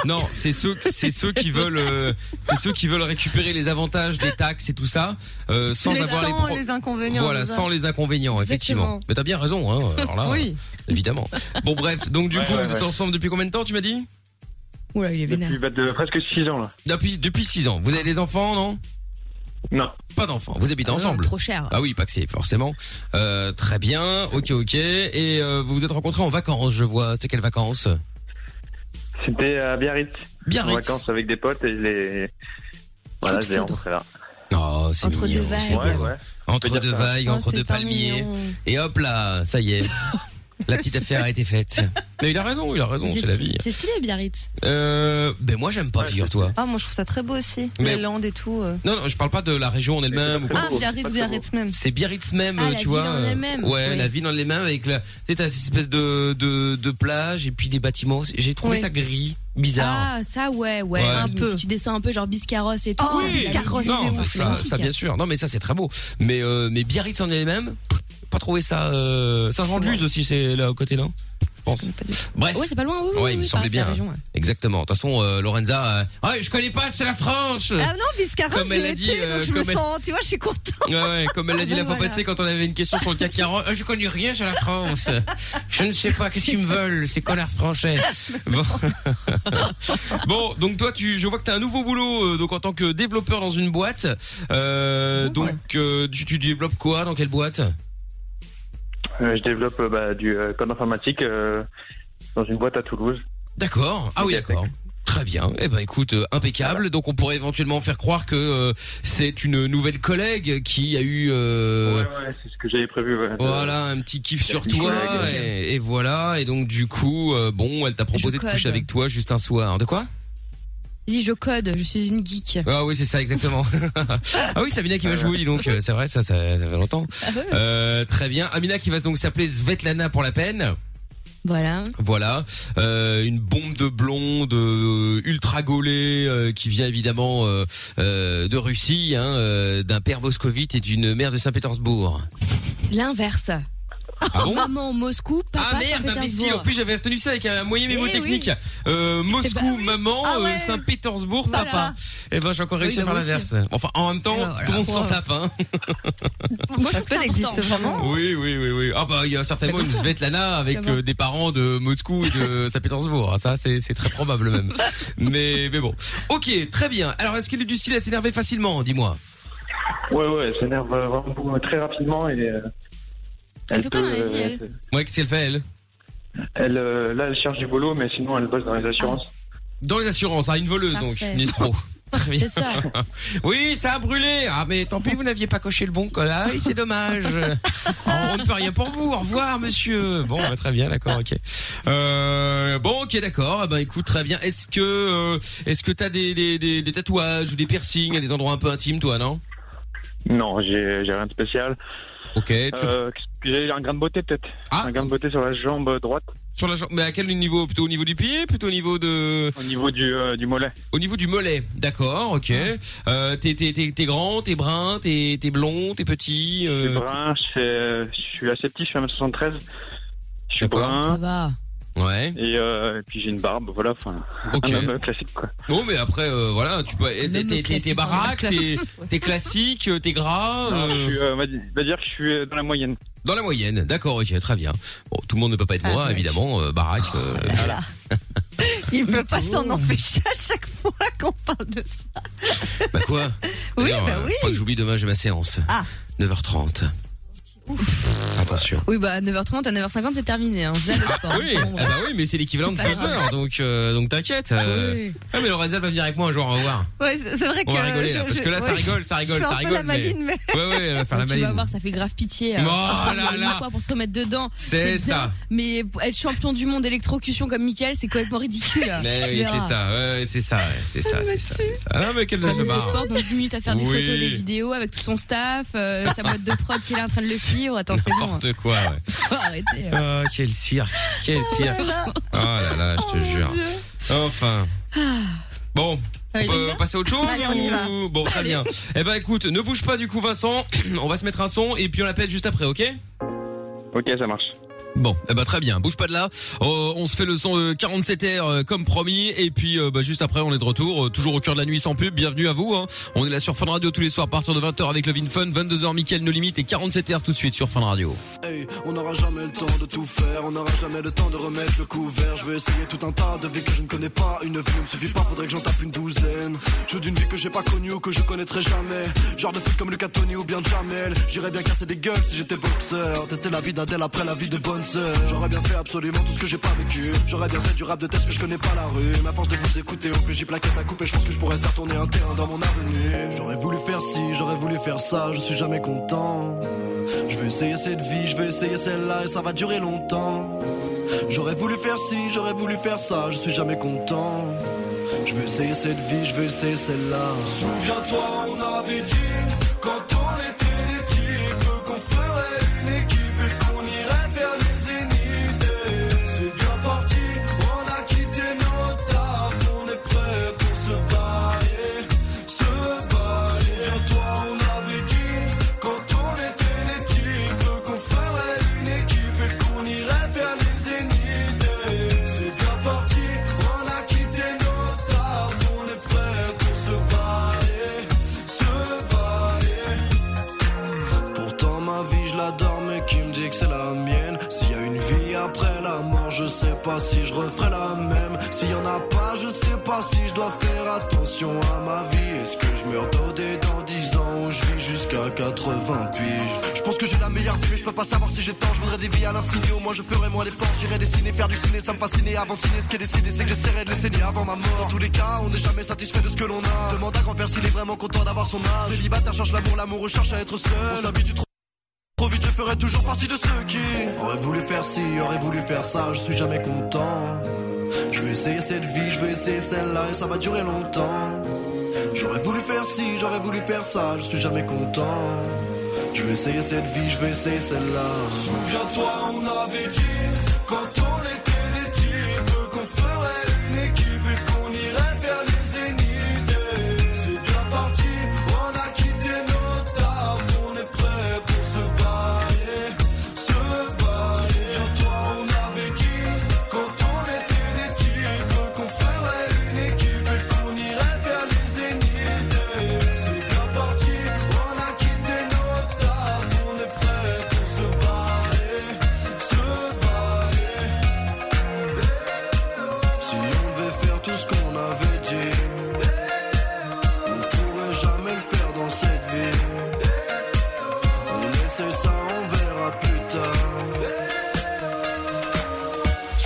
Speaker 2: non, c'est ceux, c'est ceux qui veulent, euh, c'est ceux qui veulent récupérer les avantages des taxes et tout ça, euh, sans
Speaker 5: les
Speaker 2: avoir
Speaker 5: temps,
Speaker 2: les, pro-
Speaker 5: les inconvénients.
Speaker 2: Voilà,
Speaker 5: c'est ça.
Speaker 2: sans les inconvénients, effectivement.
Speaker 5: Exactement.
Speaker 2: Mais t'as bien raison, hein. Alors là,
Speaker 5: Oui.
Speaker 2: euh, évidemment. Bon, bref. Donc du
Speaker 13: Ouais,
Speaker 2: coup,
Speaker 13: ouais,
Speaker 2: vous êtes
Speaker 13: ouais.
Speaker 2: ensemble depuis combien de temps, tu m'as dit
Speaker 3: Oula, il est vénère.
Speaker 13: Depuis bah, de- presque 6 ans là.
Speaker 2: Depuis depuis six ans. Vous avez des enfants, non
Speaker 13: Non.
Speaker 2: Pas d'enfants. Vous habitez
Speaker 3: Ah non,
Speaker 2: ensemble.
Speaker 3: trop cher.
Speaker 2: Ah oui, pas que c'est forcément. Euh, très bien. Ok, ok. Et euh, vous vous êtes rencontrés en vacances, je vois. C'est quelles vacances
Speaker 3: Ah,
Speaker 13: C'était à Biarritz.
Speaker 2: Biarritz.
Speaker 13: En vacances avec des potes et je les. Voilà, je les rencontrés là.
Speaker 2: Oh, c'est
Speaker 13: Entre
Speaker 2: mignon,
Speaker 13: deux
Speaker 2: c'est
Speaker 13: vagues.
Speaker 2: beau.
Speaker 13: Ouais, ouais.
Speaker 2: Entre
Speaker 13: Faut dire
Speaker 2: deux
Speaker 13: ça.
Speaker 2: vagues,
Speaker 13: Oh,
Speaker 2: entre
Speaker 13: c'est
Speaker 2: deux
Speaker 13: pas
Speaker 2: palmiers.
Speaker 13: mignon.
Speaker 2: Et hop là, ça y
Speaker 3: (laughs)
Speaker 2: est. La petite affaire a été faite. Mais il a raison, il a raison, c'est la vie.
Speaker 3: C'est stylé, Biarritz.
Speaker 2: Euh, ben moi j'aime pas, figure-toi.
Speaker 5: Ah, moi je trouve ça très beau aussi.
Speaker 2: Mais- Oh,
Speaker 5: Les Landes et tout. euh.
Speaker 2: Non, non, je parle pas de la région en elle-même ou quoi.
Speaker 5: Ah, Biarritz, Biarritz même.
Speaker 2: C'est Biarritz même,
Speaker 5: Ah,
Speaker 2: euh,
Speaker 5: la
Speaker 2: tu
Speaker 5: ville
Speaker 2: vois.
Speaker 5: en
Speaker 2: euh,
Speaker 5: elle-même.
Speaker 2: Ouais,
Speaker 5: Oui.
Speaker 2: la ville en elle-même avec la, tu sais, t'as cette espèce de, de, de plage et puis des bâtiments. C'est- J'ai trouvé
Speaker 3: Oui.
Speaker 2: ça gris, bizarre.
Speaker 3: Ah, ça, ouais, ouais.
Speaker 2: Ouais.
Speaker 3: Un
Speaker 2: Un
Speaker 3: peu. Si tu descends un peu, genre Biscarros et tout. Oh, Biscarros, c'est
Speaker 2: non,
Speaker 3: ouf,
Speaker 2: ça,
Speaker 3: magnifique.
Speaker 2: ça, bien sûr. Non, mais ça c'est très beau. Mais, euh, mais Biarritz en elle-même, pas trouvé ça, euh, Saint-Jean-de-Luz aussi, c'est là au côté, non? Je pense. Bref.
Speaker 3: Ouais, c'est pas loin, oui.
Speaker 2: Ouais,
Speaker 3: oui,
Speaker 2: il me
Speaker 3: oui,
Speaker 2: semblait
Speaker 3: pareil, c'est la
Speaker 2: bien.
Speaker 3: région, ouais.
Speaker 2: Exactement. De toute façon, euh, Lorenza, euh, Ah, je connais pas, c'est la France.
Speaker 5: Ah non, Biscarros,
Speaker 2: Comme elle
Speaker 5: j'y
Speaker 2: a dit,
Speaker 5: étais, donc
Speaker 2: euh,
Speaker 5: je me
Speaker 2: comme elle-
Speaker 5: sens, tu vois, je suis contente.
Speaker 2: Ouais, ouais, comme elle l'a dit
Speaker 5: Ah,
Speaker 2: la
Speaker 5: ben
Speaker 2: fois
Speaker 5: voilà.
Speaker 2: passée quand on avait une question sur le CAC 40. Ah, Je connais rien sur la France. Je ne sais pas qu'est-ce qu'ils me veulent ces connards français. Bon. (laughs) Bon, donc toi tu je vois que tu as un nouveau boulot euh, donc en tant que développeur dans une boîte. Euh, donc euh, tu, tu développes quoi dans quelle boîte
Speaker 13: Euh, je développe euh, bah, du euh, code informatique euh, dans une boîte à Toulouse.
Speaker 2: D'accord. Ah oui, d'accord. Très bien. Eh ben écoute, euh, impeccable. Donc on pourrait éventuellement faire croire que euh, c'est une nouvelle collègue qui a eu euh,
Speaker 13: Ouais, c'est ce que j'avais prévu. Ah bah ouais, de-
Speaker 2: Voilà, un petit kiff sur
Speaker 13: petite
Speaker 2: toi.
Speaker 13: collègue.
Speaker 2: Et, et voilà. Et donc, du coup, euh, bon, elle t'a proposé
Speaker 3: Je
Speaker 2: de coucher
Speaker 3: code.
Speaker 2: avec toi juste un soir. De quoi
Speaker 3: Il dit, je code, je suis une geek.
Speaker 2: Ah oui, c'est ça, exactement. (laughs) ah oui, c'est Amina qui va jouer, dis donc. Euh, C'est vrai, ça, ça, ça fait longtemps.
Speaker 3: Ah ouais.
Speaker 2: Euh, très bien. Amina qui va donc s'appeler Svetlana pour la peine.
Speaker 3: Voilà.
Speaker 2: Voilà, Euh, une bombe de blonde euh, ultra gaulée euh, qui vient évidemment euh, euh, de Russie, hein, euh, d'un père moscovite et d'une mère de Saint-Pétersbourg.
Speaker 3: L'inverse.
Speaker 2: Ah bon
Speaker 3: Maman Moscou, papa
Speaker 2: Ah merde, imbécile En plus, j'avais retenu ça avec un moyen
Speaker 3: Eh
Speaker 2: mnémotechnique. Euh, Moscou, maman,
Speaker 3: Ah
Speaker 2: euh,
Speaker 3: ouais.
Speaker 2: Saint-Pétersbourg,
Speaker 3: Voilà.
Speaker 2: papa. Eh ben, j'ai encore
Speaker 3: Oui,
Speaker 2: réussi à
Speaker 3: bah,
Speaker 2: faire
Speaker 3: moi aussi.
Speaker 2: l'inverse. Enfin, en même temps,
Speaker 3: Alors,
Speaker 2: tout le monde s'en
Speaker 3: voilà.
Speaker 2: tape, hein.
Speaker 3: Moi, je trouve que c'est important.
Speaker 2: (laughs) Oui, oui, oui, oui. Ah bah, il y a certainement
Speaker 3: Bah,
Speaker 2: une
Speaker 3: bien sûr.
Speaker 2: Svetlana avec
Speaker 3: Évidemment.
Speaker 2: euh, des parents de Moscou et
Speaker 3: (laughs)
Speaker 2: de Saint-Pétersbourg. Ah, Ça, c'est c'est très probable même. mais, mais bon. Ok, très bien. Alors, est-ce qu'il est du style à s'énerver facilement Dis-moi.
Speaker 13: Ouais, ouais, elle s'énerve euh, vraiment beaucoup, euh, très rapidement et. euh,
Speaker 3: Elle fait quoi dans la vie, elle
Speaker 2: Ouais, qu'est-ce qu'elle fait, elle
Speaker 13: Elle, euh, là, elle cherche du boulot, mais sinon, elle bosse dans les assurances.
Speaker 2: Dans les assurances, hein, une voleuse donc,
Speaker 13: Parfait.
Speaker 2: une escroc. Très bien. (laughs)
Speaker 13: (laughs) C'est ça.
Speaker 2: Oui, ça a brûlé. Ah, mais tant pis, vous n'aviez pas coché le bon collage, c'est
Speaker 13: (laughs)
Speaker 2: dommage. Oh, on ne peut rien pour vous. Au revoir, monsieur. Bon, bah, très bien, d'accord, ok. Euh, bon, ok, d'accord. Ben, écoute, très bien. Est-ce que, euh, est-ce que t'as des, des, des, des tatouages ou des piercings à des endroits un peu intimes, toi, non
Speaker 3: Ah.
Speaker 13: Non, j'ai j'ai rien de spécial.
Speaker 2: Ok. Ah.
Speaker 13: Euh, puis j'ai un grain de beauté, peut-être. un grain de beauté sur la jambe droite.
Speaker 2: Sur la jambe, mais à quel niveau Plutôt au niveau du pied, plutôt au niveau de
Speaker 13: Au niveau du, euh, du mollet.
Speaker 2: Au niveau du mollet, d'accord, ok. Euh, t'es t'es t'es t'es grand, t'es brun, t'es t'es blond, t'es petit.
Speaker 13: Je suis
Speaker 2: Euh...
Speaker 13: brun, je fais- je suis assez petit, je suis 1m73. Je suis brun.
Speaker 3: Ça va.
Speaker 2: Ouais.
Speaker 13: Et, euh, et puis j'ai une barbe, voilà. Enfin,
Speaker 2: Ok.
Speaker 13: un homme classique, quoi.
Speaker 2: Bon, mais après, euh, voilà, tu peux. T'es t'es- t'es
Speaker 5: hein,
Speaker 2: t'es baraque, t'es t'es classique, euh, t'es gras.
Speaker 13: Non, je
Speaker 2: euh,
Speaker 13: suis, euh, on va di- on va dire que je suis euh, dans la moyenne.
Speaker 2: Dans la moyenne, d'accord, ok, très bien. Bon, tout le monde ne peut pas
Speaker 5: Ah,
Speaker 2: être moi, évidemment, euh, baraque.
Speaker 5: Oh,
Speaker 2: euh,
Speaker 5: Il peut pas s'en empêcher à chaque fois qu'on parle de ça.
Speaker 2: bah quoi
Speaker 5: Oui,
Speaker 2: D'ailleurs,
Speaker 5: bah
Speaker 2: euh,
Speaker 5: oui.
Speaker 3: Ah.
Speaker 2: faut Pas que j'oublie demain, j'ai ma séance.
Speaker 5: Ah.
Speaker 2: 9h30. Attention.
Speaker 3: Oui, bah, 9h30 à 9h50, c'est terminé. Hein. Là, le sport.
Speaker 2: Oui, eh bah oui, mais c'est l'équivalent de
Speaker 3: C'est pas
Speaker 2: 2 heures, donc euh, donc t'inquiète. euh.
Speaker 3: Oui.
Speaker 2: Ah mais Lorenza va venir avec moi un jour, on va
Speaker 3: (laughs)
Speaker 2: voir.
Speaker 5: Ouais, c'est c'est vrai que.
Speaker 2: On va rigoler
Speaker 5: je-
Speaker 2: là, parce
Speaker 5: je-
Speaker 2: que là ça
Speaker 5: ouais,
Speaker 2: rigole, ça rigole,
Speaker 5: je suis
Speaker 2: ça
Speaker 5: un peu
Speaker 2: rigole.
Speaker 5: la maline, mais-
Speaker 2: Ouais ouais, elle va faire la
Speaker 3: tu vas
Speaker 2: maline.
Speaker 3: voir, ça fait grave pitié.
Speaker 2: Oh là
Speaker 3: franchement, il y a une
Speaker 2: là.
Speaker 3: fois pour se remettre dedans.
Speaker 2: C'est
Speaker 3: bien,
Speaker 2: ça.
Speaker 3: Mais être champion du monde électrocution comme Michael, c'est complètement ridicule.
Speaker 2: (laughs) Mais
Speaker 3: Tu
Speaker 2: oui,
Speaker 3: verras.
Speaker 2: c'est ça, ouais, ouais, c'est ça, ouais, c'est ça, c'est ça, c'est ça. Ah non mais quelle
Speaker 3: Comme
Speaker 2: de
Speaker 3: de
Speaker 2: barre.
Speaker 3: sport, donc 10 minutes à faire des
Speaker 2: Oui.
Speaker 3: photos, des vidéos avec tout son staff, euh, sa boîte de prod qui est là en train de le suivre. Attends, c'est bon.
Speaker 2: N'importe quoi. Ouais.
Speaker 3: (laughs) Faut arrêter. hein.
Speaker 2: Oh, quel cirque, quel cirque.
Speaker 3: là.
Speaker 2: Oh là là, je te jure. Enfin.
Speaker 1: Ah.
Speaker 2: Bon. On
Speaker 3: Allez, on y
Speaker 2: peut
Speaker 3: va
Speaker 2: passer à autre chose
Speaker 3: Allez, on y va.
Speaker 2: ou- Bon, très bien. Eh ben écoute, ne bouge pas du coup Vincent, (clears throat) on va se mettre un son et puis on l'appelle juste après, ok
Speaker 13: Ok, ça marche.
Speaker 2: Bon, eh ben très bien, bouge pas de là. Euh, on se fait le son euh, 47R euh, comme promis et puis euh, bah, juste après on est de retour, euh, toujours au cœur de la nuit sans pub. Bienvenue à vous. hein. On est là sur Fun Radio tous les soirs à partir de 20h avec Love in Fun, 22h Mickaël No Limite et 47R tout de suite sur Fun Radio.
Speaker 14: Hey, on n'aura jamais le temps de tout faire, on n'aura jamais le temps de remettre le couvert. Je vais essayer tout un tas de vies que je ne connais pas. Une vie ne me suffit pas, faudrait que j'en tape une douzaine. Je veux d'une vie que j'ai pas connue ou que je connaîtrai jamais. Genre de fille comme Lucas Tony ou bien Jamel. J'irais bien casser des gueules si j'étais boxeur. Tester la vie d'Adèle après la vie de bonne sœur. J'aurais bien fait absolument tout ce que j'ai pas vécu. J'aurais bien fait du rap de test, mais je connais pas la rue. Ma force de vous écouter, au plus j'ai plaqué à couper. Je pense que je pourrais faire tourner un terrain dans mon avenue. J'aurais voulu faire ci, j'aurais voulu faire ça, je suis jamais content. Je veux essayer cette vie, je veux essayer celle-là et ça va durer longtemps. J'aurais voulu faire ci, j'aurais voulu faire ça, je suis jamais content. Je veux essayer cette vie, je veux essayer celle-là. Souviens-toi, on avait dit quand on était des petits peu qu'on ferait une équipe et qu'on irait vers les zéniths. Et C'est bien parti, on a quitté nos tables, on est prêt pour se barrer, se barrer. Souviens-toi, on avait dit quand on était les types, qu'on ferait une équipe et qu'on irait vers les zéniths. Et C'est bien parti, on a quitté nos tables, on est prêt pour se barrer, se barrer. Pourtant ma vie je l'adore mais qui me dit que c'est la mienne S'il y a une vie après la mort je sais pas si je referai la même S'il y en a pas je sais pas si je dois faire attention à ma vie Est-ce que je meurs dodé dans 10 ans ou je vis jusqu'à 80 piges Je pense que j'ai la meilleure vie mais je peux pas savoir si j'ai tant Je voudrais des vies à l'infini au moins je ferai moins d'efforts J'irai dessiner, faire du ciné, ça me fascinait Avant de signer ce qui est décidé c'est que j'essaierai de le saigner avant ma mort Dans tous les cas on n'est jamais satisfait de ce que l'on a Demande à grand-père s'il est vraiment content d'avoir son âge Célibataire cherche l'amour, l'amour recherche à être seul On s'habitue trop Trop vite, je ferai toujours partie de ceux qui auraient voulu faire ci, auraient voulu faire ça. Je suis jamais content. Je vais essayer cette vie, je vais essayer celle-là et ça va durer longtemps. J'aurais voulu faire ci, j'aurais voulu faire ça. Je suis jamais content. Je vais essayer cette vie, je vais essayer celle-là. Souviens-toi, on avait dit quand on était des types qu'on ferait une équipe et qu'on irait vers les zéniths. Et C'est bien parti, on a quitté nos tables, on est prêt pour se barrer, se barrer. Souviens-toi, on avait dit quand on était des types qu'on ferait une équipe et qu'on irait vers les zéniths. Et C'est bien parti, on a quitté nos tables, on est prêt pour se barrer, se barrer. Si on devait faire tout ce qu'on avait dit, on ne pourrait jamais le faire dans cette vie. On essaie ça, on verra plus tard.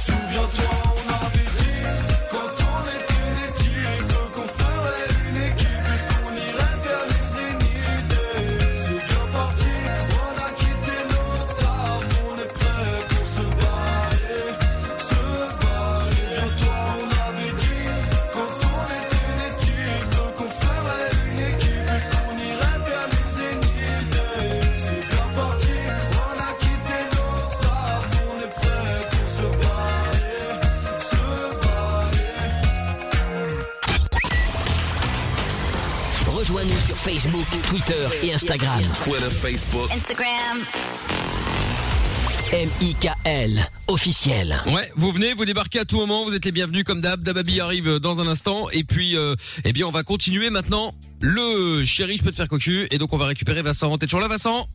Speaker 14: Souviens-toi, on avait dit, quand on était des types, qu'on ferait une équipe et qu'on irait vers les zéniths. Et C'est bien parti, on a quitté nos tables, on est prêt pour se barrer, se barrer. Souviens-toi, on avait dit, quand on était des types, qu'on ferait une équipe et qu'on irait vers les zéniths. Et C'est bien parti, on a quitté nos tables, on est prêt pour se barrer, se barrer.
Speaker 1: Rejoins-nous sur Facebook, Twitter et Instagram.
Speaker 15: Twitter, Facebook.
Speaker 16: Instagram.
Speaker 1: M-I-K-L, officiel.
Speaker 2: Ouais, vous venez, vous débarquez à tout moment, vous êtes les bienvenus comme d'hab. Dababi arrive euh, dans un instant et puis euh, eh bien on va continuer maintenant le chéri, je peux te faire cocu et donc on va récupérer Vincent. T'es toujours là Vincent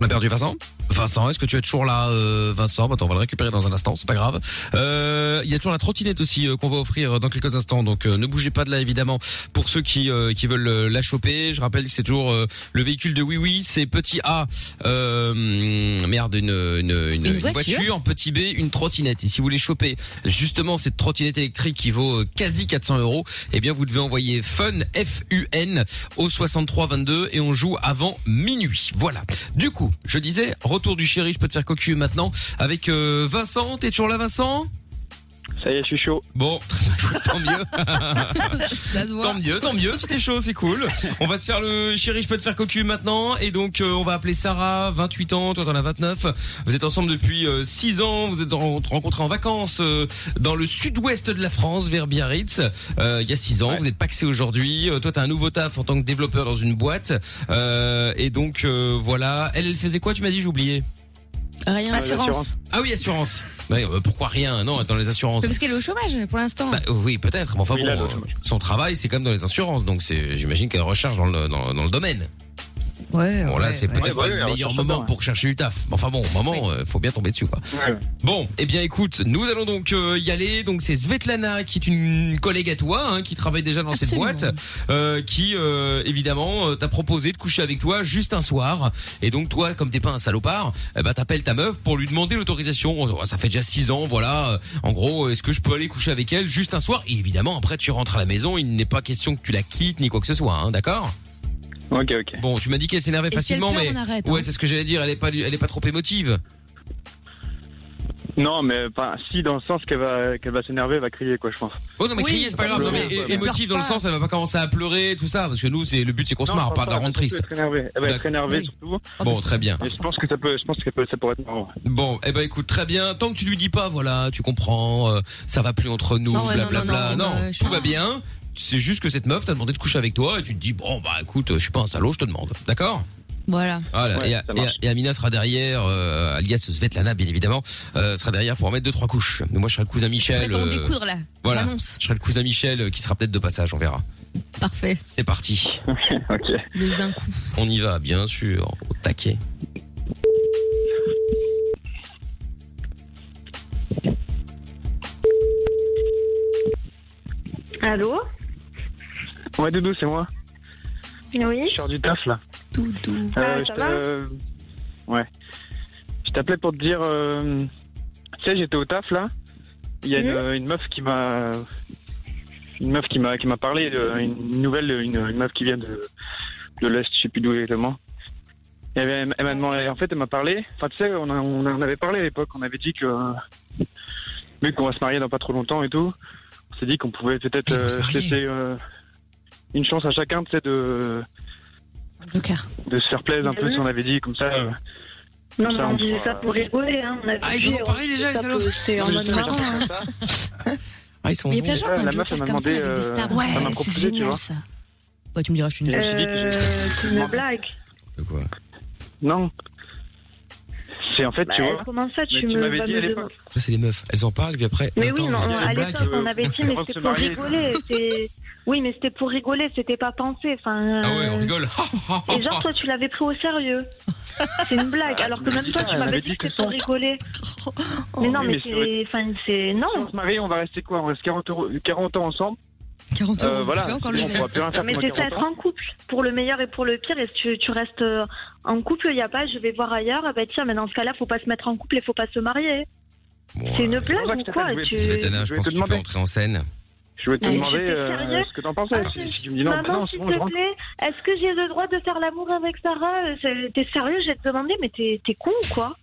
Speaker 2: On a perdu Vincent Vincent, est-ce que tu es toujours là, euh, Vincent Attends, on va le récupérer dans un instant, c'est pas grave. Euh, Il y a toujours la trottinette aussi euh, qu'on va offrir dans quelques instants, donc euh, ne bougez pas de là évidemment. Pour ceux qui euh, qui veulent euh, la choper, je rappelle que c'est toujours euh, le véhicule de oui oui, c'est petit A, euh, merde une une, une,
Speaker 1: Une
Speaker 2: une
Speaker 1: voiture.
Speaker 2: voiture, petit B, une trottinette. Et si vous voulez choper justement cette trottinette électrique qui vaut euh, quasi 400 euros, eh bien vous devez envoyer fun F U N au 63 22 et on joue avant minuit. Voilà. Du coup, je disais retour du chéri, je peux te faire cocu maintenant avec euh, Vincent. T'es toujours là, Vincent
Speaker 13: Ça y est, je suis chaud.
Speaker 2: Bon, (laughs) tant mieux. Tant mieux, tant mieux, si t'es chaud, c'est cool. On va se faire le chéri, je peux te faire cocu maintenant. Et donc, euh, on va appeler Sarah, 28 ans, toi t'en as 29. Vous êtes ensemble depuis 6 ans, vous êtes en- rencontrés en vacances euh, dans le sud-ouest de la France, vers Biarritz, euh, il y a 6 ans. Vous êtes paxé aujourd'hui. Euh, toi t'as un nouveau taf en tant que développeur dans une boîte. Euh, et donc, euh, voilà. Elle, elle faisait quoi Tu m'as dit, j'ai oublié.
Speaker 3: Rien.
Speaker 2: Ah oui, assurance. Ouais, euh, pourquoi rien Non, dans les assurances.
Speaker 3: C'est parce qu'elle est au chômage pour l'instant.
Speaker 2: Bah, oui, peut-être. Mais enfin bon, euh, son travail, c'est quand même dans les assurances, donc c'est, j'imagine qu'elle recherche dans le, dans, dans le domaine.
Speaker 3: ouais.
Speaker 2: Bon là, c'est peut-être
Speaker 1: ouais,
Speaker 2: pas
Speaker 1: ouais,
Speaker 2: le
Speaker 1: ouais,
Speaker 2: meilleur
Speaker 1: recherche
Speaker 2: moment
Speaker 1: pas,
Speaker 2: pour chercher du taf. Enfin bon, au moment, euh, faut bien tomber dessus, quoi. Bon, eh bien écoute, nous allons donc euh, y aller. Donc c'est Svetlana qui est une collègue à toi, hein, qui travaille déjà dans cette boîte, euh, qui euh, évidemment euh, t'a proposé de coucher avec toi juste un soir. Et donc toi, comme t'es pas un salopard, eh ben t'appelles ta meuf pour lui demander l'autorisation. Oh, Ça fait déjà six ans, voilà. Euh, En gros, est-ce que je peux aller coucher avec elle juste un soir Et évidemment, après tu rentres à la maison. Il n'est pas question que tu la quittes ni quoi que ce soit, hein, d'accord
Speaker 13: Ok, ok.
Speaker 2: Bon, tu m'as dit qu'elle s'énervait
Speaker 13: Et si elle
Speaker 2: facilement,
Speaker 13: pleure,
Speaker 2: mais
Speaker 13: on arrête,
Speaker 2: ouais,
Speaker 13: hein.
Speaker 2: c'est ce que j'allais dire. Elle est pas, elle est pas trop émotive.
Speaker 13: Non, mais enfin, si, dans le sens qu'elle va, qu'elle va s'énerver, elle va crier, quoi, je pense.
Speaker 2: Oh non mais crier c'est pas grave, non mais é- émotive dans le sens elle va pas commencer à pleurer tout ça parce que nous c'est le but c'est qu'on se
Speaker 13: Non,
Speaker 2: marre
Speaker 13: je pense
Speaker 2: pas de la
Speaker 13: pas,
Speaker 2: rendre
Speaker 13: elle peut
Speaker 2: triste.
Speaker 13: être énervée, elle va être
Speaker 2: D'accord.
Speaker 13: énervée,
Speaker 2: Oui. Ah,
Speaker 13: surtout.
Speaker 2: Bon très bien.
Speaker 13: Et je pense que ça peut, je pense que ça peut, ça pourrait être marrant.
Speaker 2: Bon eh ben écoute très bien tant que tu lui dis pas voilà tu comprends euh, ça va plus entre nous
Speaker 13: Non, ouais, non,
Speaker 2: blablabla non,
Speaker 13: non, non,
Speaker 2: tout va bien c'est juste que cette meuf t'a demandé de coucher avec toi et tu te dis bon bah écoute euh, je suis pas un salaud je te demande d'accord
Speaker 3: Voilà.
Speaker 2: Voilà,
Speaker 3: Ouais,
Speaker 2: et,
Speaker 3: ça marche.
Speaker 2: et- et Amina sera derrière, euh, alias Svetlana bien évidemment, euh, sera derrière pour en mettre deux trois couches. Mais moi je serai le cousin Michel.
Speaker 3: Attends, on
Speaker 2: euh,
Speaker 3: découvre là.
Speaker 2: Voilà,
Speaker 3: J'annonce.
Speaker 2: je serai le cousin Michel euh, qui sera peut-être de passage, on verra.
Speaker 3: Parfait.
Speaker 2: C'est
Speaker 13: (laughs)
Speaker 2: parti.
Speaker 3: Le zincou.
Speaker 2: On y va, bien sûr, au taquet.
Speaker 10: Allô
Speaker 13: Ouais, Doudou, c'est moi.
Speaker 10: Oui
Speaker 13: Je sors du taf, là.
Speaker 10: Doudou.
Speaker 13: Euh,
Speaker 10: Ah,
Speaker 13: je
Speaker 10: ça
Speaker 13: t'a-
Speaker 10: va
Speaker 13: euh, Ouais. Je t'appelais pour te dire. euh, Tu sais, j'étais au taf là. Il y a une, une meuf qui m'a. Une meuf qui m'a qui m'a parlé, euh, une nouvelle, une, une meuf qui vient de, de l'Est, je sais plus d'où exactement. eh, Et elle, elle m'a demandé, en fait, elle m'a parlé. Enfin, tu sais, on, a- on en avait parlé à l'époque, on avait dit que. euh, Vu qu'on va se marier dans pas trop longtemps et tout, on s'est dit qu'on pouvait peut-être
Speaker 10: Ils vont se
Speaker 13: euh,
Speaker 10: marier.
Speaker 13: laisser euh, une chance à chacun, tu sais, de de se faire plaisir un peu si on avait dit comme ça. euh,
Speaker 10: Ah
Speaker 13: comme
Speaker 10: Non, mais
Speaker 13: ça, euh,
Speaker 10: on disait
Speaker 13: pourra-
Speaker 10: ça pour rigoler. Hein. On avait
Speaker 13: Ah, ils
Speaker 10: dit,
Speaker 13: en ont parlé
Speaker 10: on
Speaker 13: déjà,
Speaker 10: disait
Speaker 13: les
Speaker 10: ça
Speaker 13: salauds.
Speaker 10: pour- C'était en
Speaker 13: Non,
Speaker 10: mode
Speaker 13: mais
Speaker 10: marrant. hein.
Speaker 2: Ah, ils sont
Speaker 3: Mais il y a plein de gens qui ont
Speaker 13: Euh, La
Speaker 3: dû
Speaker 13: meuf, elle
Speaker 3: faire
Speaker 13: m'a
Speaker 3: comme ça
Speaker 13: demandé,
Speaker 3: avec des stars.
Speaker 13: euh, elle m'a proposé, tu vois.
Speaker 3: Bah, tu me diras, je suis une
Speaker 13: Et je me
Speaker 3: star.
Speaker 13: suis dit que
Speaker 10: Euh, c'est une blague.
Speaker 13: Non. C'est en fait, tu
Speaker 10: Bah,
Speaker 13: vois.
Speaker 10: comment ça, tu
Speaker 13: mais
Speaker 10: me-
Speaker 13: m'avais
Speaker 10: vas
Speaker 13: dit
Speaker 10: me
Speaker 13: à l'époque.
Speaker 2: Ça, c'est les meufs, elles en parlent, puis après.
Speaker 10: Mais
Speaker 2: attends,
Speaker 10: oui, mais on-
Speaker 2: c'est
Speaker 10: à
Speaker 2: une blague.
Speaker 10: l'époque, on avait dit, mais
Speaker 13: avant de
Speaker 10: c'était
Speaker 13: se
Speaker 10: pour
Speaker 13: marier.
Speaker 10: rigoler. c'est- Oui, mais c'était pour rigoler, c'était pas pensé. Enfin, euh,
Speaker 2: Ah ouais, on rigole.
Speaker 10: Et genre, toi, tu l'avais pris au sérieux. C'est une blague, alors que même toi,
Speaker 13: Ah,
Speaker 10: tu
Speaker 13: elle
Speaker 10: m'avais
Speaker 13: m'avait
Speaker 10: dit
Speaker 13: dit
Speaker 10: que
Speaker 13: que
Speaker 10: c'était pour
Speaker 13: ça.
Speaker 10: rigoler. Mais non,
Speaker 13: Oui,
Speaker 10: mais
Speaker 13: mais
Speaker 10: c'est. Enfin, c'est.
Speaker 13: Si
Speaker 10: Non.
Speaker 13: on se marie, on va rester quoi On reste 40, euros- 40 ans ensemble.
Speaker 3: 40
Speaker 13: Euh, voilà, on pourra plus rien faire
Speaker 10: Mais
Speaker 13: pendant
Speaker 10: c'est ça,
Speaker 13: 40
Speaker 10: être
Speaker 13: ans.
Speaker 10: en couple, pour le meilleur et pour le pire. Et si tu, tu restes euh, en couple, il n'y a pas, je vais voir ailleurs. Ah bah tiens, mais dans ce cas-là, faut pas se mettre en couple et faut pas se marier. c'est une blague ou quoi Ah, tu...
Speaker 2: Svetlana, je pense que tu peux entrer en scène.
Speaker 13: Je vais
Speaker 10: te Mais demander, j'étais euh, sérieuse.
Speaker 13: ce que t'en pensais.
Speaker 10: Si
Speaker 13: tu me dis non, bah
Speaker 10: Maman,
Speaker 13: non,
Speaker 10: s'il
Speaker 13: c'est bon, je
Speaker 10: te
Speaker 13: rentre.
Speaker 10: plaît, est-ce que j'ai le droit de faire l'amour avec Sarah Euh, c'est- T'es sérieux J'ai te demandé, mais t'es t'es con ou
Speaker 13: (laughs)
Speaker 10: quoi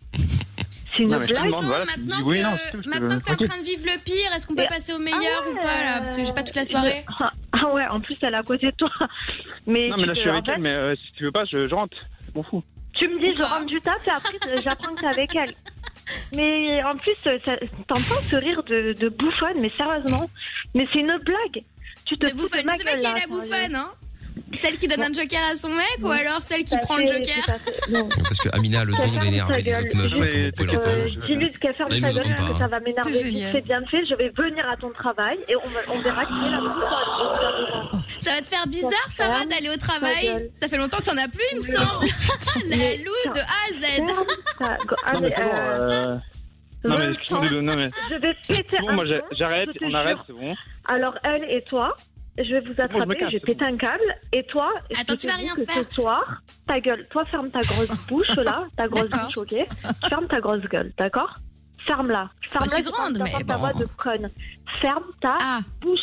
Speaker 10: C'est une
Speaker 13: Non, mais je te
Speaker 10: blague.
Speaker 13: demande, voilà, tu me dis
Speaker 3: Maintenant
Speaker 13: oui,
Speaker 3: que,
Speaker 13: non, c'est tout, je te-
Speaker 3: maintenant que t'es en
Speaker 13: tranquille.
Speaker 3: train de vivre le pire, est-ce qu'on peut passer au meilleur ou pas là Parce que j'ai pas toute la soirée.
Speaker 10: Ah, (laughs) ah ouais, en plus elle est à côté de toi. (laughs) Mais,
Speaker 13: Non,
Speaker 10: tu
Speaker 13: mais là, je
Speaker 10: te-
Speaker 13: suis
Speaker 10: en
Speaker 13: avec
Speaker 10: fait,
Speaker 13: elle, mais euh, si tu veux pas, je, je rentre. Je m'en fous.
Speaker 10: Tu me dis je rentre du taf et après euh, j'apprends que t'es avec elle. Mais en plus, euh, ça- t'entends ce rire de, de bouffonne, mais sérieusement, mais c'est une blague. Tu te fous de ma
Speaker 3: C'est pas
Speaker 10: gueule,
Speaker 3: qui est
Speaker 10: là,
Speaker 3: la
Speaker 10: sérieux.
Speaker 3: bouffonne, hein Celle qui donne un joker à son mec ou alors celle qui prend le joker
Speaker 2: Bah,
Speaker 8: Parce que Amina a le don d'énerver les autres meufs, là, comme vous pouvez
Speaker 10: Euh,
Speaker 8: l'entendre.
Speaker 10: Dis-lui de qu'à faire
Speaker 8: Là, il
Speaker 10: ta
Speaker 8: nous entend
Speaker 10: gueule,
Speaker 8: pas, hein.
Speaker 10: ça va m'énerver. Si c'est bien fait, je vais venir à ton travail et on, va- on verra qui est la bonne
Speaker 3: Ça va te faire bizarre, ça va, d'aller au travail Ça fait longtemps que t'en as plus, il me semble.
Speaker 10: (laughs)
Speaker 3: Ah, La loose de A à
Speaker 13: Non,
Speaker 3: Z.
Speaker 13: mais c'est bon, euh, Non,
Speaker 10: (laughs)
Speaker 13: mais excusez le non, mais.
Speaker 10: Je vais péter
Speaker 13: Bon,
Speaker 10: Ah, un
Speaker 13: moi, j'a-
Speaker 10: câble,
Speaker 13: j'arrête,
Speaker 10: je te
Speaker 13: on arrête,
Speaker 10: jure.
Speaker 13: c'est bon.
Speaker 10: Alors, elle et toi, je vais vous
Speaker 13: Moi, je me
Speaker 10: attraper,
Speaker 13: casse,
Speaker 10: je vais
Speaker 13: c'est
Speaker 10: péter un câble. Et toi, je
Speaker 3: Attends,
Speaker 10: te
Speaker 3: tu vas
Speaker 10: dis
Speaker 3: rien
Speaker 10: que
Speaker 3: faire.
Speaker 10: Ce soir, ta gueule, toi, ferme ta grosse
Speaker 13: (laughs)
Speaker 10: bouche là, ta grosse bouche, ok Ferme ta grosse gueule, d'accord Ferme-la. Ferme-la.
Speaker 3: je suis
Speaker 10: tu
Speaker 3: grande,
Speaker 10: parles
Speaker 3: mais
Speaker 10: pas ta
Speaker 3: bon.
Speaker 10: voix de conne. Ferme ta bouche,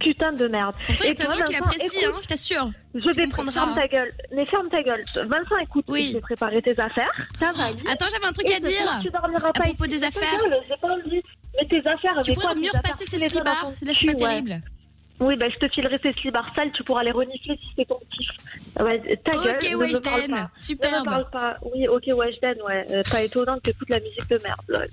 Speaker 10: putain de merde.
Speaker 3: Pourtant, il y a
Speaker 10: Et
Speaker 3: plein de
Speaker 10: toi,
Speaker 3: gens qui
Speaker 10: Vincent,
Speaker 3: l'apprécient,
Speaker 10: écoute,
Speaker 3: hein, je t'assure.
Speaker 10: Je
Speaker 3: Tu
Speaker 10: vais
Speaker 3: comprendras.
Speaker 10: Ferme ta gueule. Mais ferme ta gueule. Vincent, écoute, je vais préparer tes affaires. Ta valise.
Speaker 3: Attends, j'avais un truc
Speaker 10: Et
Speaker 3: à
Speaker 10: ce
Speaker 3: dire
Speaker 10: soir, Tu dormiras
Speaker 3: à
Speaker 10: pas
Speaker 3: propos
Speaker 10: ici.
Speaker 3: des
Speaker 10: Ta
Speaker 3: affaires.
Speaker 10: gueule, J'ai pas envie. Mais tes affaires,
Speaker 3: Tu
Speaker 10: mais
Speaker 3: pourrais
Speaker 10: quoi,
Speaker 3: mieux
Speaker 10: tes affaires,
Speaker 3: repasser ces
Speaker 10: tous les gens dans
Speaker 3: slibards,
Speaker 10: ton
Speaker 3: c'est là, c'est
Speaker 10: cul,
Speaker 3: pas
Speaker 10: ouais.
Speaker 3: terrible.
Speaker 10: Oui, bah, je te filerai tes slibards sales, tu pourras les renifler si c'est ton kiff. Ah ouais, ta
Speaker 3: Ok,
Speaker 10: gueule, ne me
Speaker 3: Weshden,
Speaker 10: parle pas. Ne
Speaker 3: superbe.
Speaker 10: me parle pas. Oui, ok, Weshden, ouais. Euh, pas étonnant que t'écoutes la musique de merde. lol.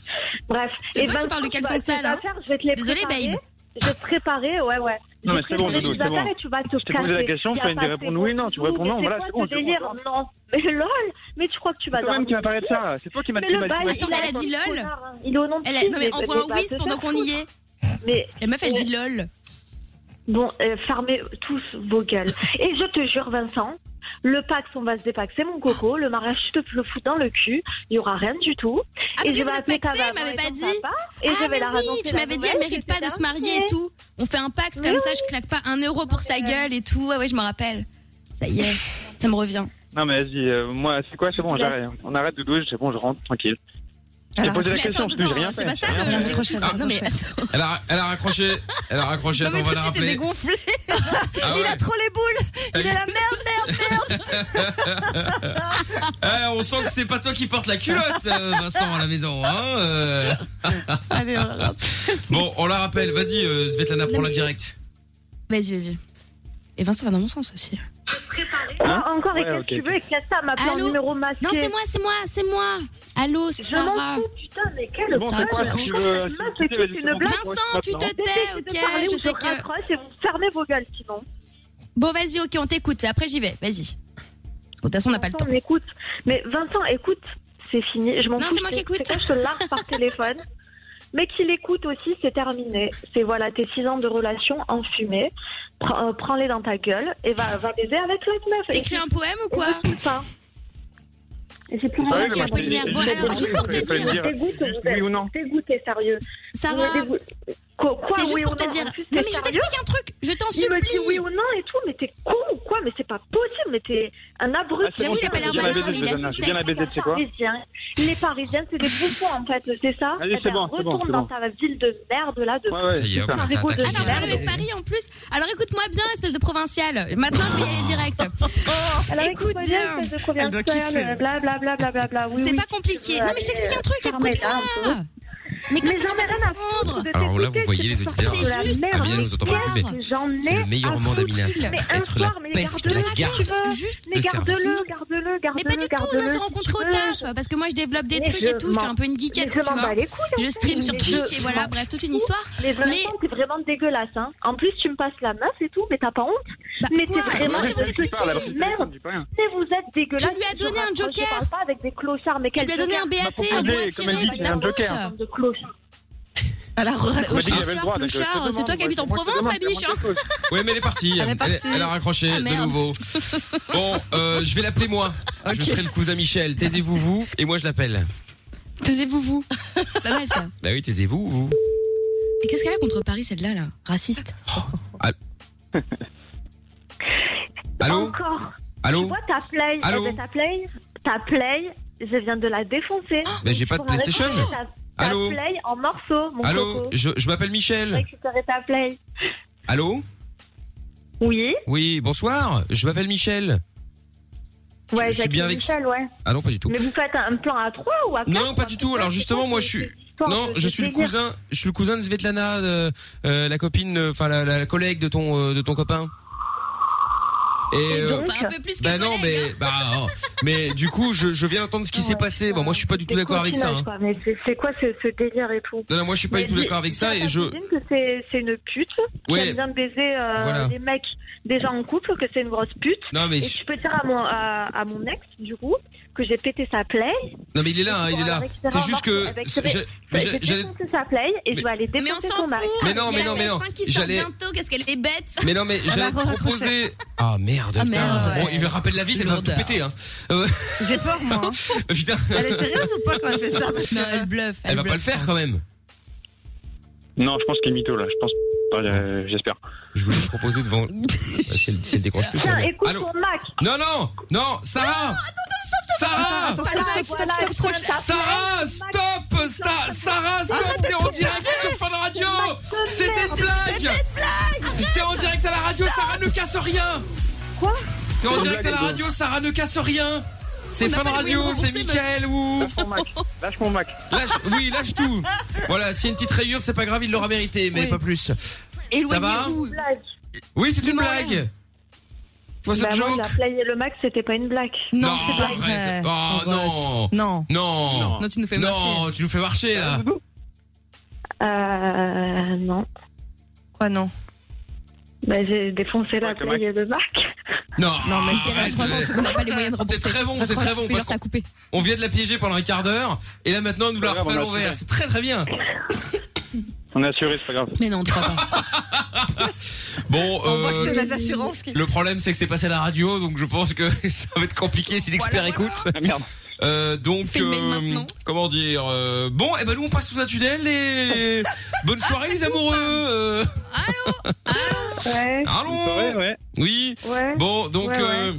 Speaker 10: Bref.
Speaker 3: C'est
Speaker 10: Et
Speaker 3: toi qui
Speaker 10: Vincent,
Speaker 3: parles de caleçon
Speaker 10: bah, tes
Speaker 3: sale, hein.
Speaker 10: affaires, Je vais te les
Speaker 3: Désolée,
Speaker 10: préparer.
Speaker 3: babe.
Speaker 10: Je vais te préparer, ouais, ouais.
Speaker 13: Non, mais c'est bon,
Speaker 10: Préparer
Speaker 13: Dodo,
Speaker 10: tes
Speaker 13: c'est bon.
Speaker 10: affaires et tu vas te
Speaker 13: Je t'ai posé la
Speaker 10: casser.
Speaker 13: question,
Speaker 10: Y a
Speaker 13: fallait
Speaker 10: pas
Speaker 13: me
Speaker 10: de
Speaker 13: répondre oui, non, tu me réponds non,
Speaker 10: mais
Speaker 13: voilà,
Speaker 10: quoi
Speaker 13: c'est bon,
Speaker 10: ce
Speaker 13: c'est bon,
Speaker 10: délire Non, mais lol, mais tu crois que tu vas
Speaker 13: C'est toi-même
Speaker 10: dormir
Speaker 13: qui m'as parlé de
Speaker 10: ici
Speaker 13: ça, c'est toi qui m'as
Speaker 10: Mais
Speaker 13: dit,
Speaker 10: Bah,
Speaker 13: m'as
Speaker 10: le
Speaker 13: dit,
Speaker 10: bal,
Speaker 13: m'as dit.
Speaker 3: Attends, elle a dit lol.
Speaker 10: hein. Il est au nom de
Speaker 3: Elle
Speaker 10: qui,
Speaker 3: a- non,
Speaker 10: mais-
Speaker 3: mais envoie
Speaker 10: mais
Speaker 3: un
Speaker 10: va
Speaker 3: whiz
Speaker 10: te
Speaker 3: pendant
Speaker 10: faire
Speaker 3: qu'on y est.
Speaker 10: Mais
Speaker 3: La meuf, elle
Speaker 10: Ouais.
Speaker 3: dit lol. Ah,
Speaker 10: Bon, euh, fermez tous vos gueules. Et je te jure, Vincent, le Pax, on va se dépaxer, mon coco. Le mariage, je te le fous dans le cul. Il y aura rien du tout.
Speaker 3: Ah,
Speaker 10: et
Speaker 3: parce
Speaker 10: je
Speaker 3: que vous
Speaker 10: vais
Speaker 3: êtes
Speaker 10: appeler ta
Speaker 3: paxé, elle
Speaker 10: maman
Speaker 3: m'avait
Speaker 10: et
Speaker 3: pas
Speaker 10: ton
Speaker 3: dit.
Speaker 10: papa, Et
Speaker 3: ah,
Speaker 10: je vais
Speaker 3: mais
Speaker 10: la
Speaker 3: oui,
Speaker 10: raconter
Speaker 3: tu
Speaker 10: la
Speaker 3: m'avais dit, elle
Speaker 10: nouvelle,
Speaker 3: mérite pas de
Speaker 10: etc.
Speaker 3: se marier et tout. On fait un pacte
Speaker 10: Mais
Speaker 3: comme ça, je claque pas un euro pour sa gueule et tout. Ouais, ouais, je m'en rappelle. Ça y est, ça me revient.
Speaker 13: Non, mais vas-y, euh, moi, c'est quoi, c'est bon, j'arrête. On arrête de douche, c'est bon, je rentre, tranquille. J'ai posé la
Speaker 3: Mais
Speaker 13: question,
Speaker 3: attends,
Speaker 13: je te dis, j'ai rien
Speaker 3: attends, c'est
Speaker 13: fait.
Speaker 3: pas ça
Speaker 13: j'ai rien
Speaker 3: le-
Speaker 13: fait.
Speaker 3: l'objectif.
Speaker 2: Ah,
Speaker 3: Non, mais attends.
Speaker 2: Elle a, elle a raccroché, elle a raccroché, attends, on va la
Speaker 5: T'es
Speaker 2: rappeler.
Speaker 5: dégonflé.
Speaker 2: Ah
Speaker 5: (laughs) Il a
Speaker 2: ouais.
Speaker 5: trop les boules. Il est la merde, merde, merde.
Speaker 2: Eh, on sent que c'est pas toi qui porte la culotte, euh, Vincent, à la maison. Hein euh.
Speaker 5: Allez, on
Speaker 2: bon, on la rappelle. Vas-y, euh, Svetlana, prends la direct.
Speaker 3: Vas-y, vas-y. Et Vincent va dans mon sens aussi.
Speaker 10: Ah, Encore, et
Speaker 2: Ouais,
Speaker 10: qu'est-ce
Speaker 2: ok,
Speaker 10: que tu veux Et qu'est-ce que ça m'appelle en
Speaker 3: Allô
Speaker 10: numéro masqué
Speaker 3: Non, c'est moi, c'est moi, c'est moi. Allô, c'est
Speaker 10: Je m'en
Speaker 3: Sarah.
Speaker 10: fous, putain, mais quelle
Speaker 3: Bon, c'est
Speaker 10: blague.
Speaker 3: quoi,
Speaker 10: Encore,
Speaker 3: tu
Speaker 10: cette
Speaker 3: veux, euh,
Speaker 10: meuf,
Speaker 3: si tu
Speaker 10: écoute,
Speaker 3: veux, c'est
Speaker 10: une
Speaker 3: bon.
Speaker 10: blague.
Speaker 3: Vincent, tu te
Speaker 10: Maintenant.
Speaker 3: tais,
Speaker 10: Dès que
Speaker 3: ok,
Speaker 10: parler
Speaker 3: je
Speaker 10: ou
Speaker 3: sais que-
Speaker 10: raccroche et vous fermez vos gueules, sinon.
Speaker 3: Bon, vas-y, ok, on t'écoute. Après, j'y vais, vas-y. Parce que de toute façon, on n'a pas le temps.
Speaker 10: Vincent, écoute. Mais Vincent, écoute, c'est fini. Je m'en
Speaker 3: Non,
Speaker 10: fous.
Speaker 3: c'est moi qui écoute.
Speaker 10: C'est quoi, je te
Speaker 3: (laughs)
Speaker 10: largue par téléphone. Mais qu'il écoute aussi, c'est terminé. C'est voilà, tes 6 ans de relation en fumée. Prends- euh, Prends-les dans ta gueule et va, va baiser avec l'autre meuf.
Speaker 3: T'écris un poème ou quoi
Speaker 10: Écoute pas. J'ai plus
Speaker 13: Ah
Speaker 3: Ok, Apollinaire. Bon, alors, juste pour te dire.
Speaker 10: oui ou non Dégoûté, sérieux.
Speaker 3: Sarah,
Speaker 10: Vous êtes dégoûté. Quoi, quoi,
Speaker 3: c'est juste
Speaker 10: oui
Speaker 3: pour
Speaker 10: ou
Speaker 3: te
Speaker 10: non En
Speaker 3: dire-
Speaker 10: plus,
Speaker 3: Non,
Speaker 10: t'es
Speaker 3: mais je
Speaker 10: sérieux
Speaker 3: t'explique un truc, je t'en
Speaker 10: Il me dit
Speaker 3: supplie.
Speaker 10: oui ou non et tout, mais t'es con ou quoi Mais c'est pas possible, mais t'es un abruti.
Speaker 13: Ah, c'est bon, c'est bon, j'ai bien la baiser de Zana, j'ai bien la baiser de c'est quoi
Speaker 10: Parisiens. Les Parisiens, c'est des bouffons en fait, c'est ça
Speaker 13: Allez,
Speaker 10: Eh
Speaker 13: c'est
Speaker 10: ben,
Speaker 13: bon, c'est bon,
Speaker 10: Retourne
Speaker 13: c'est
Speaker 10: dans
Speaker 13: bon.
Speaker 10: ta ville de merde là, de
Speaker 13: Ouais, ouais, Ça y est, on commence à
Speaker 3: Ah,
Speaker 10: Haribo de
Speaker 13: attaquer.
Speaker 10: merde.
Speaker 3: Parle avec Paris en plus. Alors écoute-moi bien, espèce de provinciale. Maintenant, je vais y aller
Speaker 10: (laughs)
Speaker 3: direct.
Speaker 10: Alors,
Speaker 3: écoute bien.
Speaker 10: Elle doit kiffer. euh, Bla bla bla bla bla bla. oui,
Speaker 3: C'est
Speaker 10: oui,
Speaker 3: pas
Speaker 10: tu
Speaker 3: compliqué.
Speaker 10: veux
Speaker 3: Non, mais je
Speaker 10: aller,
Speaker 3: t'explique un truc,
Speaker 10: euh, fermer là,
Speaker 3: écoute-moi.
Speaker 10: un peu.
Speaker 3: Mais comme
Speaker 10: Mais
Speaker 3: ça, tu
Speaker 10: j'en ai
Speaker 3: vas comprendre.
Speaker 8: Alors là, vous voyez les auditeurs.
Speaker 3: C'est juste
Speaker 2: Ah,
Speaker 8: Amina nous entend pas
Speaker 3: un
Speaker 8: plus,
Speaker 3: soir.
Speaker 8: mais
Speaker 10: J'en ai
Speaker 8: c'est le meilleur
Speaker 10: un
Speaker 8: moment d'Amina.
Speaker 10: tranquille.
Speaker 8: ça.
Speaker 10: Mais un
Speaker 8: Être la
Speaker 10: soir, mais
Speaker 8: peste, la
Speaker 10: garde-le,
Speaker 8: garce.
Speaker 10: Juste,
Speaker 8: de
Speaker 10: mais
Speaker 8: service.
Speaker 10: garde-le, garde-le, garde-le.
Speaker 3: Mais pas du tout, nous on s'est rencontrés au taf. Parce que moi je développe des
Speaker 10: Mais
Speaker 3: trucs
Speaker 10: je
Speaker 3: et tout, je suis
Speaker 10: m'en-
Speaker 3: un peu une geekette,
Speaker 10: mais
Speaker 3: tu
Speaker 10: je m'en
Speaker 3: vois.
Speaker 10: bats les couilles, en
Speaker 3: Je stream
Speaker 10: fait,
Speaker 3: sur
Speaker 10: mais
Speaker 3: Twitch
Speaker 10: je-
Speaker 3: et voilà,
Speaker 10: je
Speaker 3: bref, toute une
Speaker 10: m'en fous.
Speaker 3: histoire.
Speaker 10: Mais Vincent, t'es vraiment dégueulasse. Hein. En plus, tu me passes la meuf et tout, mais t'as pas honte. mais
Speaker 3: Bah, quoi
Speaker 10: t'es vraiment
Speaker 3: Non, c'est pour t'expliquer.
Speaker 10: Merde, mais vous êtes dégueulasse.
Speaker 3: Tu lui as
Speaker 10: Je
Speaker 3: donné un
Speaker 10: raccroche,
Speaker 3: joker.
Speaker 10: Je parle pas avec des clochards, mais
Speaker 3: Tu
Speaker 10: quel Bah,
Speaker 3: lui as donné un BAT, un
Speaker 10: proposé,
Speaker 3: bon à
Speaker 10: comme elle
Speaker 3: tirer,
Speaker 10: dit,
Speaker 3: c'est
Speaker 10: il
Speaker 3: ta
Speaker 10: a un
Speaker 3: faute.
Speaker 10: joker. De clochard. Elle a
Speaker 2: raccroché.
Speaker 3: Clochard,
Speaker 2: avait le droit, donc, euh, je te
Speaker 10: Ah, bah,
Speaker 3: clochard, Ah, C'est
Speaker 2: demande,
Speaker 3: toi qui
Speaker 2: moi,
Speaker 3: habites en
Speaker 2: je te
Speaker 3: Provence, ma biche, hein.
Speaker 2: Oui, mais elle est partie. Elle, elle a raccroché
Speaker 3: Ah,
Speaker 2: de
Speaker 3: merde.
Speaker 2: nouveau. Bon, euh, je vais l'appeler moi. Je serai le cousin Michel. Taisez-vous vous et moi je l'appelle.
Speaker 3: Taisez-vous, vous. Pas mal ça.
Speaker 2: Bah oui, taisez-vous vous.
Speaker 3: Et qu'est-ce qu'elle a contre Paris, celle-là, là Raciste.
Speaker 10: Oh.
Speaker 2: Allô
Speaker 10: Encore.
Speaker 2: Allô
Speaker 10: Tu vois ta play.
Speaker 2: Allô
Speaker 10: eh ben, ta play. Ta play. Je viens de la défoncer.
Speaker 2: Ah, Mais j'ai pas de
Speaker 10: Tu pourras
Speaker 2: PlayStation.
Speaker 10: récupérer Ta, ta
Speaker 2: Allô
Speaker 10: play en morceaux, mon
Speaker 2: Allô,
Speaker 10: coco.
Speaker 2: je, je m'appelle Michel.
Speaker 10: Récupérer ta play.
Speaker 2: Allô
Speaker 10: Oui.
Speaker 2: Oui, bonsoir. Je m'appelle Michel.
Speaker 10: Ouais,
Speaker 2: je suis bien
Speaker 10: Jacques
Speaker 2: vexé.
Speaker 10: Michel, ouais.
Speaker 2: Ah non, pas du tout.
Speaker 10: Mais vous faites un un plan à trois ou à
Speaker 2: Non,
Speaker 10: quatre,
Speaker 2: non, pas
Speaker 10: quoi
Speaker 2: du tout. Alors justement, moi, je suis.
Speaker 10: histoire
Speaker 2: Non,
Speaker 10: de-
Speaker 2: je
Speaker 10: de
Speaker 2: suis le
Speaker 10: délire.
Speaker 2: cousin. Je suis le cousin de Svetlana, euh, euh, la copine, euh, enfin la, la- la collègue de ton euh, de ton copain. Et euh,
Speaker 3: donc Enfin, un peu plus hein. que
Speaker 2: bah non, mais bah non. mais du coup, je, je viens d'entendre ce qui s'est passé. Bon, moi, je suis pas du tout
Speaker 10: Des
Speaker 2: d'accord avec ça.
Speaker 10: coquinages,
Speaker 2: hein.
Speaker 10: quoi. Mais c'est- c'est quoi ce, ce délire et tout
Speaker 2: Non, non, moi, je suis pas
Speaker 10: Mais
Speaker 2: du tout
Speaker 10: j'ai-
Speaker 2: d'accord avec
Speaker 10: j'ai
Speaker 2: ça
Speaker 10: pas
Speaker 2: et je-
Speaker 10: l'impression que c'est c'est une pute
Speaker 2: Ouais.
Speaker 10: qui aime bien baiser euh,
Speaker 2: Voilà.
Speaker 10: les mecs. déjà en couple, que c'est une grosse pute.
Speaker 2: Non, mais
Speaker 10: et
Speaker 2: je-
Speaker 10: je peux dire à mon, à, à mon ex, du coup, que j'ai pété sa plaie.
Speaker 2: Non mais il est là, hein, il est là.
Speaker 10: Avec-
Speaker 2: C'est juste que
Speaker 10: avec- Bah,
Speaker 2: je- je-
Speaker 10: J'ai
Speaker 2: j'allais
Speaker 10: défoncé sa plaie et je vais aller
Speaker 3: Mais on
Speaker 10: défoncer
Speaker 3: s'en
Speaker 10: son
Speaker 3: fout.
Speaker 10: mari.
Speaker 2: Mais non, mais
Speaker 3: Il y a
Speaker 2: non, mais non.
Speaker 3: la F1 qui sort
Speaker 2: J'allais-
Speaker 3: bientôt, qu'est-ce qu'elle est bête.
Speaker 2: Mais non,
Speaker 3: (laughs)
Speaker 2: mais j'allais te proposer. Ah merde,
Speaker 3: Ah,
Speaker 2: putain.
Speaker 3: merde, ouais.
Speaker 2: Bon, il me rappelle la vie, elle va tout péter. Hein. Euh,
Speaker 5: J'ai peur,
Speaker 3: (laughs)
Speaker 5: moi. hein.
Speaker 2: (laughs) putain.
Speaker 5: Elle est sérieuse ou pas quand elle fait ça Parce que-
Speaker 3: Non, elle bluffe.
Speaker 2: Elle va pas le faire quand même.
Speaker 13: Non, je pense qu'il est mytho là. Je pense. euh, J'espère.
Speaker 2: Je voulais te proposer devant. C'est le c'est le décroche plus.
Speaker 10: Tiens,
Speaker 2: hein.
Speaker 10: écoute
Speaker 2: Allô.
Speaker 10: ton Mac.
Speaker 2: Non, non, non, Sarah. Sarah.
Speaker 5: Attends, stop, stop, stop, stop, stop.
Speaker 2: Sarah, Ah, stop, Sta- Sarah, stop,
Speaker 5: Arrête de
Speaker 2: t'es en
Speaker 5: tout
Speaker 2: direct
Speaker 5: parler.
Speaker 2: sur Fun Radio.
Speaker 5: Max de
Speaker 2: C'était une
Speaker 5: merde.
Speaker 2: blague. C'était en direct à la radio, Sarah ne casse rien.
Speaker 10: Quoi
Speaker 2: T'es en
Speaker 13: Une
Speaker 2: direct à
Speaker 13: blague,
Speaker 2: la
Speaker 13: elle
Speaker 2: radio, Sarah ne casse rien. C'est
Speaker 13: On
Speaker 2: Fun
Speaker 13: appelle
Speaker 2: Radio,
Speaker 13: Will
Speaker 2: c'est
Speaker 13: Robinson.
Speaker 2: Michael ou.
Speaker 13: Lâche mon Mac.
Speaker 2: Lâche, oui, lâche tout. Voilà, s'il y a une petite rayure, c'est pas grave, il l'aura mérité, mais pas plus. Ça va
Speaker 5: Éloignez-vous.
Speaker 10: Bah,
Speaker 2: Oui, c'est une
Speaker 10: Dis-moi
Speaker 2: blague. Tu vois
Speaker 10: Bah,
Speaker 2: cette
Speaker 10: moi,
Speaker 2: joke
Speaker 10: la plaie et le Mac, c'était pas une blague.
Speaker 5: Non, c'est pas
Speaker 2: arrête.
Speaker 5: vrai.
Speaker 2: Oh, non.
Speaker 5: Non.
Speaker 2: Non.
Speaker 3: Non, tu nous fais
Speaker 2: Non, tu nous fais marcher là.
Speaker 10: Euh, non.
Speaker 5: Quoi, non
Speaker 10: Bah, j'ai défoncé la plaie et le Mac.
Speaker 2: Non.
Speaker 10: Non, mais c'est
Speaker 2: arrête.
Speaker 3: On n'a pas les moyens de rembourser.
Speaker 2: Ah, C'est très bon, c'est très bon. Parce qu'on-
Speaker 3: coupé.
Speaker 2: on vient de la piéger pendant un quart d'heure et là maintenant on nous la
Speaker 5: Ah, bah,
Speaker 2: refait à l'envers. C'est très très bien.
Speaker 13: On est assuré, c'est pas grave.
Speaker 3: Mais non, tu crois
Speaker 5: (laughs)
Speaker 3: pas.
Speaker 2: Bon,
Speaker 5: On voit que
Speaker 2: euh,
Speaker 5: c'est les assurances qui.
Speaker 2: le problème c'est que c'est passé à la radio, donc je pense que (laughs) ça va être compliqué si l'expert écoute. Euh, donc,
Speaker 13: le mail
Speaker 2: euh,
Speaker 13: maintenant.
Speaker 2: comment dire euh, Bon, et ben nous on passe sous la tutelle
Speaker 5: (laughs)
Speaker 2: et bonne soirée les amoureux. euh. (laughs)
Speaker 10: Ouais.
Speaker 2: Allô Oui.
Speaker 10: Ouais.
Speaker 2: Bon, donc
Speaker 10: Ouais, ouais.
Speaker 2: euh,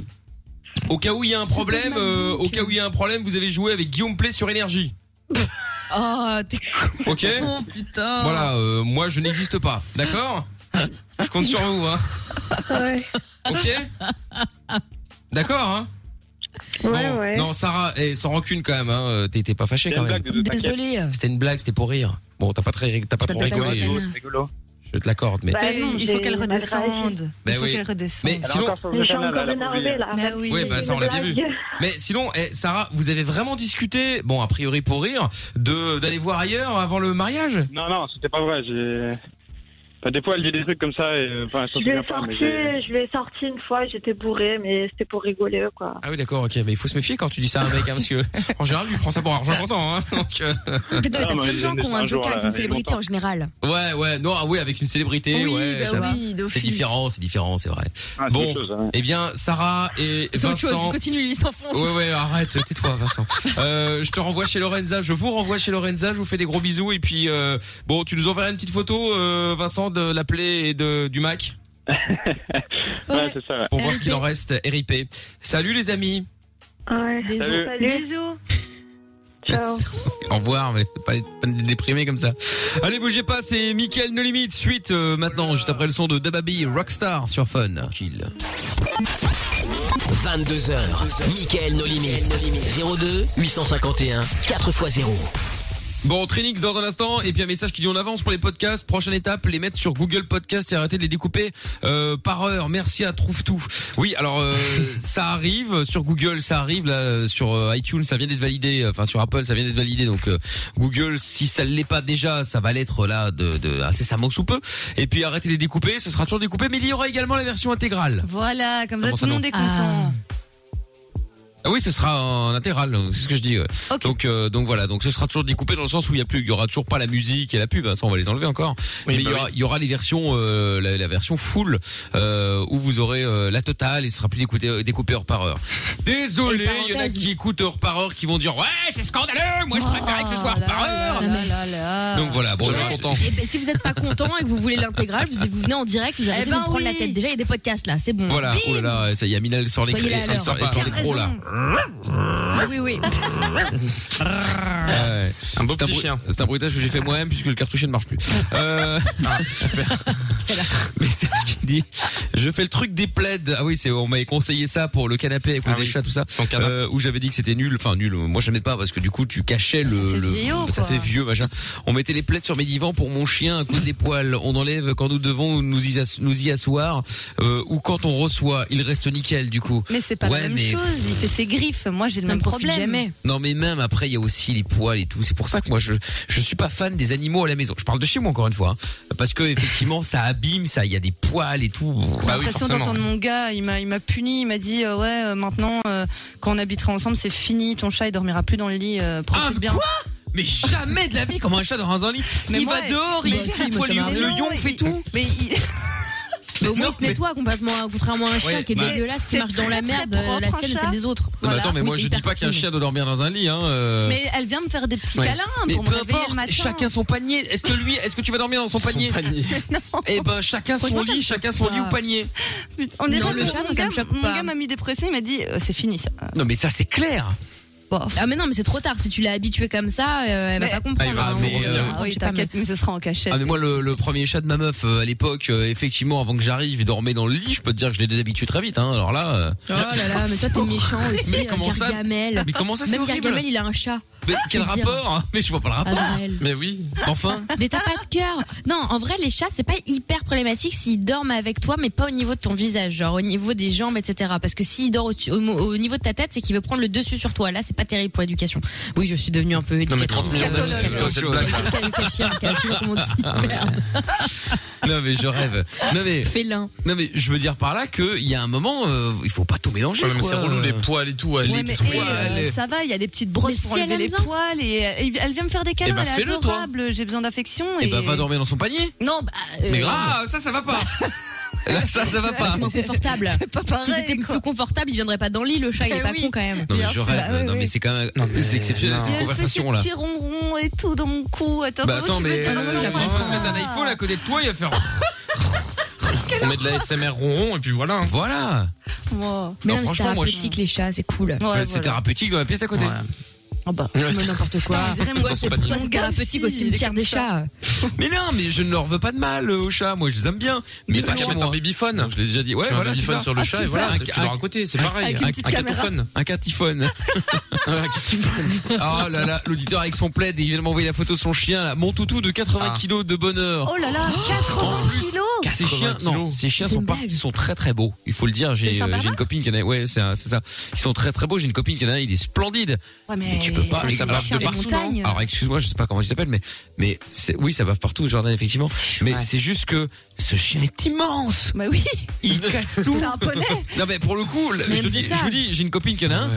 Speaker 2: au cas où il y a un problème, euh, au cas où il y a un problème, vous avez joué avec Guillaume Play sur énergie.
Speaker 3: Oh, t'es con.
Speaker 2: Ok.
Speaker 5: Oh.
Speaker 3: putain.
Speaker 2: Voilà, euh, moi je n'existe pas, d'accord Je compte sur vous, hein.
Speaker 10: Ouais.
Speaker 2: Ok D'accord, hein
Speaker 10: Ouais,
Speaker 2: non,
Speaker 10: ouais.
Speaker 2: non, Sarah, eh, sans rancune quand même, hein. euh, t'es t'es pas fâché
Speaker 13: C'est
Speaker 2: quand
Speaker 13: une
Speaker 2: même.
Speaker 13: blague de deux, t'inquiète. Désolée.
Speaker 2: C'était une blague, c'était pour rire. Bon, t'as pas très, ri- t'as pas trop rigolé.
Speaker 13: rigolo.
Speaker 2: Je te l'accorde, mais.
Speaker 10: Bah,
Speaker 5: Eh,
Speaker 10: non,
Speaker 5: il faut
Speaker 10: j'ai
Speaker 5: qu'elle
Speaker 10: mal
Speaker 5: redescende.
Speaker 2: Ben
Speaker 5: il faut
Speaker 2: oui.
Speaker 5: qu'elle redescende.
Speaker 2: Mais Elle a sinon- encore
Speaker 10: Je suis encore énervée, là.
Speaker 5: Bah oui.
Speaker 2: Oui, bah ça on l'a bien vu.
Speaker 10: blague.
Speaker 2: Mais sinon, eh, Sarah, vous avez vraiment discuté, bon a priori pour rire, de d'aller voir ailleurs avant le mariage
Speaker 13: Non, non, c'était pas vrai. J'ai. Enfin, des fois, elle dit des trucs comme ça et euh, enfin, elle s'en
Speaker 10: Je l'ai
Speaker 13: souvient pas. Mais
Speaker 10: sorti,
Speaker 13: j'ai-
Speaker 10: je l'ai sorti une fois, j'étais bourrée, mais c'était pour rigoler, quoi.
Speaker 2: Ah oui d'accord, ok, mais il faut se méfier quand tu dis ça à un mec, hein, parce que en général, lui prend ça pour argent comptant. Hein, donc, euh,
Speaker 3: Mais t'as plein de gens qui ont un joker avec une célébrité en général.
Speaker 2: Ouais, ouais, non, ah oui, avec une célébrité,
Speaker 3: Oui,
Speaker 2: ouais,
Speaker 3: bah
Speaker 2: ça-
Speaker 3: oui, d'office.
Speaker 2: c'est différent, c'est différent, c'est vrai.
Speaker 13: Ah, c'est
Speaker 2: bon,
Speaker 13: autre chose, hein. ouais.
Speaker 2: eh bien, Sarah et
Speaker 3: C'est autre chose,
Speaker 2: Vincent.
Speaker 3: il continue, il s'enfonce.
Speaker 2: Ouais, ouais, arrête, tais-toi,
Speaker 3: (laughs)
Speaker 2: Vincent. Euh, je te renvoie chez Lorenza, je vous renvoie chez Lorenza, je vous fais des gros bisous et puis euh, bon, tu nous enverras une petite photo, euh, Vincent, de la plaie et de du
Speaker 13: (laughs)
Speaker 2: Mac.
Speaker 13: Ouais, c'est ça. ouais.
Speaker 2: Pour voir ce qu'il en reste, RIP. Salut les amis.
Speaker 10: Ouais.
Speaker 13: Salut.
Speaker 5: Bisous.
Speaker 10: Ciao.
Speaker 2: Au revoir, mais pas être pas être déprimé comme ça. Allez, bougez pas, c'est Mickaël No Limite. Suite euh, maintenant, juste après le son de Dababy, Rockstar sur Fun.
Speaker 1: 22h, Michael No Limit. 02 851 4x0.
Speaker 2: (laughs) Bon, Trinix dans un instant, et puis un message qui dit on avance pour les podcasts. Prochaine étape, les mettre sur Google Podcast et arrêter de les découper euh, par heure. Merci à Trouve Tout. Oui, alors euh, ça arrive sur Google, ça arrive là sur euh, iTunes, ça vient d'être validé. Enfin sur Apple, ça vient d'être validé. Donc euh, Google, si ça ne l'est pas déjà, ça va l'être là de, de incessamment sous peu. Et puis arrêtez de les découper, ce sera toujours découpé, mais il y aura également la version intégrale.
Speaker 5: Voilà, comme ça
Speaker 2: Comment
Speaker 5: tout
Speaker 2: ça,
Speaker 5: le
Speaker 2: non
Speaker 5: monde est content.
Speaker 2: Ah oui, ce sera en intégral, donc, c'est ce que je dis. ouais. Donc euh, donc voilà, donc ce sera toujours découpé dans le sens où il y a plus, il y aura toujours pas la musique et la pub, hein, ça on va les enlever encore.
Speaker 8: Oui,
Speaker 2: Mais il
Speaker 8: bah
Speaker 2: y aura, il y aura les versions, euh, la, la version full euh, où vous aurez euh, la totale et ce sera plus découpé, euh, découpé heure par
Speaker 3: (laughs)
Speaker 2: heure. Désolé, il y en a qui écoutent heure par heure qui vont dire ouais c'est scandaleux,
Speaker 3: Oh
Speaker 2: moi je préférais que ce soit heure par heure.
Speaker 5: Ah,
Speaker 2: Donc voilà, bon,
Speaker 3: Ouais,
Speaker 2: alors,
Speaker 3: Et Ah, ben, si vous n'êtes pas content et que vous voulez l'intégral, vous, vous venez en direct, vous arrêtez
Speaker 5: ben
Speaker 3: de nous prendre la tête. Déjà, il y a des podcasts là, c'est bon.
Speaker 2: Voilà, oh là là, ça y est, Amina elle sort les,
Speaker 3: Soyez là à
Speaker 2: elle sort,
Speaker 3: l'heure.
Speaker 2: elle sort les
Speaker 3: T'as
Speaker 2: crocs là.
Speaker 3: Ah oui, oui.
Speaker 2: Un beau petit chien. C'est un bruitage que j'ai fait moi-même puisque le cartouchier ne marche (laughs) plus. Euh, ah, (laughs) super. Message qui dit, je fais le truc des plaids. Ah oui, c'est, on m'avait conseillé ça pour le canapé avec les chats, tout ça. Euh, où j'avais dit que c'était nul. Enfin, nul. Moi, j'aimais pas parce que du coup, tu cachais le, le-
Speaker 5: vieillot,
Speaker 2: ça
Speaker 5: quoi.
Speaker 2: fait vieux, machin. On mettait les plaids sur mes divans pour mon chien à cause des poils. On enlève quand nous devons nous y, ass- nous y asseoir, euh, ou quand on reçoit. Il reste nickel, du coup.
Speaker 5: Mais c'est pas
Speaker 2: Ouais,
Speaker 5: la même
Speaker 2: mais-
Speaker 5: chose, il fait ses griffes. Moi j'ai le même
Speaker 3: profite
Speaker 5: problème.
Speaker 3: jamais.
Speaker 2: Non, mais même après, il y a aussi les poils et tout. C'est pour ça que moi, je je suis pas fan des animaux à la maison. Je parle de chez moi encore une fois, hein. parce que effectivement, ça abîme, ça, il y a des poils et tout. Bah
Speaker 5: J'ai l'impression d'entendre mon gars, il m'a, il m'a puni, il m'a dit euh, ouais euh, maintenant euh, quand on habitera ensemble c'est fini, ton chat il dormira plus dans le lit. euh, profite
Speaker 2: Ah,
Speaker 5: bien.
Speaker 2: Mais jamais de la vie, comment un chat dans un lit
Speaker 5: Mais
Speaker 2: Il
Speaker 5: moi,
Speaker 2: va dehors, il
Speaker 5: mais si,
Speaker 2: est
Speaker 5: moi, ça
Speaker 2: poilu,
Speaker 5: m'arrive.
Speaker 2: le lion fait tout.
Speaker 5: Mais il...
Speaker 3: (laughs) Mais au moins, il se nettoie complètement, hein, contrairement à un chien
Speaker 2: Ouais,
Speaker 3: qui est
Speaker 2: bah-
Speaker 3: dégueulasse, qui
Speaker 5: C'est
Speaker 3: marche dans la
Speaker 5: très, très
Speaker 3: merde, euh,
Speaker 5: propre,
Speaker 3: la
Speaker 5: un
Speaker 3: sienne et
Speaker 5: chat.
Speaker 3: celle des autres.
Speaker 2: Non, mais
Speaker 5: Voilà.
Speaker 2: attends, mais
Speaker 5: Oui,
Speaker 2: moi
Speaker 5: c'est
Speaker 2: je dis
Speaker 5: hyper
Speaker 2: pas qu'un
Speaker 5: clean.
Speaker 2: chien doit dormir dans un lit. Hein, euh.
Speaker 5: Mais elle vient me faire des petits
Speaker 2: Ouais.
Speaker 5: câlins
Speaker 2: Mais
Speaker 5: pour me
Speaker 2: peu
Speaker 5: réveiller
Speaker 2: importe,
Speaker 5: le matin.
Speaker 2: chacun son panier. Est-ce que lui, est-ce que tu vas dormir dans son panier,
Speaker 5: (laughs)
Speaker 2: Eh ben, chacun son
Speaker 5: Franchement, ça
Speaker 2: lit,
Speaker 5: me
Speaker 2: chacun
Speaker 5: choque
Speaker 2: son
Speaker 5: pas.
Speaker 2: lit ou panier.
Speaker 5: On est
Speaker 3: Non, le chat,
Speaker 5: mon
Speaker 3: moi, ça
Speaker 5: gars,
Speaker 3: me choque
Speaker 5: mon
Speaker 3: pas.
Speaker 5: gars m'a mis dépressé, il m'a dit euh, c'est fini ça.
Speaker 2: Non, mais ça c'est clair.
Speaker 3: Ah mais non, mais c'est trop tard. Si tu l'as habituée comme ça, euh, elle va pas comprendre.
Speaker 2: Ah, il va-
Speaker 3: hein,
Speaker 2: mais,
Speaker 3: on-
Speaker 2: euh,
Speaker 3: on-
Speaker 5: Ah oui, t'inquiète, mais ce sera en cachette.
Speaker 2: Ah mais moi le, le premier chat de ma meuf euh, à l'époque euh, effectivement avant que j'arrive il dormait dans le lit je peux te dire que je l'ai déshabitué très vite hein alors là euh,
Speaker 3: Oh là là, mais toi
Speaker 2: (laughs)
Speaker 3: t'es méchant aussi.
Speaker 2: Mais
Speaker 3: euh,
Speaker 2: comment ça
Speaker 3: Gargamel.
Speaker 2: Mais comment ça, c'est
Speaker 3: Même
Speaker 2: horrible
Speaker 3: Gargamel, il a un chat.
Speaker 2: mais quel
Speaker 3: Ah, C'est dire.
Speaker 2: rapport hein mais je vois pas le rapport
Speaker 3: Azrael.
Speaker 2: mais oui enfin
Speaker 3: Mais t'as pas de cœur. Non, en vrai, les chats, c'est pas hyper problématique s'ils dorment avec toi, mais pas au niveau de ton visage, genre au niveau des jambes, etc. Parce que s'ils dorment au, au- au niveau de ta tête, c'est qu'il veut prendre le dessus sur toi. Là, c'est pas terrible pour l'éducation. Oui, je suis devenu un peu éducatrice.
Speaker 2: 30 millions
Speaker 3: (laughs)
Speaker 2: d'années, c'est la même chose. Ah, non mais je rêve non mais
Speaker 3: Félin.
Speaker 2: non mais je veux dire par là que il y a un moment euh, il faut pas tout mélanger
Speaker 4: Ouais, mais
Speaker 2: quoi.
Speaker 4: c'est relou, les poils et tout, ouais,
Speaker 5: Ouais,
Speaker 4: les
Speaker 5: mais
Speaker 4: poils.
Speaker 5: eh, euh, ça va, il y a des petites brosses
Speaker 3: Mais
Speaker 5: pour
Speaker 3: si elle
Speaker 5: enlever
Speaker 3: aime
Speaker 5: les
Speaker 3: bien.
Speaker 5: poils et euh, et elle vient me faire des câlins,
Speaker 2: Eh ben,
Speaker 5: elle est
Speaker 2: fais-le, toi.
Speaker 5: adorable, j'ai besoin d'affection.
Speaker 2: et bah va dormir dans son panier
Speaker 5: Non, bah, euh,
Speaker 2: mais ah ça ça va pas Là, ça ça va pas
Speaker 3: C'est moins confortable. C'est
Speaker 5: pas pareil.
Speaker 3: Si c'était plus confortable, il viendrait pas dans le lit, le chat, il est pas con quand même.
Speaker 2: non mais je
Speaker 3: bah,
Speaker 2: rêve
Speaker 3: Ah
Speaker 2: non mais c'est quand même c'est exceptionnel
Speaker 5: Et
Speaker 2: cette
Speaker 5: elle fait ses
Speaker 2: conversation là
Speaker 5: petits ronrons et tout dans mon cou. Attends,
Speaker 2: bah attends
Speaker 5: comment tu veux
Speaker 2: mais
Speaker 5: dire non,
Speaker 2: euh,
Speaker 5: non,
Speaker 2: tu vas mettre un iPhone à côté de toi il va faire
Speaker 4: (laughs)
Speaker 2: on met de la SMR ronron et puis voilà
Speaker 4: hein.
Speaker 2: voilà
Speaker 5: moi.
Speaker 3: Mais
Speaker 2: Non,
Speaker 3: non, mais c'est
Speaker 2: franchement, moi, je-
Speaker 3: thérapeutique, les chats, c'est cool.
Speaker 2: Ouais, c'est thérapeutique dans la pièce d'à côté
Speaker 5: Ah bah
Speaker 3: Mais n'importe quoi. Toi, c'est
Speaker 2: panier.
Speaker 3: toi, c'est thérapeutique au cimetière des chats.
Speaker 2: Mais non, mais je ne leur veux pas de mal euh, aux chats. Moi, je les aime bien. Mais
Speaker 4: Mais t'as
Speaker 2: pas
Speaker 4: qu'à
Speaker 2: chez
Speaker 4: mettre
Speaker 2: moi.
Speaker 4: un babyphone.
Speaker 2: Je l'ai déjà dit. Ouais,
Speaker 4: Tu mets un
Speaker 2: voilà, c'est
Speaker 4: babyphone
Speaker 2: ça. Ah,
Speaker 4: sur le chat et
Speaker 2: super.
Speaker 4: voilà, tu l'auras à côté, c'est pareil. Avec une petite
Speaker 2: un
Speaker 4: caméra.
Speaker 2: catiphone. Un (laughs) catiphone. un catiphone. Oh là là, l'auditeur avec son plaid, il vient de m'envoyer la photo de son chien. là. Mon toutou de 80
Speaker 4: Ah.
Speaker 2: kilos de bonheur.
Speaker 5: Oh là là, 80 kilos
Speaker 2: Ces chiens, non, ces chiens
Speaker 5: C'est
Speaker 2: sont
Speaker 5: une
Speaker 2: par-
Speaker 5: blague.
Speaker 2: ils sont très très beaux. Il faut le dire. J'ai
Speaker 5: C'est
Speaker 2: euh,
Speaker 5: sympa,
Speaker 2: j'ai une copine qui en a. Ouais, c'est un- c'est ça. Ils sont très très beaux. J'ai une copine qui en a. un, Il est splendide.
Speaker 5: Ouais,
Speaker 2: mais, tu peux pas.
Speaker 5: c'est
Speaker 2: ça
Speaker 5: des
Speaker 2: bave
Speaker 5: chiens
Speaker 2: de
Speaker 5: des
Speaker 2: partout.
Speaker 5: montagnes.
Speaker 2: Alors excuse-moi, je sais pas comment tu t'appelles, mais mais c'est- oui, ça bave partout, Jordan effectivement. Mais c'est juste que ce chien est immense.
Speaker 5: Bah oui.
Speaker 2: Il casse tout.
Speaker 5: C'est un poney.
Speaker 2: (laughs) Non mais pour le coup, le-
Speaker 5: Mais
Speaker 2: je te
Speaker 5: c'est
Speaker 2: dis,
Speaker 5: ça.
Speaker 2: je vous dis, j'ai une copine qui en a un.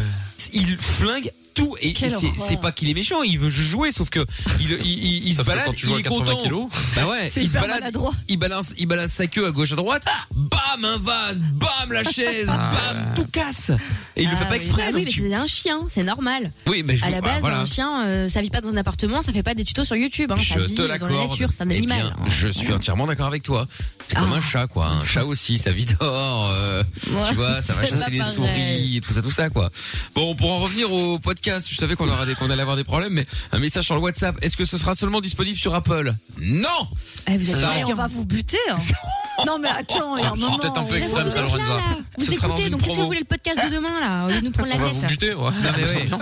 Speaker 2: Il flingue tout et
Speaker 5: Quelle
Speaker 2: c'est-
Speaker 5: horreur.
Speaker 2: c'est pas qu'il est méchant, il veut jouer, sauf que il il il, il se
Speaker 4: Sauf que
Speaker 2: balade,
Speaker 4: quand tu joues
Speaker 2: il
Speaker 4: à
Speaker 2: est
Speaker 4: 80
Speaker 2: content.
Speaker 4: kilos.
Speaker 2: Bah ouais,
Speaker 4: C'est
Speaker 2: il se
Speaker 4: hyper
Speaker 2: balade,
Speaker 4: maladroit.
Speaker 2: il balance il balance sa queue à gauche à droite, bam un vase, bam la chaise, bam tout casse. Et il le fait pas exprès.
Speaker 3: Ah
Speaker 2: donc
Speaker 3: oui, mais
Speaker 2: tu-
Speaker 3: c'est un chien, c'est normal.
Speaker 2: Oui, mais je-
Speaker 3: à la
Speaker 2: ah,
Speaker 3: base,
Speaker 2: voilà.
Speaker 3: un chien, euh, ça vit pas dans un appartement, ça fait pas des tutos sur YouTube. Hein, ça vit
Speaker 2: Je te
Speaker 3: dans la
Speaker 2: l'accorde.
Speaker 3: nature, c'est un
Speaker 2: Eh
Speaker 3: animal. hein. Ah.
Speaker 2: bien, je suis entièrement d'accord avec toi. C'est comme un chat, quoi. Un chat aussi, ça vit dehors. euh,
Speaker 3: Ouais,
Speaker 2: tu vois, ça va
Speaker 3: c'est
Speaker 2: chasser
Speaker 3: pas
Speaker 2: les
Speaker 3: pareil.
Speaker 2: souris, et tout ça, tout ça, quoi. Bon, pour en revenir au podcast, je savais qu'on aura des- qu'on allait avoir des problèmes, mais un message sur le WhatsApp. Est-ce que ce sera seulement disponible sur Apple Non.
Speaker 3: Eh,
Speaker 5: Vous êtes vrai, on va vous buter. hein. (laughs) Non mais attends, il y a un
Speaker 2: Je suis
Speaker 5: moment.
Speaker 2: Oh, peut-être un peu
Speaker 5: on-
Speaker 2: extrême,
Speaker 5: vous
Speaker 2: ça,
Speaker 5: êtes
Speaker 2: Lorenza.
Speaker 5: là, là.
Speaker 3: euh, Vous
Speaker 2: Ce sera dans
Speaker 3: écoutez,
Speaker 2: une
Speaker 3: donc qu'est-ce que
Speaker 2: promo.
Speaker 3: vous voulez le podcast de demain là Au lieu de nous prendre la
Speaker 2: On va
Speaker 3: tête.
Speaker 2: vous buter, ouais. Non, (laughs) mais oui.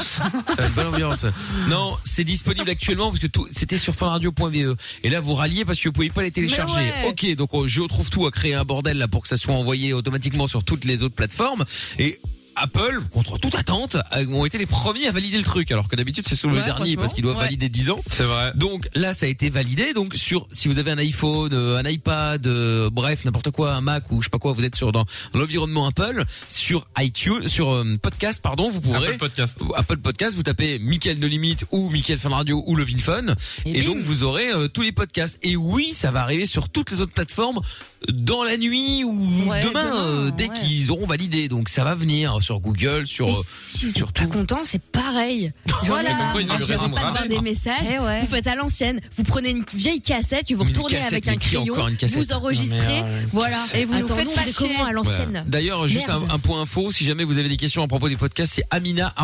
Speaker 2: C'est une bonne ambiance. Non, c'est disponible actuellement parce que tout- c'était sur funradio.be. E. Et là, vous ralliez parce que vous pouvez pas les télécharger.
Speaker 4: Mais ouais.
Speaker 2: Ok, donc on- Géo trouve tout à créer un bordel là pour que ça soit envoyé automatiquement sur toutes les autres plateformes. Et Apple, contre toute attente, a- ont été les premiers à valider le truc. Alors que d'habitude, c'est souvent
Speaker 4: Ouais,
Speaker 2: le dernier
Speaker 4: franchement.
Speaker 2: parce qu'ils doivent
Speaker 4: Ouais.
Speaker 2: valider 10 ans.
Speaker 4: C'est vrai.
Speaker 2: Donc là, ça a été validé. Donc sur, si vous avez un iPhone, euh, un iPad, euh, bref, n'importe quoi, un Mac ou je sais pas quoi, vous êtes sur dans l'environnement Apple, sur iTunes, sur euh, podcast, pardon, vous pourrez Apple Podcast. vous tapez Michael No Limite ou Michael Fun Radio ou Levin Fun, et, donc vous aurez euh, tous les podcasts. Et oui, ça va arriver sur toutes les autres plateformes dans la nuit ou
Speaker 3: Ouais,
Speaker 2: demain,
Speaker 3: demain,
Speaker 2: euh, dès qu'ils auront validé. Donc ça va venir sur Google, sur euh,
Speaker 3: Si vous êtes pas content, c'est
Speaker 2: (laughs)
Speaker 3: pareil.
Speaker 2: Voilà. Pourquoi ils
Speaker 3: Vous
Speaker 2: lui
Speaker 3: arrêtez
Speaker 2: répondent
Speaker 3: pas de
Speaker 2: pas
Speaker 3: voir des messages. Vous faites à l'ancienne. Vous prenez une vieille cassette, vous
Speaker 2: Mais une
Speaker 3: retournez
Speaker 2: cassette,
Speaker 3: avec
Speaker 2: mais
Speaker 3: un
Speaker 2: qui a
Speaker 3: crayon,
Speaker 2: encore une cassette
Speaker 3: vous enregistrez,
Speaker 2: Non, mais, euh,
Speaker 3: voilà.
Speaker 2: Et vous nous
Speaker 3: Attends,
Speaker 2: faites
Speaker 3: on
Speaker 2: pas
Speaker 3: faisait comment à l'ancienne
Speaker 2: Voilà. D'ailleurs, juste un,
Speaker 3: Merde.
Speaker 2: un point info, si jamais vous avez des questions à propos du podcast, c'est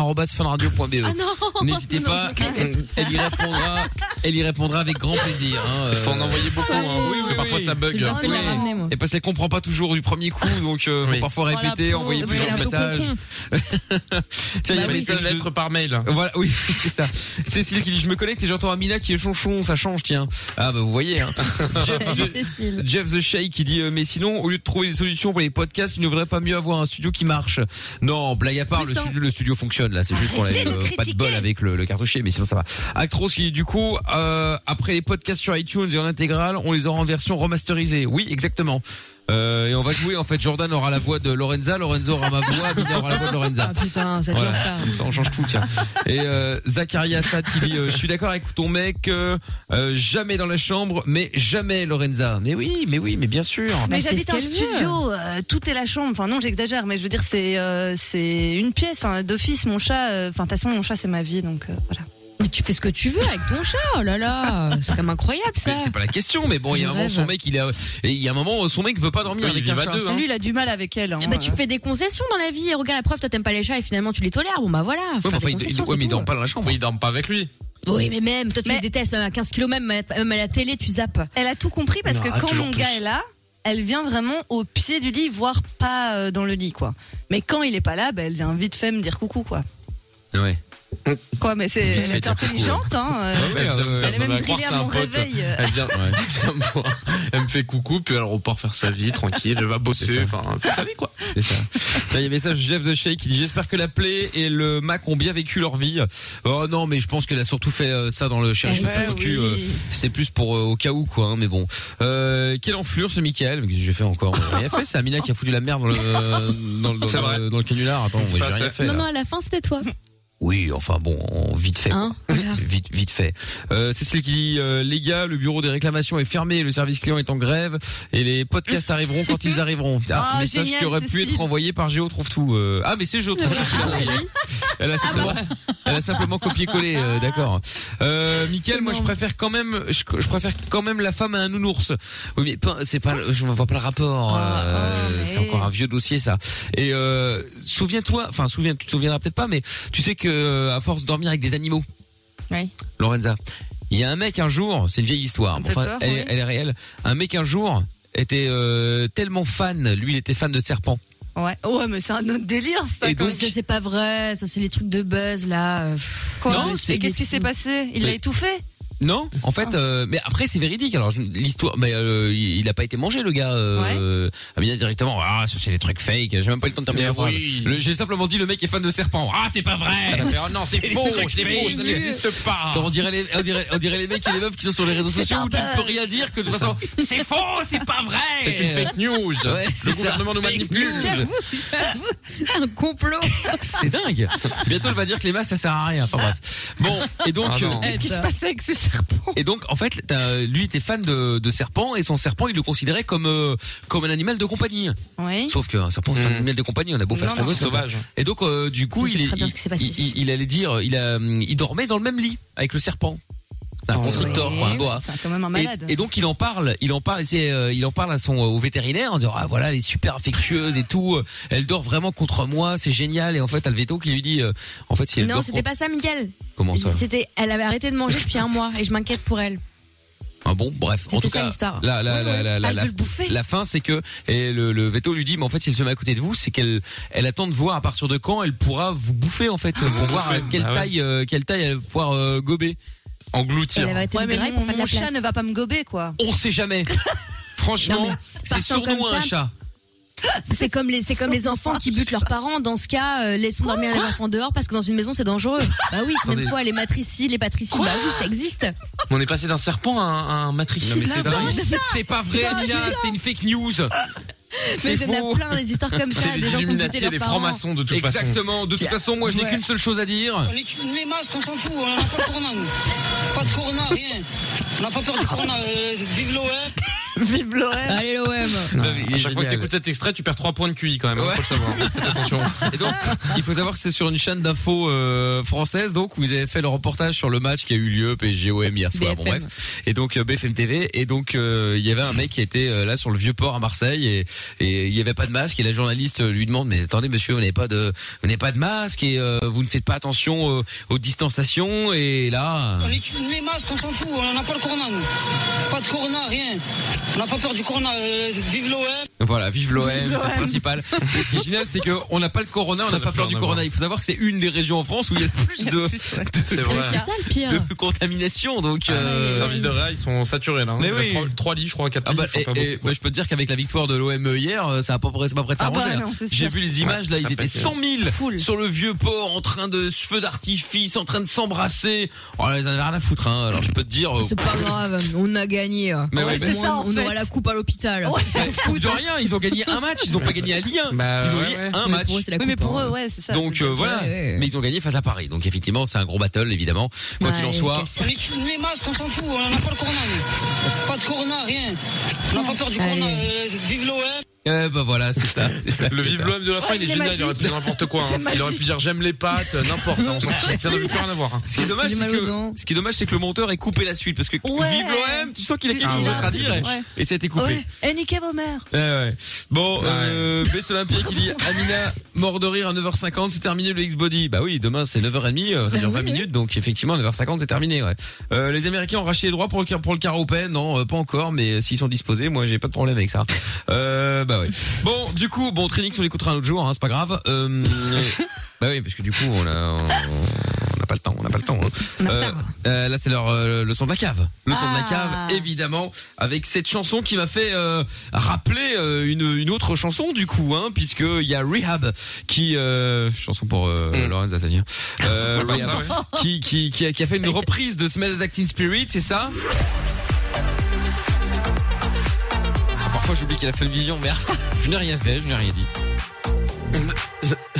Speaker 2: amina.funradio.be.
Speaker 3: Ah non
Speaker 2: (laughs) N'hésitez
Speaker 3: Non,
Speaker 2: pas, Euh,
Speaker 3: ok.
Speaker 2: elle y répondra, elle y répondra avec grand plaisir. hein,
Speaker 4: Faut en
Speaker 2: euh,
Speaker 4: envoyer beaucoup, hein, parce que parfois ça bug. J'ai bien fait de la ramener, moi.
Speaker 2: Et parce qu'elle comprend pas toujours du premier coup, donc euh, faut parfois
Speaker 4: Oh, la
Speaker 2: répéter,
Speaker 4: pauvre.
Speaker 2: envoyer
Speaker 4: Vous
Speaker 2: plusieurs
Speaker 4: avez l'air de
Speaker 2: messages.
Speaker 4: concon.
Speaker 2: (laughs) Tiens, il y a
Speaker 4: Bah
Speaker 2: un
Speaker 4: oui.
Speaker 2: message
Speaker 4: Une lettre
Speaker 2: de- par mail. Voilà, oui, (laughs) c'est ça. Cécile qui dit je me connecte et j'entends Amina qui est chonchon, ça change, tiens. Ah bah vous voyez.
Speaker 3: (laughs)
Speaker 2: Hein. Jeff,
Speaker 3: Cécile.
Speaker 2: Jeff the Shake qui dit euh, mais sinon au lieu de trouver des solutions pour les podcasts, il ne vaudrait pas mieux avoir un studio qui marche. Non, blague à part, le
Speaker 8: Puissant.
Speaker 2: studio, le studio fonctionne là, c'est juste qu'on a
Speaker 8: Arrêtez de
Speaker 2: euh, pas de
Speaker 8: critiquer.
Speaker 2: bol avec le, le cartouchier, mais sinon ça va. Actros qui dit, du coup euh, après les podcasts sur iTunes et en intégrale, on les aura en version remasterisée. Oui, exactement. Euh, et on va jouer en fait Jordan aura la voix de Lorenza, Lorenzo aura ma voix, Amina aura la voix de Lorenza.
Speaker 3: Putain, ça
Speaker 2: Voilà.
Speaker 3: doit faire.
Speaker 2: Comme ça, on change tout, tiens. Et euh, Zachary Assad qui dit, euh, je suis d'accord avec ton mec, euh, euh, jamais dans la chambre, mais jamais Lorenza. Mais oui, mais oui, mais bien sûr.
Speaker 3: Bah,
Speaker 5: Mais j'habite un studio, euh, tout est la chambre. Enfin non, j'exagère, mais je veux dire c'est euh, c'est une pièce. Enfin d'office, mon chat. euh, Enfin de toute façon, mon chat c'est ma vie, donc euh, voilà.
Speaker 3: Mais tu fais ce que tu veux avec ton chat, oh là là, c'est quand même incroyable ça.
Speaker 2: Mais c'est pas la question, mais bon, il y a un
Speaker 3: Je
Speaker 2: moment,
Speaker 3: rêve.
Speaker 2: son mec, il a, et il y a un moment, son mec veut pas dormir
Speaker 4: Oui,
Speaker 2: avec
Speaker 4: il
Speaker 2: un
Speaker 4: va
Speaker 2: chat.
Speaker 4: deux,
Speaker 5: Lui, il a du mal avec elle. hein.
Speaker 3: Bah tu fais des concessions dans la vie. Et regarde la preuve, toi t'aimes pas les chats et finalement tu les tolères. Bon bah voilà.
Speaker 2: Ouais,
Speaker 3: faire
Speaker 2: mais enfin,
Speaker 3: des
Speaker 2: il, il-
Speaker 3: concessions,
Speaker 2: ouais,
Speaker 3: c'est
Speaker 2: mais il
Speaker 3: tout.
Speaker 2: dort pas dans la chambre. Il dort pas avec lui.
Speaker 3: Oui mais même toi tu les détestes même à 15 km même à, même à la télé tu zappes.
Speaker 5: Elle a tout compris parce
Speaker 3: Non,
Speaker 5: que
Speaker 3: arrête
Speaker 5: quand
Speaker 3: toujours
Speaker 5: mon
Speaker 3: tous.
Speaker 5: gars est là, elle vient vraiment au pied du lit, voire pas euh, dans le lit, quoi. Mais quand il est pas là, bah, elle vient vite fait me dire coucou, quoi.
Speaker 2: Ouais.
Speaker 5: Quoi, mais c'est
Speaker 2: Vite
Speaker 5: elle
Speaker 2: fait
Speaker 5: est
Speaker 2: dire coucou,
Speaker 5: intelligente, hein. euh, elle est même grillée à mon réveil. euh.
Speaker 4: Elle vient, (laughs) elle vient me voir, elle me fait coucou, puis elle repart faire sa vie tranquille, elle va bosser, enfin, fait sa vie quoi.
Speaker 2: C'est ça. Tiens, Il y a un message de Jeff de Shea qui dit j'espère que la plaie et le Mac ont bien vécu leur vie. Oh non mais je pense qu'elle a surtout fait euh, ça dans le cherche
Speaker 8: Eh
Speaker 2: pas
Speaker 8: oui.
Speaker 2: vécu. euh, C'était plus pour euh, au cas où quoi. hein, mais bon, euh, quelle enflure ce Michael Qu'est-ce que J'ai fait encore. euh, Rien fait. C'est Amina qui a foutu la
Speaker 4: (laughs)
Speaker 2: merde dans le dans, le- dans,
Speaker 4: C'est
Speaker 2: le-
Speaker 4: vrai.
Speaker 2: dans le canular. Attends, moi,
Speaker 4: pas
Speaker 2: j'ai rien
Speaker 4: ça.
Speaker 2: fait.
Speaker 3: non
Speaker 2: là.
Speaker 3: non à la fin c'était toi.
Speaker 2: Oui, enfin bon, on- vite fait.
Speaker 3: Hein,
Speaker 2: quoi.
Speaker 3: voilà.
Speaker 2: vite, vite fait. Euh, Cécile qui dit euh, les gars, le bureau des réclamations est fermé, le service client est en grève et les
Speaker 8: (laughs)
Speaker 2: podcasts arriveront quand ils arriveront. Ah,
Speaker 8: Ah,
Speaker 2: message
Speaker 8: génial,
Speaker 2: qui aurait pu
Speaker 8: Cécile.
Speaker 2: être envoyé par Géo trouve tout. Euh, ah mais c'est Géo trouve tout. Elle
Speaker 8: Ah
Speaker 2: a simplement,
Speaker 8: bah.
Speaker 2: (laughs) elle a simplement copié-collé, euh, d'accord. Euh, Mickaël, moi je préfère quand même, je, je préfère quand même la femme à un nounours. Oui mais pas- c'est pas, le- je ne vois pas le rapport.
Speaker 8: Ah,
Speaker 2: euh, c'est encore un vieux dossier ça. Et euh, souviens-toi, enfin souviens, tu te souviendras peut-être pas, mais tu sais que euh, à force de dormir avec des animaux,
Speaker 5: Oui.
Speaker 2: Lorenza, il y a un mec un jour, c'est une vieille histoire, mais
Speaker 8: fait
Speaker 2: enfin
Speaker 8: peur,
Speaker 2: elle,
Speaker 8: oui.
Speaker 2: elle est réelle. Un mec un jour était euh, tellement fan, lui il était fan de serpents.
Speaker 5: Ouais, ouais, mais c'est un autre délire, ça.
Speaker 2: Et
Speaker 5: quand
Speaker 2: donc-
Speaker 5: même.
Speaker 3: Ça c'est pas vrai, ça c'est les trucs de buzz là. euh, pff,
Speaker 5: Quoi
Speaker 2: Non,
Speaker 5: Et
Speaker 2: c'est-
Speaker 5: qu'est-ce qui s'est passé Il l'a
Speaker 2: Mais-
Speaker 5: étouffé
Speaker 2: Non, en fait,
Speaker 8: Ah.
Speaker 2: euh, mais après c'est véridique. Alors je- l'histoire, mais euh, il il a pas été mangé le gars. Euh, Amina directement. Ah, ça c'est des trucs fake. J'ai même pas eu le temps de terminer la
Speaker 8: Mais
Speaker 2: phrase.
Speaker 8: oui.
Speaker 2: Le- J'ai simplement dit le mec est fan de serpents. Ah, c'est pas vrai.
Speaker 8: Elle a fait, oh
Speaker 2: non, (laughs) c'est faux, c'est faux, ça n'existe pas. On dirait les, on dirait, on dirait les mecs et les meufs qui sont sur les réseaux
Speaker 8: C'est
Speaker 2: sociaux
Speaker 8: un
Speaker 2: où tu ne
Speaker 8: bug.
Speaker 2: peux rien dire que de toute façon
Speaker 3: (laughs)
Speaker 2: c'est faux, c'est pas vrai.
Speaker 4: C'est une fake news.
Speaker 2: Ouais, c'est
Speaker 4: le
Speaker 2: ça,
Speaker 4: gouvernement nous
Speaker 2: fake
Speaker 4: manipule.
Speaker 2: news.
Speaker 3: J'avoue, j'avoue, un complot.
Speaker 2: (laughs) C'est dingue. Bientôt elle va dire que les masses ça sert à rien. Enfin bref. Bon et donc.
Speaker 4: Ah non.
Speaker 2: euh,
Speaker 5: Qu'est-ce qui se passait avec ces serpents
Speaker 2: Et donc, en fait, t'as- lui était fan de, de serpent et son serpent, il le considérait comme euh, comme un animal de compagnie.
Speaker 5: Oui.
Speaker 2: Sauf qu'un serpent, c'est pas
Speaker 4: Mm.
Speaker 2: un animal de compagnie. On a beau faire
Speaker 8: Non,
Speaker 2: ce qu'on
Speaker 8: non,
Speaker 2: veut,
Speaker 8: c'est
Speaker 2: comme ça.
Speaker 8: sauvage.
Speaker 2: Et donc, euh, du coup,
Speaker 8: Je sais
Speaker 2: il, est-
Speaker 8: très bien
Speaker 2: il,
Speaker 8: ce qui s'est passé.
Speaker 2: il- il- il allait dire, il a, hum, il dormait dans le même lit avec le serpent. C'est un
Speaker 5: Oh,
Speaker 2: constrictor,
Speaker 5: ouais,
Speaker 2: quoi, un boa.
Speaker 5: C'est quand même un malade.
Speaker 2: Et, et donc il en parle, il en parle, c'est, euh, il en parle à son euh, au vétérinaire en disant ah voilà elle est super affectueuse et tout, euh, elle dort vraiment contre moi, c'est génial et en fait t'as le veto qui lui dit euh, en fait si elle
Speaker 3: non
Speaker 2: dort
Speaker 3: c'était
Speaker 2: contre-
Speaker 3: pas ça, Miguel.
Speaker 2: comment ça
Speaker 3: C'était, elle avait arrêté de manger depuis un mois et je m'inquiète
Speaker 2: (laughs)
Speaker 3: pour elle.
Speaker 2: Ah bon, bref. En tout
Speaker 3: ça,
Speaker 2: cas,
Speaker 3: l'histoire.
Speaker 2: la, la,
Speaker 3: Ouais,
Speaker 2: la,
Speaker 3: ouais.
Speaker 2: la, la,
Speaker 3: Elle
Speaker 2: la,
Speaker 3: veut le bouffer.
Speaker 2: la fin, c'est que et le, le veto lui dit, mais en fait, si elle se met à côté de vous, c'est qu'elle elle attend de voir à partir de quand elle pourra vous bouffer en fait, pour voir à
Speaker 4: bouffer.
Speaker 2: quelle
Speaker 4: Ah ouais.
Speaker 2: taille euh, quelle taille elle va pouvoir euh, gober, engloutir.
Speaker 5: Ouais, mais mon,
Speaker 3: pour faire de la
Speaker 5: mon chat
Speaker 3: place.
Speaker 5: ne va pas me gober, quoi.
Speaker 2: On sait
Speaker 5: (laughs)
Speaker 2: jamais.
Speaker 3: Non,
Speaker 2: Franchement,
Speaker 3: mais
Speaker 2: c'est
Speaker 3: partant
Speaker 2: sournois
Speaker 3: comme
Speaker 2: un
Speaker 3: ça,
Speaker 2: chat.
Speaker 3: C'est comme les, c'est comme les enfants qui butent leurs parents. Dans ce cas, euh, laissons dormir les enfants dehors parce que dans une maison c'est dangereux. Bah oui, combien de
Speaker 4: Attendez.
Speaker 3: fois les matricides, les patricides, bah oui, ça existe.
Speaker 4: On est passé d'un serpent à un, à un matricide.
Speaker 2: Non, mais c'est
Speaker 4: D'un
Speaker 2: dingue.
Speaker 4: chat.
Speaker 2: C'est pas vrai,
Speaker 4: D'un
Speaker 2: Amina,
Speaker 4: chat.
Speaker 2: c'est une fake news.
Speaker 3: Mais
Speaker 2: C'est
Speaker 3: il y en a
Speaker 2: faux.
Speaker 3: plein, des
Speaker 2: (laughs)
Speaker 3: histoires comme ça,
Speaker 4: C'est les
Speaker 3: des gens qui ont
Speaker 4: Illuminati
Speaker 3: buté
Speaker 4: et
Speaker 3: leurs
Speaker 4: les
Speaker 3: parents.
Speaker 4: francs-maçons, de toute façon.
Speaker 2: Exactement. De toute
Speaker 4: Tiens.
Speaker 2: façon, moi, je n'ai
Speaker 4: Ouais.
Speaker 2: qu'une seule chose à dire.
Speaker 11: Les, les masques, on s'en fout, on n'a pas le corona, nous. Pas de corona, rien. On n'a pas peur du corona. euh, vive l'OM.
Speaker 10: (laughs)
Speaker 5: vive l'OM.
Speaker 3: Allez, l'OM.
Speaker 4: Non, mais à chaque fois que t'écoutes cet extrait, tu perds 3 points de QI quand même. hein, Faut le
Speaker 2: (laughs)
Speaker 4: savoir. Faites attention.
Speaker 2: Et donc, il faut savoir que c'est sur une chaîne d'infos euh, française, donc où ils avaient fait le reportage sur le match qui a eu lieu PSGOM hier soir. Bon
Speaker 8: BFM.
Speaker 2: bref. Et donc euh, BFM TV. Et donc euh, il y avait un mec qui était euh, là sur le vieux port à Marseille et, et il y avait pas de masque. Et la journaliste euh, lui demande mais attendez monsieur, vous n'avez pas de vous n'avez pas de masque et euh, vous ne faites pas attention euh, aux distanciations. Et là,
Speaker 11: Les, les masques, on s'en fout, on n'a pas le corona, nous. Pas de corona, rien. On n'a pas peur du corona. euh, vive l'OM.
Speaker 2: Voilà, vive l'OM, c'est
Speaker 11: Vive l'OM.
Speaker 2: le principal. Et ce qui est génial, c'est qu'on n'a pas le corona, on n'a pas peur du corona. Il faut savoir que c'est une des régions en France où il y a
Speaker 4: (laughs)
Speaker 2: le plus de, de,
Speaker 4: C'est vrai. Mais c'est ça,
Speaker 3: le
Speaker 2: de contamination. Donc, euh,
Speaker 4: Les services de réa, ils sont saturés là. hein.
Speaker 2: Mais
Speaker 4: Il
Speaker 2: oui.
Speaker 4: reste trois- trois lits, je crois, quatre
Speaker 2: Ah
Speaker 4: lits.
Speaker 2: bah,
Speaker 4: enfin,
Speaker 2: et-
Speaker 4: pas beaucoup,
Speaker 2: et,
Speaker 4: quoi.
Speaker 2: bah, je peux te dire qu'avec la victoire de l'OM hier, euh, ça a pas près, c'est pas près de
Speaker 4: Ah bah
Speaker 2: s'arranger. là.
Speaker 4: non, c'est
Speaker 2: J'ai
Speaker 4: sûr.
Speaker 2: vu les images là,
Speaker 4: Ouais,
Speaker 2: ils
Speaker 4: ça
Speaker 2: étaient
Speaker 4: pète,
Speaker 2: 100 000 sur le vieux port en train de feu d'artifice, en train de s'embrasser. Oh là, ils en avaient rien à foutre. Hein. Alors (laughs) je peux te dire, euh,
Speaker 3: C'est pas grave, on a gagné.
Speaker 2: Mais ouais,
Speaker 3: Au
Speaker 2: mais-
Speaker 3: moins,
Speaker 2: C'est ça, en
Speaker 3: on
Speaker 2: fait.
Speaker 3: aura la coupe à l'hôpital.
Speaker 2: coupe de rien, ils ont gagné un match, ils ont pas gagné à Ligue 1.
Speaker 5: Bah
Speaker 2: ils ont gagné un match.
Speaker 5: ouais, c'est
Speaker 2: Donc euh, voilà, mais ils ont gagné face à Paris. Donc effectivement, c'est un gros battle évidemment. Quoi qu'il en soit,
Speaker 11: On est les masques, on s'en fout. On n'a pas le corona. nous. Pas de corona, rien. On n'a pas peur du corona. euh, vive l'OM.
Speaker 2: eh ben voilà, c'est ça, c'est ça.
Speaker 4: Le vive l'OM de la fin, il est génial, il aurait pu dire n'importe quoi. hein. Il aurait pu dire j'aime les pâtes, euh, n'importe, hein, on s'en fout, ça n'avait plus rien à voir. hein.
Speaker 2: Ce qui est dommage, c'est que, ce qui est dommage, c'est que le monteur ait coupé la suite parce que vive l'OM, tu sens qu'il a quelque chose d'autre à dire et-
Speaker 5: Ouais.
Speaker 2: et ça a été coupé.
Speaker 5: Ouais. Et niquez vos mères.
Speaker 2: Ouais, Eh ouais. Bon, euh, Best Olympique, il dit Amina, mort de rire à 9h50, c'est terminé le X-Body. Bah oui, demain c'est 9h30, euh, ça dure 20 minutes, donc effectivement, 9h50, c'est terminé, ouais. Euh, les Américains ont racheté les droits pour le, car- pour le car open. Non, euh, pas encore, mais s'ils sont disposés, moi j'ai pas de problème avec ça. Euh, bah ouais. Bon, du coup, bon, Trinix, on l'écoutera un autre jour, hein, c'est pas grave. Euh, bah oui, parce que du coup, on a, on, on a pas le temps, on a pas le temps. hein. Euh, euh, là, c'est leur, euh, le son de la cave. Le son de la cave, évidemment, avec cette chanson qui m'a fait euh, rappeler euh, une, une autre chanson du coup, hein, puisque il y a Rehab qui euh, chanson pour euh, Lorenz Assania, euh,
Speaker 4: Ah, bah,
Speaker 2: Rehab,
Speaker 4: ça, ouais.
Speaker 2: qui, qui, qui, a, qui a fait une reprise de Smells Like Teen Spirit, c'est ça Ah, Parfois j'oublie qu'il a fait le vision, merde. Je n'ai rien fait, je n'ai rien dit.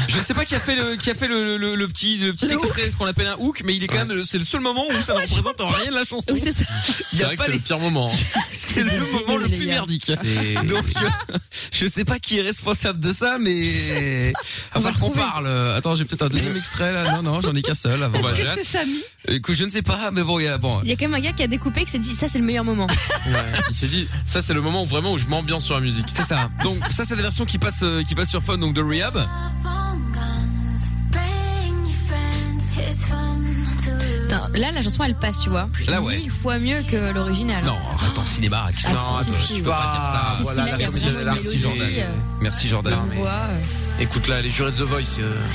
Speaker 2: Je ne sais pas qui a fait le qui a fait le, le, le petit le petit extrait qu'on appelle un hook, mais il est quand même c'est le seul moment où ça ne représente en rien la chanson.
Speaker 3: Oui, c'est ça.
Speaker 2: Il
Speaker 4: C'est
Speaker 2: y a
Speaker 4: vrai que
Speaker 2: pas
Speaker 4: c'est
Speaker 2: les-
Speaker 4: le pire moment.
Speaker 2: (laughs) c'est le moment le plus merdique. Donc (laughs) euh, je sais pas qui est responsable de ça, mais à falloir qu'on parle. Euh, Attends, j'ai peut-être un deuxième extrait là. Non, non, j'en ai qu'un seul. Avant, bah, j'ai hâte.
Speaker 3: Samy.
Speaker 2: Écoute, je ne sais pas, mais bon, il y a bon.
Speaker 3: Il y a quand même un gars qui a découpé et qui s'est dit ça c'est le meilleur moment.
Speaker 4: Il s'est dit, ça c'est le moment où vraiment où je m'ambiance sur la musique.
Speaker 2: C'est ça. Donc ça c'est la version qui passe euh, qui passe sur Fun, donc de
Speaker 4: Ah
Speaker 2: Rehab.
Speaker 4: bah.
Speaker 3: Putain, là la chanson elle passe, tu vois.
Speaker 2: Là, ouais.
Speaker 3: Mille fois mieux que l'original.
Speaker 2: Non, attends, cinéma, qu'est-ce que tu
Speaker 3: Ah,
Speaker 2: racontes
Speaker 3: si, si,
Speaker 2: Tu
Speaker 3: si.
Speaker 2: peux pas
Speaker 3: Si,
Speaker 2: dire ça.
Speaker 3: si, là, il y a
Speaker 2: merci,
Speaker 3: vraiment une
Speaker 2: merci
Speaker 3: mélodie,
Speaker 2: Jordan.
Speaker 3: euh,
Speaker 2: Merci Jordan.
Speaker 3: On voit. euh,
Speaker 4: Écoute là, les jurés de The Voice.
Speaker 2: euh.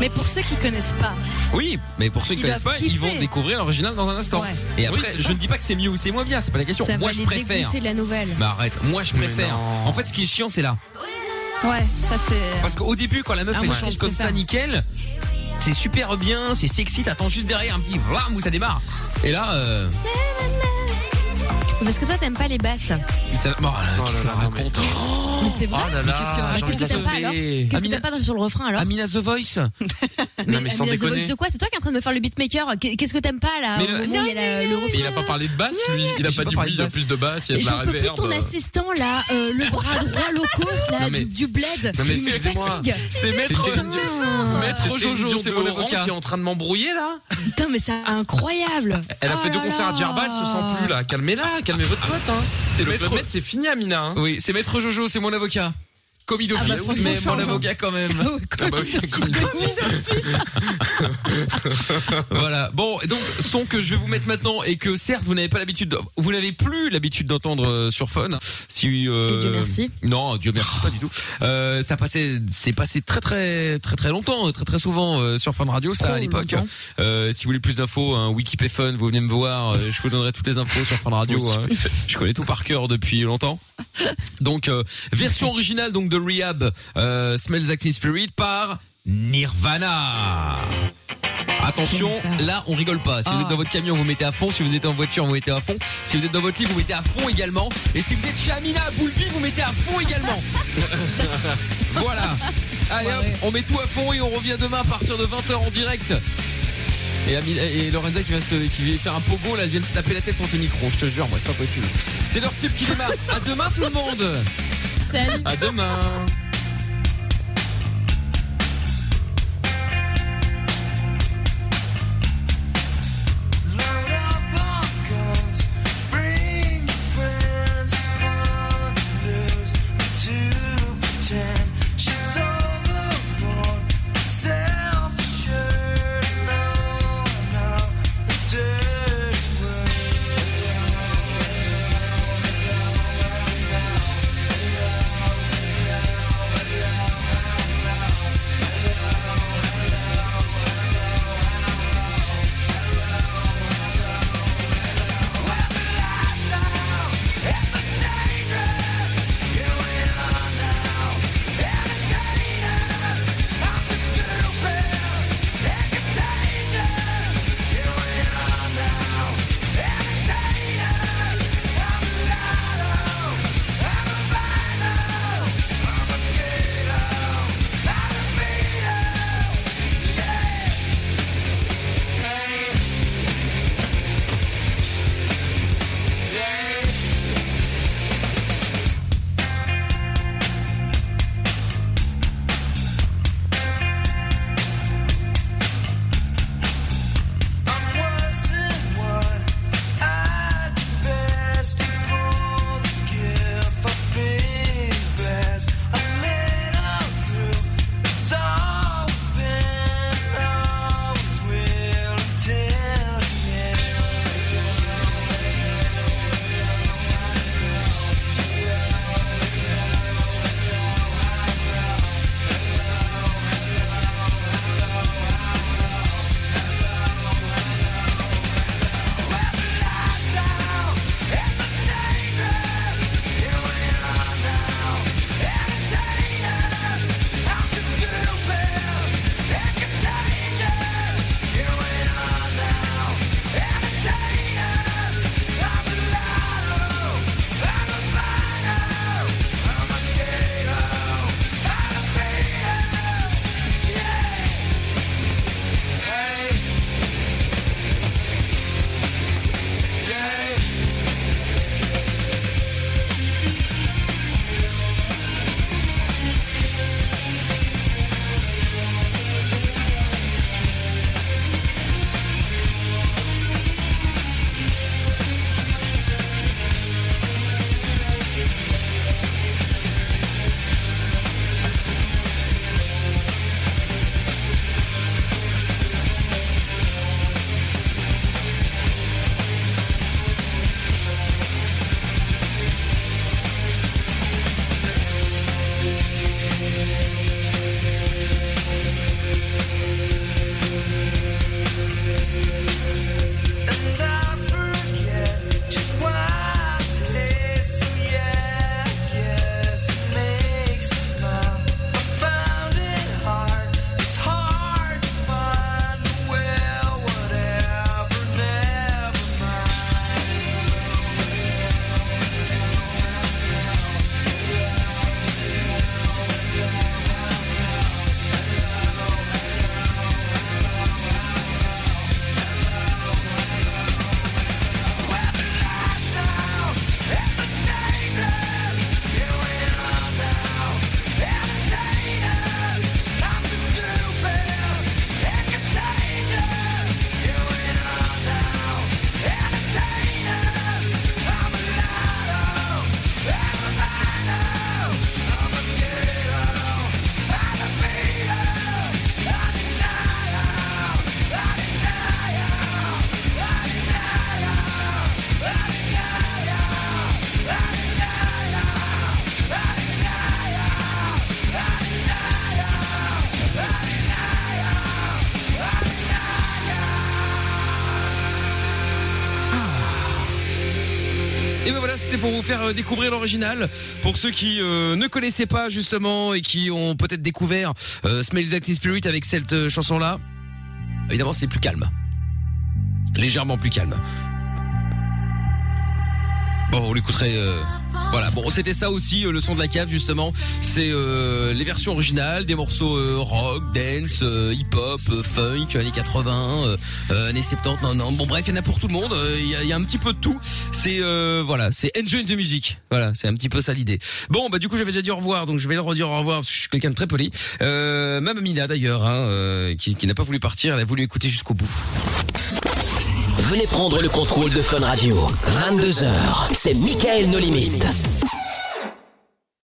Speaker 5: Mais pour ceux qui connaissent pas,
Speaker 2: Oui, mais pour ceux qui
Speaker 5: Ils
Speaker 2: connaissent
Speaker 5: doivent
Speaker 2: pas, ils
Speaker 5: kiffer.
Speaker 2: vont découvrir l'original dans un instant.
Speaker 5: Ouais.
Speaker 2: Et
Speaker 4: Oui,
Speaker 2: après,
Speaker 4: c'est
Speaker 2: je
Speaker 4: ça.
Speaker 2: ne dis pas que c'est mieux ou c'est moins bien, c'est pas la question.
Speaker 3: ça
Speaker 2: Moi,
Speaker 3: va
Speaker 2: je
Speaker 3: les
Speaker 2: préfère.
Speaker 3: dégoûter de la nouvelle.
Speaker 2: Mais arrête, moi je préfère. En fait, ce qui est chiant, c'est là.
Speaker 5: ouais, ça c'est.
Speaker 2: Parce qu'au début, quand la meuf
Speaker 5: Ah,
Speaker 2: elle
Speaker 5: moi,
Speaker 2: change
Speaker 5: je
Speaker 2: comme ça,
Speaker 5: préfère.
Speaker 2: nickel, c'est super bien, c'est sexy, t'attends juste derrière un petit blam où ça démarre. Et là, euh,
Speaker 3: Parce que toi t'aimes pas les basses.
Speaker 2: ça- oh, là, qu'est-ce qu'elle raconte
Speaker 3: Mais c'est vrai.
Speaker 2: Oh là là,
Speaker 3: Mais
Speaker 2: j'ai
Speaker 3: qu'est-ce que
Speaker 2: envie de
Speaker 3: t'aimes pas alors
Speaker 2: sauter.
Speaker 3: Qu'est-ce que t'aimes pas sur le refrain alors
Speaker 2: Amina The
Speaker 3: (laughs)
Speaker 2: Voice Non
Speaker 3: Amina The Voice de quoi C'est toi qui es en train de me faire le beatmaker. Qu'est- Qu'est-ce que t'aimes pas là
Speaker 4: Mais
Speaker 3: au
Speaker 4: le-
Speaker 3: moment où il y a la- le refrain
Speaker 4: Il a pas parlé de basse, lui. Il a
Speaker 2: J'ai
Speaker 4: pas
Speaker 2: pas
Speaker 4: dit
Speaker 2: parlé
Speaker 4: oui, il y
Speaker 2: de
Speaker 4: a
Speaker 2: basse.
Speaker 4: plus de basse, il y a de
Speaker 3: J'en
Speaker 4: la
Speaker 3: peux plus de
Speaker 4: réverb.
Speaker 3: ton assistant là, euh, le bras droit low cost là,
Speaker 4: Non, mais-
Speaker 3: du, du bled.
Speaker 4: Non, mais
Speaker 3: il me
Speaker 4: excusez-moi.
Speaker 3: fatigue.
Speaker 2: C'est maître, maître
Speaker 4: C'est Céline
Speaker 2: Jojo,
Speaker 4: Dion
Speaker 2: c'est
Speaker 4: de
Speaker 2: mon
Speaker 4: Laurent
Speaker 2: avocat.
Speaker 4: qui est en train de m'embrouiller là.
Speaker 3: Putain, mais c'est incroyable.
Speaker 4: Elle a
Speaker 3: Oh
Speaker 4: fait deux
Speaker 3: là
Speaker 4: concerts à
Speaker 3: là.
Speaker 4: Djerbal, elle se sent plus là. Calmez-la, calmez votre pote. Hein.
Speaker 2: C'est
Speaker 4: C'est le
Speaker 2: maître-
Speaker 4: club Med, c'est fini Amina. Hein.
Speaker 2: Oui, c'est maître Jojo, c'est mon avocat. Commis
Speaker 4: Ah
Speaker 2: d'office,
Speaker 4: bah, franchement,
Speaker 2: mais mon
Speaker 4: change.
Speaker 2: avocat quand même.
Speaker 4: Ah bah oui, comme il dit.
Speaker 2: (laughs) voilà. Bon, et donc son que je vais vous mettre maintenant et que certes vous n'avez pas l'habitude, de- vous n'avez plus l'habitude d'entendre euh, sur Fun. Si euh,
Speaker 3: Et Dieu merci.
Speaker 2: Non, Dieu merci pas du tout. Euh, ça passait, c'est passé très très très très longtemps, très très souvent euh, sur Fun Radio. Ça
Speaker 3: Trop
Speaker 2: à l'époque.
Speaker 3: longtemps.
Speaker 2: Euh, si vous voulez plus d'infos, hein, Wikipay Fun, vous venez me voir. euh, je vous donnerai toutes les infos sur Fun Radio. hein. Je connais tout par cœur depuis longtemps. Donc euh, version originale donc de Rehab, euh, Smells Like Teen Spirit par Nirvana. Attention, là on rigole pas. Si vous êtes dans votre camion, vous mettez à fond. Si vous êtes en voiture, vous mettez à fond. Si vous êtes dans votre lit, vous mettez à fond également. Et si vous êtes chez Amina à Boulby, vous mettez à fond également. (laughs) voilà. Allez hop, on met tout à fond et on revient demain à partir de 20h en direct. Et, Amina- et Lorenza qui va, se, qui vient faire un pogo, là, elle vient de se taper la tête contre le micro. Je te jure, moi, c'est pas possible. C'est leur sub qui démarre. À demain, tout le monde.
Speaker 3: Salut.
Speaker 2: À demain.
Speaker 15: Dirty word.
Speaker 2: Et ben voilà, c'était pour vous faire euh, découvrir l'original. Pour ceux qui euh, ne connaissaient pas justement et qui ont peut-être découvert euh, Smells Like Teen Spirit avec cette euh, chanson-là, évidemment c'est plus calme. Légèrement plus calme. Bon, on l'écouterait. euh, Voilà, bon, c'était ça aussi euh, le son de la cave justement. C'est euh, les versions originales des morceaux euh, rock, dance, euh, hip-hop, euh, funk, années 80, euh, euh, années 70, non, non. Bon, bref, il y en a pour tout le monde. euh, Il y, a, il y a un petit peu de tout. C'est euh, voilà, c'est enjoy the music. Voilà, c'est un petit peu ça l'idée. Bon, bah du coup, j'avais déjà dit au revoir, donc je vais le redire au revoir parce que je suis quelqu'un de très poli. Euh, même Mina d'ailleurs, hein, euh, qui, qui n'a pas voulu partir, elle a voulu écouter jusqu'au bout.
Speaker 1: Venez prendre le contrôle de Fun Radio. 22h, c'est Michael No Limite.